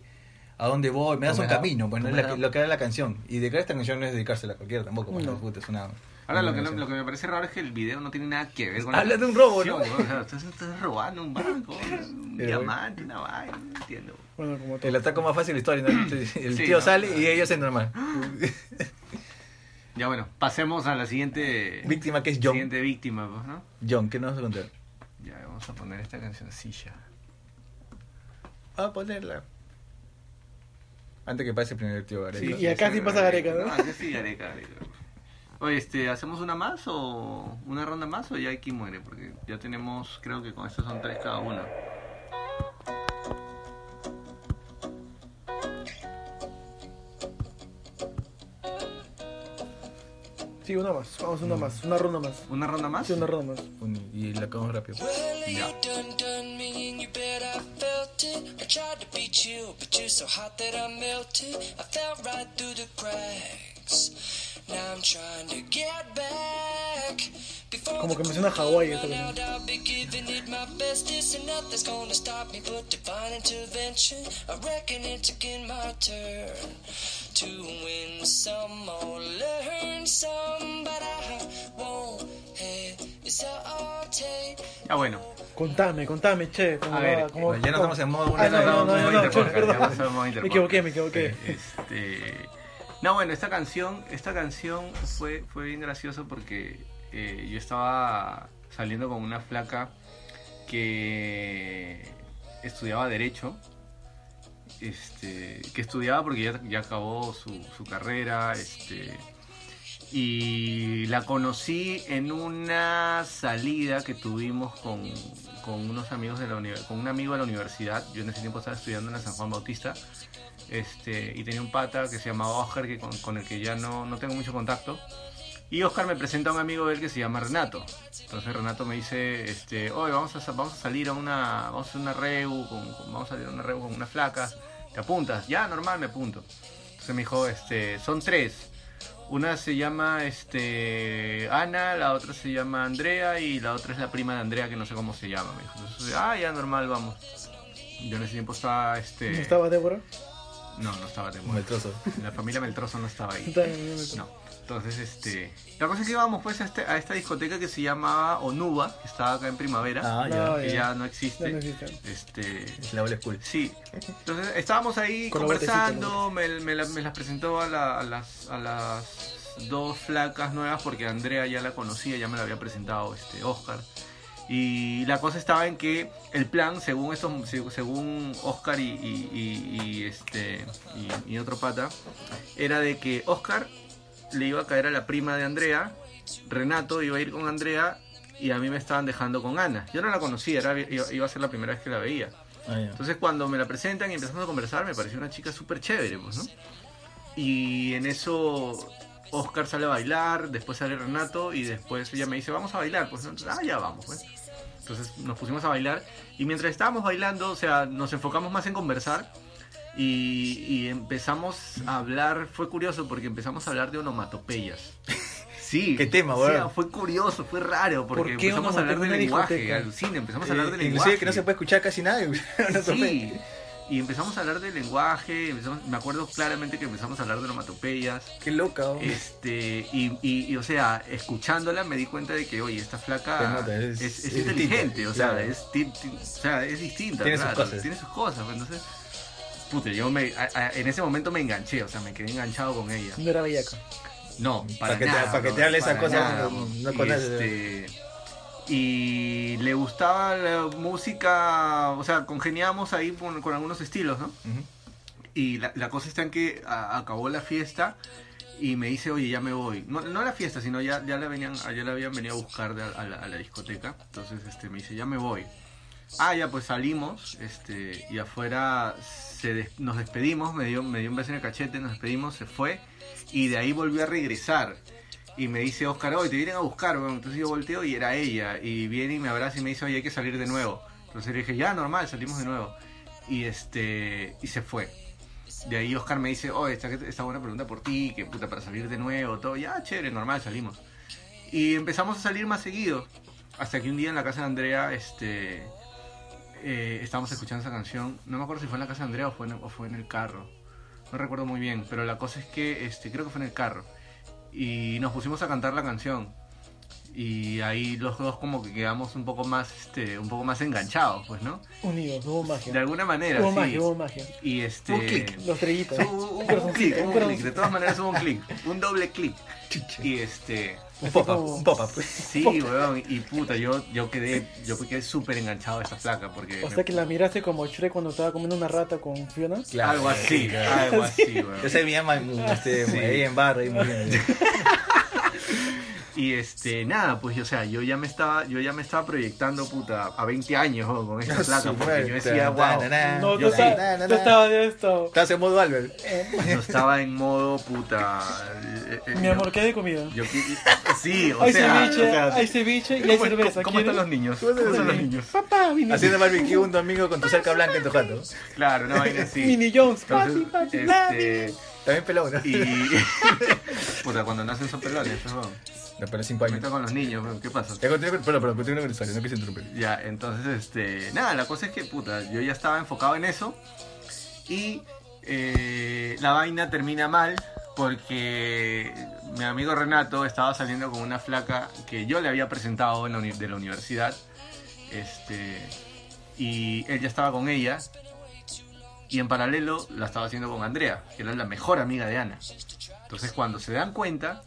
a dónde voy, me das
Tú
un
me das-
camino,
tú
bueno,
me
es la
das-
que- lo que era la canción. Y dedicar esta canción no es dedicársela a cualquiera tampoco, pues,
No.
no, puta, es una.
Ahora, lo
una
que, no-
canción.
lo que me parece raro es que el video no tiene nada que ver con
Habla
la
de un robo, ¿no?
canción, weón. O sea, estás, estás robando un banco, un
Pero, weón.
diamante, una vaina, no entiendo.
Bueno, como todo.
El ataco más fácil de la historia,
(clears throat)
¿no? El
Sí,
tío
¿no?
sale y ellos entran mal.
Ya bueno, pasemos a la siguiente
Víctima que es John.
Siguiente víctima, pues, ¿no?
John, ¿qué nos vas a contar?
Ya vamos a poner esta cancioncilla.
a ponerla. Antes que pase el primer tío Gareca.
Sí, y acá sí pasa Gareca, ¿no?
Ah, acá sí Gareca, Gareca. Oye, este, ¿hacemos una más o una ronda más o ya aquí muere? Porque ya tenemos, creo que con estos son tres cada una.
Sí, una más. Vamos, una más. Una ronda más.
¿Una ronda más?
Sí, una ronda más.
Un- Y la acabamos rápido.
Well,
Yeah.
you done done me and you bet I felt it. I tried to beat you, but you're so hot that I melted. I fell right through the cracks. Now I'm trying to get back. Before
Como
the
que menciona
cool
Hawái esta
run
canción.
out, I'll be giving it my best. This and nothing's gonna stop me but divine intervention. I reckon it's again my turn to win some or learn some, but I won't hesitate.
Ya Ah, bueno.
Contame, contame, che. ¿cómo
A ver,
va? ¿Cómo-
ya no
cómo-
estamos en modo-
Ah, no, no, no, no, no,
Modo
no,
Interpodcast,
perdón.
ya pasamos a modo
Me equivoqué, me
Interpodcast.
equivoqué.
Este, no, bueno, esta canción, esta canción fue, fue bien graciosa porque eh, yo estaba saliendo con una flaca que estudiaba Derecho. Este, que estudiaba porque ya, ya acabó su, su carrera. Este, y la conocí en una salida que tuvimos con, con unos amigos de la uni- con un amigo de la universidad. Yo en ese tiempo estaba estudiando en la San Juan Bautista. Este, y tenía un pata que se llamaba Oscar, que con, con el que ya no, no tengo mucho contacto. Y Oscar me presenta a un amigo de él que se llama Renato. Entonces Renato me dice, este, oye, vamos a, sa- vamos a salir a una, vamos a hacer una reu, con- con- vamos a salir a una reu con unas flacas. ¿Te apuntas? Ya, normal, me apunto. Entonces me dijo, este, son tres. Una se llama este Ana, la otra se llama Andrea y la otra es la prima de Andrea que no sé cómo se llama. Me dijo. Entonces, ah, ya normal, vamos. Yo en ese tiempo estaba este
¿No estaba Débora?
no, no estaba de
Como el trozo.
La familia Meltroso no estaba ahí.
Está bien, bien, bien.
No. Entonces, este. La cosa es que íbamos pues a, este- a esta discoteca que se llamaba Onuba, que estaba acá en primavera,
Ah,
No,
ya.
que ya no
Ya no
existe.
existe.
Este.
Es la old school.
Sí. Entonces estábamos ahí
Con la
conversando, me, me la- me las presentó a, la- a las, a las dos flacas nuevas porque Andrea ya la conocía, ya me la había presentado este Oscar. Y la cosa estaba en que el plan, según estos, se- según Oscar y, y- y- y, este y, y otro pata, era de que Oscar le iba a caer a la prima de Andrea, Renato iba a ir con Andrea y a mí me estaban dejando con Ana. Yo no la conocía, era, iba- iba a ser la primera vez que la veía.
Ah, ya.
Entonces cuando me la presentan y empezamos a conversar, me pareció una chica súper chévere, pues, ¿no? Y en eso Oscar sale a bailar, después sale Renato y después ella me dice, vamos a bailar, pues, ¿no? Entonces, ah, ya vamos, pues. Entonces nos pusimos a bailar y mientras estábamos bailando, o sea, nos enfocamos más en conversar y, y empezamos a hablar, fue curioso porque empezamos a hablar de onomatopeyas. (laughs) Sí,
Qué tema,
o sea,
weón.
fue curioso, fue raro, porque
¿Por qué
empezamos a hablar
onomatopeya
de
en una
lenguaje,
discoteca?
alucina, empezamos a
Eh,
hablar de lenguaje.
inclusive que no se puede escuchar casi nada. (laughs) no se
Sí.
puede.
Y empezamos a hablar de lenguaje, empezamos- me acuerdo claramente que empezamos a hablar de onomatopeyas.
Qué loca. oh.
Este, y, y- y, o sea, escuchándola me di cuenta de que, oye, esta
Te
flaca
nota, es-
es, es
es
inteligente,
distinta,
o, sea,
claro.
es, ti- ti- o sea, es distinta.
Tiene sus
claro,
cosas.
Tiene sus cosas. pues, Entonces, puta, yo me, a- a- en ese momento me enganché, o sea, me quedé enganchado con ella.
No era bellaca.
No, para,
Para que te-
nada,
para que
bro,
te hable esas
para
cosas,
nada,
no-
bro.
no
Y
conoces,
este, y le gustaba la música, o sea, congeniamos ahí con, con algunos estilos, ¿no?
Ujú.
Y la, la cosa está en que a- acabó la fiesta y me dice, oye, ya me voy. No, no la fiesta, sino ya, ya, la venían, ah, ya la habían venido a buscar de- a, la, a la discoteca. Entonces este, me dice, ya me voy. Ah, ya, pues salimos este, y afuera se des- nos despedimos, me dio, me dio un beso en el cachete, nos despedimos, se fue y de ahí volvió a regresar. Y me dice, Oscar, hoy te vienen a buscar, weón. Entonces yo volteo y era ella. Y viene y me abraza y me dice, oye, hay que salir de nuevo. Entonces le dije, ya, normal, salimos de nuevo. Y este y se fue. De ahí Oscar me dice, oye, esta, esta buena pregunta por ti, que puta, para salir de nuevo, todo. Ya, chévere, normal, salimos. Y empezamos a salir más seguido. Hasta que un día en la casa de Andrea, este... eh, estábamos escuchando esa canción. No me acuerdo si fue en la casa de Andrea o fue en, o fue en el carro. No recuerdo muy bien, pero la cosa es que este, creo que fue en el carro. Y nos pusimos a cantar la canción. Y ahí los dos como que quedamos un poco más, este, un poco más enganchados, pues, ¿no?
Unidos, hubo magia.
De alguna manera,
Hubo
sí.
magia, hubo magia.
Y este...
Hubo click.
Los trellitos.
Hubo- hubo- hubo un
corazoncito,
clic, hubo un
un
clic. De todas maneras hubo un clic, un doble clic. Y este,
Un pop-up,
como-
un pop-up. pues.
Sí, weón, y puta, yo, yo quedé, yo quedé súper enganchado a esa placa porque
O
me-
sea que la miraste como Shrek cuando estaba comiendo una rata con Fiona.
Claro,
algo así,
claro.
algo así, weón.
Yo se veía ma- este,
Sí.
ahí en
(laughs)
barra, ahí muy bien.
Y este, nada, pues o sea, yo ya me estaba, yo ya me estaba proyectando puta a 20 años weón,
(laughs)
con esta placa, porque yo decía, wow,
No, tú,
Ah, yo sí.
estabas- tú estabas de esto.
Estás en modo Albert.
yo estaba en modo puta. eh, eh,
Mi
yo-
amor, ¿qué hay de comida?
yo qui- sí, o
Hay
sea,
ceviche,
o sea,
hay ceviche y hay
¿cómo-
cerveza.
¿Cómo
¿quieres?
están los niños?
¿Cómo
¿Cómo
están
están
los
los niños?
Papá, mini,
Haciendo barbecue un domingo con tu cerca blanca en tu jato.
Claro, no, vaina así.
mini Jones.
Entonces,
papi, papi, papi.
este,
También pelado, ¿no?
y (laughs) puta, cuando nacen son pelones, pues, weón.
No, pero cinco
Me
años.
meto con los niños, weón, ¿qué pasa?
Ya continúa con, pero, pero continúa con el usuario, no quise interrumpir.
Ya, entonces, este, nada, la cosa es que, puta, yo ya estaba enfocado en eso y eh, la vaina termina mal porque mi amigo Renato estaba saliendo con una flaca que yo le había presentado en la uni- de la universidad, este, y él ya estaba con ella y en paralelo la estaba haciendo con Andrea, que era la mejor amiga de Ana. Entonces, cuando se dan cuenta,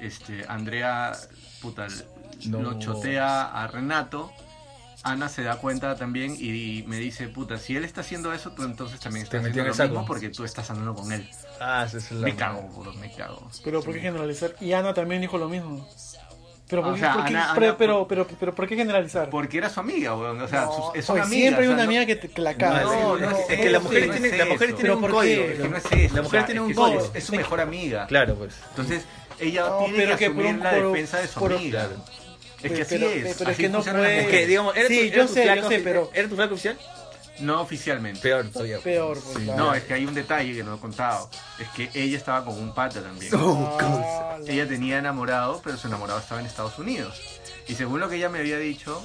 este, Andrea, puta,
No.
lo chotea a Renato. Ana se da cuenta también y me dice, puta, si él está haciendo eso, tú entonces también
Te
estás haciendo
metió en
lo
el saco.
mismo porque tú estás andando con él.
Ah, esa es la.
Me cago, bro, me cago.
Pero ¿por qué generalizar? Y Ana también dijo lo mismo. Pero ¿por
O
qué,
sea,
por qué-
Ana-
pero,
Ana-
pero, pero, pero ¿por qué generalizar?
Porque era su amiga, weón. O sea, sus- es una
Oye,
amiga.
siempre hay
o sea,
una
no-
amiga que te que la
No,
caga.
No,
es,
no,
es
es
que las
eso,
mujeres
no es
tienen, las mujeres
eso.
tienen
Pero
un
¿por
código.
qué?
Es que no es eso.
La
o
mujer
sea,
tiene
es
un
que su-
código.
Es su mejor amiga.
Claro, pues.
Entonces, ella
No,
tiene
pero
que
que por
asumir
un-
la
por-
defensa de su
por-
amiga.
Claro.
Es que así
Pero-
es.
pero es
así
que no
funcionan las
puede-
Es
mujeres.
que, digamos, ¿era
Sí,
tu,
yo
era
sé,
tu
yo
flaca
sé,
ofi-
pero-
¿Era tu flaca oficial?
No oficialmente.
Peor todavía. pues.
Peor, pues,
Sí.
claro.
No, es que hay un detalle que no he contado. Es que ella estaba con un pata
(laughs)
también.
Oh, God.
Ah, la-
Ella tenía enamorado, pero su enamorado estaba en Estados Unidos. Y según lo que ella me había dicho,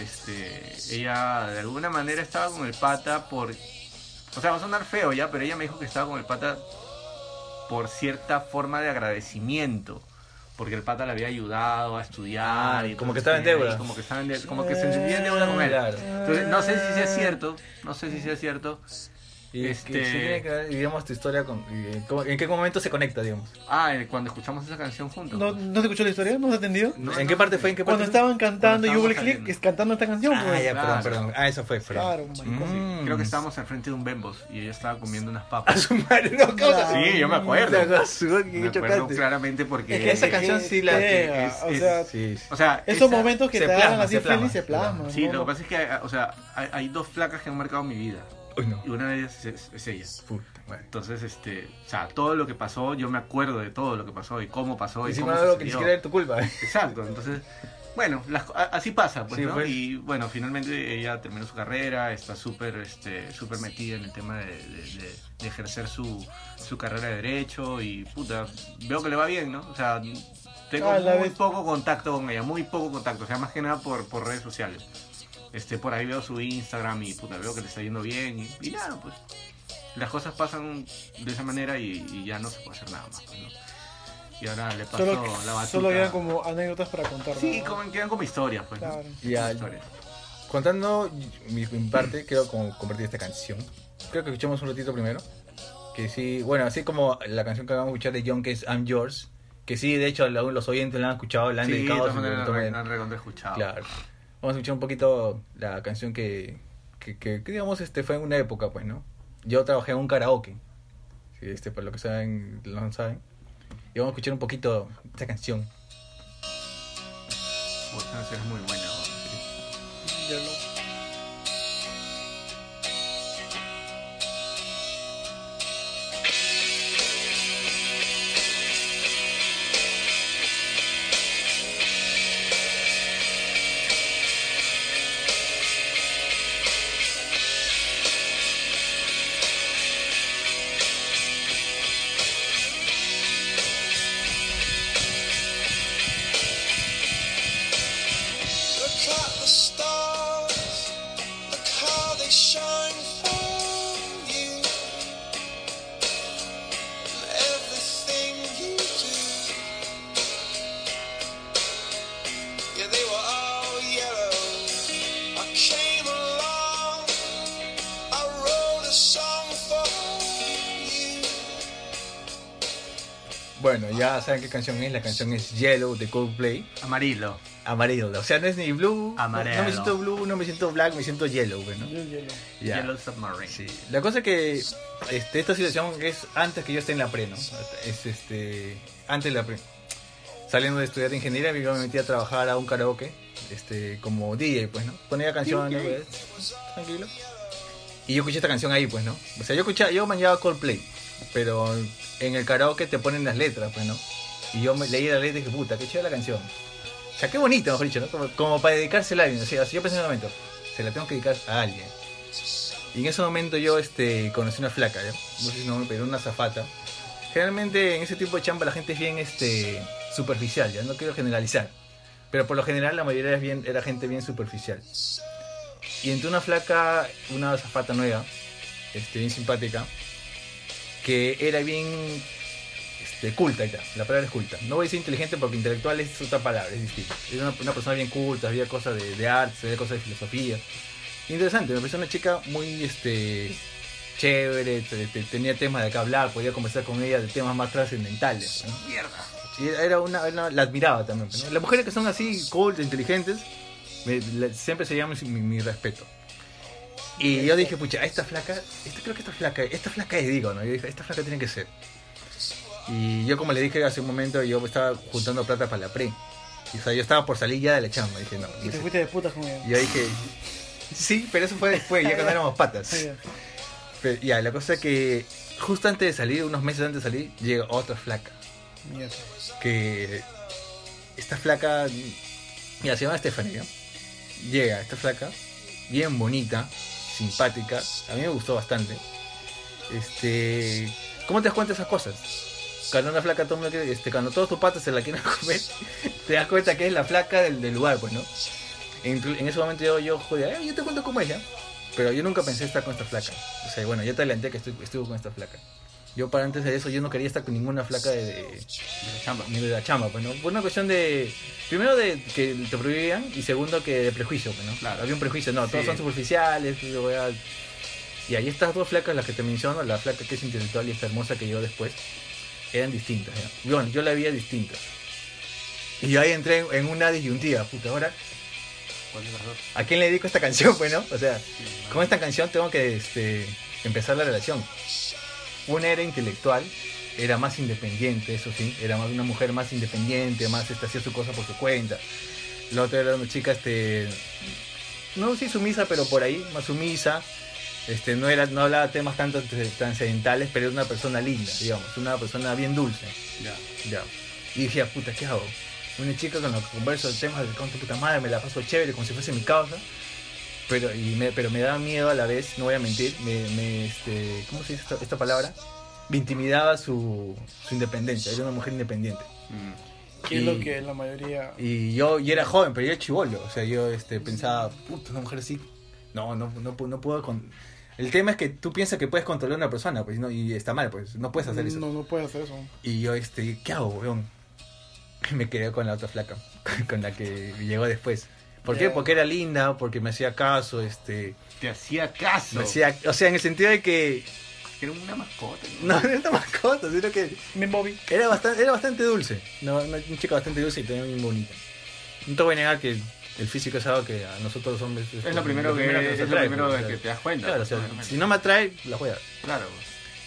este, ella de alguna manera estaba con el pata por... O sea, va a sonar feo ya, pero ella me dijo que estaba con el pata por cierta forma de agradecimiento. Porque el pata le había ayudado a estudiar. y
Ah, Como que
todo
estaba en
ese tema,
deuda.
y Como que, estaba en de- como que se sentía en deuda con él.
Claro.
Entonces, no sé si sea cierto, no sé si sea cierto.
Y
Este-
que sí tiene que ver, digamos, tu historia con. y, eh, cómo- ¿En qué momento se conecta, digamos?
Ah, eh, cuando escuchamos esa canción juntos.
¿No,
pues.
¿No te escuchó la historia? ¿No has entendido?
No,
¿En
no,
qué parte fue? ¿En qué
Cuando
parte
estaban cantando y
Cuando
hubo el
estábamos
click, es cantando esta canción,
fue? Ah,
pues.
ya,
Claro.
perdón, perdón. Ah, eso fue, perdón.
Claro, maricón.
Mm.
Creo que estábamos al frente de un Bembos y ella estaba comiendo unas
(laughs) A
papas.
su madre, no causa.
Sí, yo me acuerdo.
A su madre, qué
Me acuerdo
chocante.
claramente porque...
Es que esa
Eh,
canción sí la-
pega,
es-
o
es-
sea,
Sí, sí.
O sea,
esos
esa-
momentos que
se
te hagan
plasma,
así
se plasma,
feliz se
se plasma.
plasman.
Sí,
¿no?
lo que pasa es que, o sea, hay, hay dos flacas que han marcado mi vida.
Uy, no.
Y una de ellas es, es ella.
Puta madre.
Entonces, este, o sea, todo lo que pasó, yo me acuerdo de todo lo que pasó y cómo pasó y,
Encima
cómo
de algo que ni
sucedió.
siquiera era
(laughs)
tu culpa.
Exacto, entonces, bueno, las co- a- así pasa, pues,
Sí,
¿no?
pues.
Y bueno, finalmente ella terminó su carrera, está súper este, súper metida en el tema de, de- de- de ejercer su, su carrera de derecho y puta, veo que le va bien, ¿no? O sea, tengo
Ah, la
muy
vez-
poco contacto con ella, muy poco contacto, o sea, más que nada por, por redes sociales. Este, por ahí veo su Instagram y puta, veo que le está yendo bien y, y nada, pues. Las cosas pasan de esa manera y, y ya no se puede hacer nada más, pues, ¿no? Y ahora le pasó
Solo,
la batuta.
solo quedan como anécdotas para contar.
Sí,
¿no?
como, quedan como historias, pues. ¿no?
Claro.
Y al-
Historias.
Contando mi, mi parte, quiero como compartir esta canción. Creo que escuchamos un ratito primero. Que sí, bueno, así como la canción que acabamos de escuchar de John, que es I'm Yours. Que sí, de hecho, la- los oyentes la han escuchado, la han
Sí, de
dedicado.
todas
su-
maneras
toman-
no han recontra escuchado.
Claro. Vamos a escuchar un poquito la canción que, que, que- que, digamos, este fue en una época, pues, ¿no? Yo trabajé en un karaoke. Sí, este, para los que saben, lo no saben. Y vamos a escuchar un poquito esta canción.
Uy, Esa canción es muy buena. ¿no?
Ya lo-
Look at the stars, look how they shine for you. And everything you do. Yeah, they were all yellow. I came along, I wrote a song for you.
Bueno, ya saben qué canción es. La canción es Yellow de Coldplay.
Amarillo.
Amarillo. O sea, no es ni blue.
Amarillo.
No me siento blue, no me siento black, me siento yellow, bueno.
Yo hielo.
Ya.
Yellow Submarine.
Sí. La cosa es que este, esta situación es antes que yo esté en la pre, ¿no? Es este. Antes de la pre. Saliendo de estudiar ingeniería, yo me metí a trabajar a un karaoke, este, como DJ, pues, ¿no? Ponía canciones, pues, tranquilo. Y yo escuché esta canción ahí, pues, ¿no? O sea, yo escuchaba, yo manejaba Coldplay, pero en el karaoke te ponen las letras, pues, ¿no? Y yo me, leí la letra y dije, puta, qué chévere la canción. O sea, qué bonita, mejor dicho, ¿no? Como, como para dedicársela a alguien. O sea, así yo pensé en un momento, se la tengo que dedicar a alguien. Y en ese momento yo este, conocí una flaca, ¿ya? no sé si no me pero una zafata. Generalmente en ese tipo de chamba la gente es bien este, superficial, ya no quiero generalizar. Pero por lo general la mayoría es bien, era gente bien superficial. Y entre una flaca, una zafata nueva, este, bien simpática, que era bien este, culta, ya, la palabra es culta. No voy a decir inteligente porque intelectual es otra palabra, es distinto. Era una, una persona bien culta, había cosas de, de arte, había cosas de filosofía interesante, me pareció una chica muy este chévere, te- te- tenía temas de qué hablar, podía conversar con ella de temas más trascendentales. ¿no?
Mierda.
Y era una, era- la admiraba también. ¿no? Las mujeres que son así, cool, inteligentes, me- la- siempre se llaman mi, mi respeto. Y yo dije, pucha, esta flaca, esta, creo que esta flaca, esta flaca es, digo, ¿no? Yo dije, esta flaca tiene que ser. Y yo, como le dije hace un momento, yo estaba juntando plata para la pre. Y, o sea, yo estaba por salir ya de la chamba. Dije, no.
Y
no
te
sé.
fuiste de putas con ella.
Y yo dije, sí, pero eso fue después, ya cuando éramos patas.
Ah,
Pero, ya, la cosa es que justo antes de salir, unos meses antes de salir, llega otra flaca.
ya. Mierda.
Que esta flaca, ya se llama Estefanía. Llega esta flaca, bien bonita, simpática, a mí me gustó bastante. Este, ¿Cómo te das cuenta de esas cosas? Cuando una flaca, todo el mundo quiere- este, cuando todos tus patas se la quieren (laughs) comer, te das cuenta que es la flaca del, del lugar, pues, ¿no? En, en ese momento yo, yo jodía, "Eh, yo te cuento cómo es, ¿ya?". Pero yo nunca pensé estar con esta flaca. O sea, bueno, yo te adelanté que estu- estuve con esta flaca. Yo para antes de eso, yo no quería estar con ninguna flaca de, de-
Chamba.
ni de la chamba, pues, ¿no? Por una cuestión de... Primero de que te prohibían y segundo que de prejuicio, pues, ¿no?
Claro.
Había un prejuicio, no, todos
Sí.
son superficiales, yo voy a- Y ahí estas dos flacas, las que te menciono, la flaca que es intelectual y esta hermosa que llegó después, eran distintas, ¿ya? Bueno, yo la veía distinta. Y yo ahí entré en una disyuntiva, puta, ahora...
¿Cuál de las dos?
¿A quién le dedico esta canción, (laughs) pues, no? O sea, con esta canción tengo que este, empezar la relación. Una era intelectual, era más independiente, eso sí, era más una mujer más independiente, más este, hacía su cosa por su cuenta. La otra era una chica, este, no sí sumisa, pero por ahí, más sumisa. Este, no, era, no hablaba temas tanto tr- trascendentales, pero era una persona linda, digamos, una persona bien dulce.
Ya.
Ya. Y dije, "Ah, puta, ¿qué hago? Una chica con la que converso de temas de con tu puta madre, me la paso chévere, como si fuese mi causa. Pero, y me, pero me da miedo a la vez, no voy a mentir, me, me, este, ¿cómo se dice esta, esta palabra? Me intimidaba su, su independencia, era una mujer independiente.
Mm.
Que es lo que la mayoría.
Y yo, y era joven, pero yo era chivolo, o sea, yo este, pensaba, puta, una mujer así, no, no, no, pu- no puedo... Con... El tema es que tú piensas que puedes controlar a una persona, pues, no, y está mal, pues, no puedes hacer eso.
No, no puedes hacer eso.
Y yo, este, ¿qué hago, weón? (laughs) Me quedé con la otra flaca, (laughs) con la que llegó después. ¿Por qué?
Ya.
Porque era linda, porque me hacía caso, este...
Te hacía caso.
Me hacía, o sea, en el sentido de que...
Era una mascota.
No, (laughs) no era más cosas, sino que
Mi Bobby.
era bastante, era bastante dulce. No, una, una chica bastante dulce y también muy bonita. No te voy a negar que el físico es algo que a nosotros los hombres...
Es lo primero que,
nos
es lo
atrae,
primero
pues, o
de
sea,
que te das cuenta.
Claro, o sea,
obviamente.
si no me atrae, la juega.
Claro.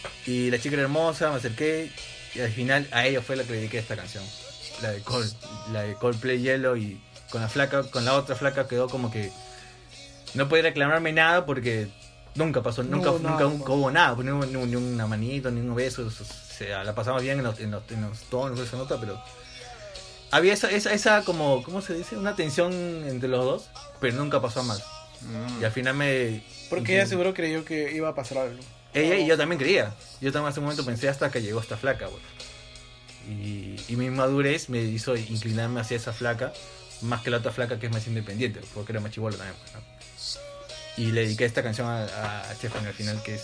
pues.
Y la chica era hermosa, me acerqué y al final a ella fue la que le dediqué esta canción. La de, Cold, la de Coldplay Hielo y con la flaca, con la otra flaca quedó como que no podía reclamarme nada porque nunca pasó,
No
nunca,
hubo
nunca
nada,
nunca hubo nada, pues, ni, hubo- ni un- ni una manito, ni un beso, o sea, la pasamos bien en los, en los, en los tonos, esa nota, pero había esa, esa, esa como, ¿cómo se dice? Una tensión entre los dos, pero nunca pasó a más.
Mm.
Y al final me...
Porque ella seguro creyó que iba a pasar algo.
Ella y yo también creía. Yo también hace un momento pensé hasta que llegó esta flaca, güey. Y, y mi madurez me hizo inclinarme hacia esa flaca, más que la otra flaca que es más independiente, porque era más chibola también, pues, ¿no? Y le dediqué esta canción a, a Stephanie al final, que es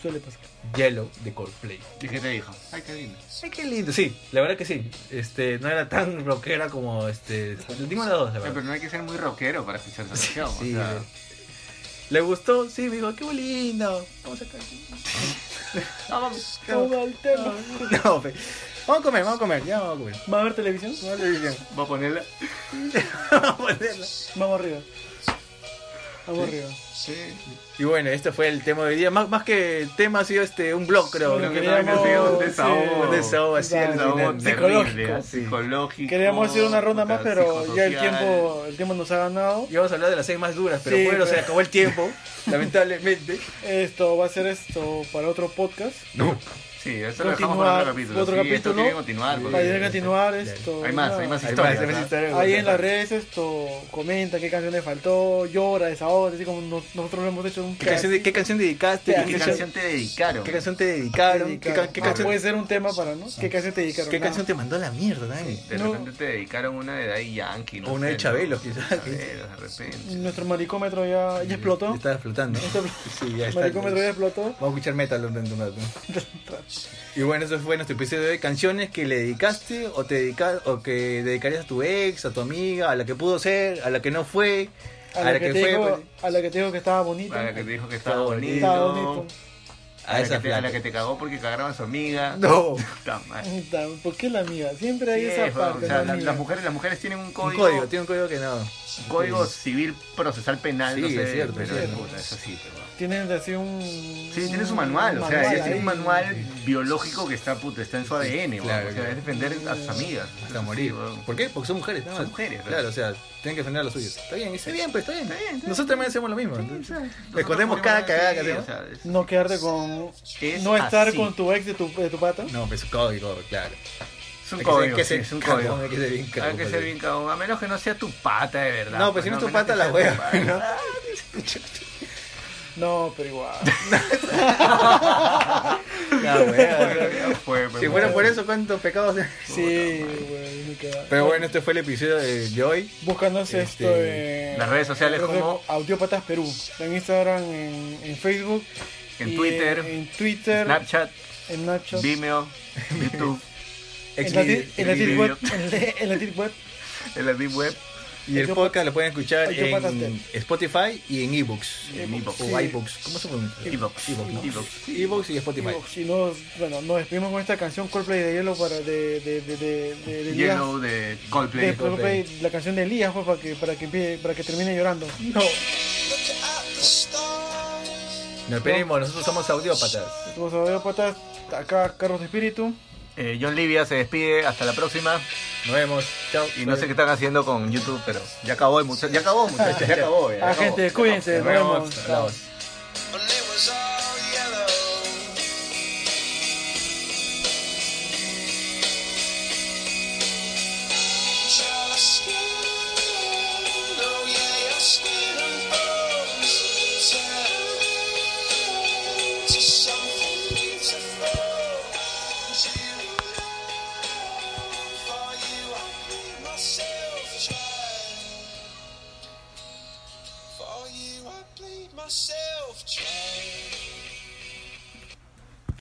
Suele pasar.
Yellow de Coldplay.
¿Y qué te dijo? Ay, qué lindo.
Ay, qué lindo, sí, la verdad que sí. Este, no era tan (laughs) rockera como este. Le digo las dos, la
O sea,
verdad.
pero no hay que ser muy rockero para escuchar esa canción.
Sí,
o sea,
güey. ¿Le gustó? Sí, me dijo, qué lindo. Vamos a cantar.
vamos.
Ah.
Todo el tema.
(laughs) No, pe- Vamos a comer, vamos a comer, ya vamos a comer. (laughs)
¿Va a haber televisión?
Vamos a televisión.
Voy a ponerla.
Vamos a ponerla.
Vamos arriba. Vamos arriba.
Y bueno, este fue el tema de hoy día. Más, más que tema ha sido este un blog, creo.
Sí,
¿no?
Creo que
queríamos-
también ha sido un
sí,
desahogo.
Un desahogo así
Claro.
Un desahogo
alucinante.
Psicológico,
terrible, ¿ah?
sí.
psicológico.
Queríamos hacer una ronda
puta,
más, pero ya el
psicosocial.
tiempo, el tiempo nos ha ganado.
Y vamos a hablar de las seis más duras, pero
Sí,
bueno, se
pero-
acabó el tiempo, lamentablemente.
(laughs) Esto va a ser esto para otro podcast.
No.
Sí, eso lo dejamos
Continuar,
para otro capítulo.
otro
sí, Esto
capítulo.
tiene que continuar.
Para
porque-
ir a continuar
bien.
esto.
Hay más,
nada.
hay más
Hay
historias.
más, hay más
¿ah?
historias.
Ahí en las redes esto comenta qué canciones faltó, llora, desahoga, así como nos- nosotros lo hemos hecho un
¿Qué canción, de- qué canción dedicaste?
¿Qué
¿Qué
Eso-
canción te dedicaron?
¿Qué canción te dedicaron? ¿Qué, ca- qué
Ah,
canción,
puede ser un tema para no? ¿Qué canción te dedicaron?
¿Qué
Nada.
canción te mandó a la mierda, Dani?
De
No.
repente te dedicaron una de Daddy Yankee.
O una de
¿no?
Chabelo, quizás.
Chabelo, de repente.
Nuestro maricómetro ya, ya explotó.
Estaba explotando.
Está-
Sí, ya está.
maricómetro ya explotó.
Vamos a escuchar metal durante un rato. Y bueno, eso fue nuestro episodio de canciones que le dedicaste o te dedica- o que dedicarías a tu ex, a tu amiga, a la que pudo ser, a la que no fue,
A la, que, te
fue,
dijo,
pues,
a la que te dijo que estaba bonita.
A la que te dijo que estaba
Estaba
bonito.
Estaba bonito.
a
A la,
esa
que te, a la
flaca.
que te cagó porque cagaron a
(laughs)
su amiga.
(laughs) No.
Puta madre.
Puta, ¿Por qué la amiga? Siempre hay
Sí,
esa
es,
parte.
o sea,
la
la-
amiga.
las, mujeres, las mujeres tienen un
Un
código,
código, tiene un código que no.
código civil procesal penal, no
Sí,
sé,
es cierto,
pero
es cierto.
puta, es así. Pero...
Tienen así un.
Sí, tiene su manual, o sea, ella tiene
ahí.
un manual biológico que está puta, está en su ADN, weón,
claro,
o sea,
claro.
es defender a sus amigas.
Hasta morir.
weón.
¿Por qué? Porque son mujeres, nada más.
Son mujeres,
Claro, o sea, tienen que defender a los suyos. Está bien, está bien, pues está bien.
Está bien, está bien.
Nosotros también hacemos lo mismo.
O sea,
entonces.
nosotros
Recordemos
podemos
cada
decir,
cagada que hacemos.
o sea, es-
No quedarte con.
Es
no estar
así.
con tu ex de tu, de tu pata.
No, pues es un código, claro.
Es un
Hay que ser-
código,
que
sí,
ser
es un
cagón,
código.
hay que ser bien cagón,
Hay que ser
porque-
bien cagón, a menos que no sea tu pata de verdad.
No, pues si no es tu
a menos
pata,
que
la
sea
wea,
tu pata.
¿no?
No, pero igual.
(laughs)
(laughs) La wea.
Ya fue, pues,
Si fuera
muchachos.
por eso, ¿cuántos pecados?
sí, güey, no queda.
Pero bueno, este fue el episodio de de hoy.
Búscanos
Este,
esto en
las redes sociales
en redes-
como-
Audiópatas Perú, en Instagram, en, en Facebook,
En
y
Twitter,
en, Twitter,
pues, Snapchat,
en Snapchat,
Vimeo,
(laughs)
YouTube,
en la, ti- en la
Xvideos.
deep web, en la- (laughs) en la deep web,
en la Deep Web,
Y el
Yo-
podcast lo pueden escuchar
Yo
en
pasaste.
Spotify y en ebooks.
en iVoox,
Sí.
O iBooks. ¿Cómo se pronuncia?
iVoox,
iVoox, ¿no?
iVoox.
Ebooks y Spotify.
y nos, bueno, nos despedimos con esta canción Coldplay de Hielo para de de de de, de, de Elías.
Yellow de
De
Coldplay.
Coldplay, la canción de Elías pues, para que para que empie- para que termine llorando.
No.
Look at the stars.
Nos pedimos, nosotros somos audiópatas.
Los Audiópatas, acá Carlos de Espíritu.
Eh, John Livia se despide, hasta la próxima.
Nos vemos. Chao.
Y no sé qué están haciendo
(laughs)
con YouTube, pero ya acabó, muchachos. Ya acabó, muchachos. Ya acabó. ya
Ah,
acabó.
gente, cuídense,
Nos
nos
vemos.
vemos.
Hablamos.
oh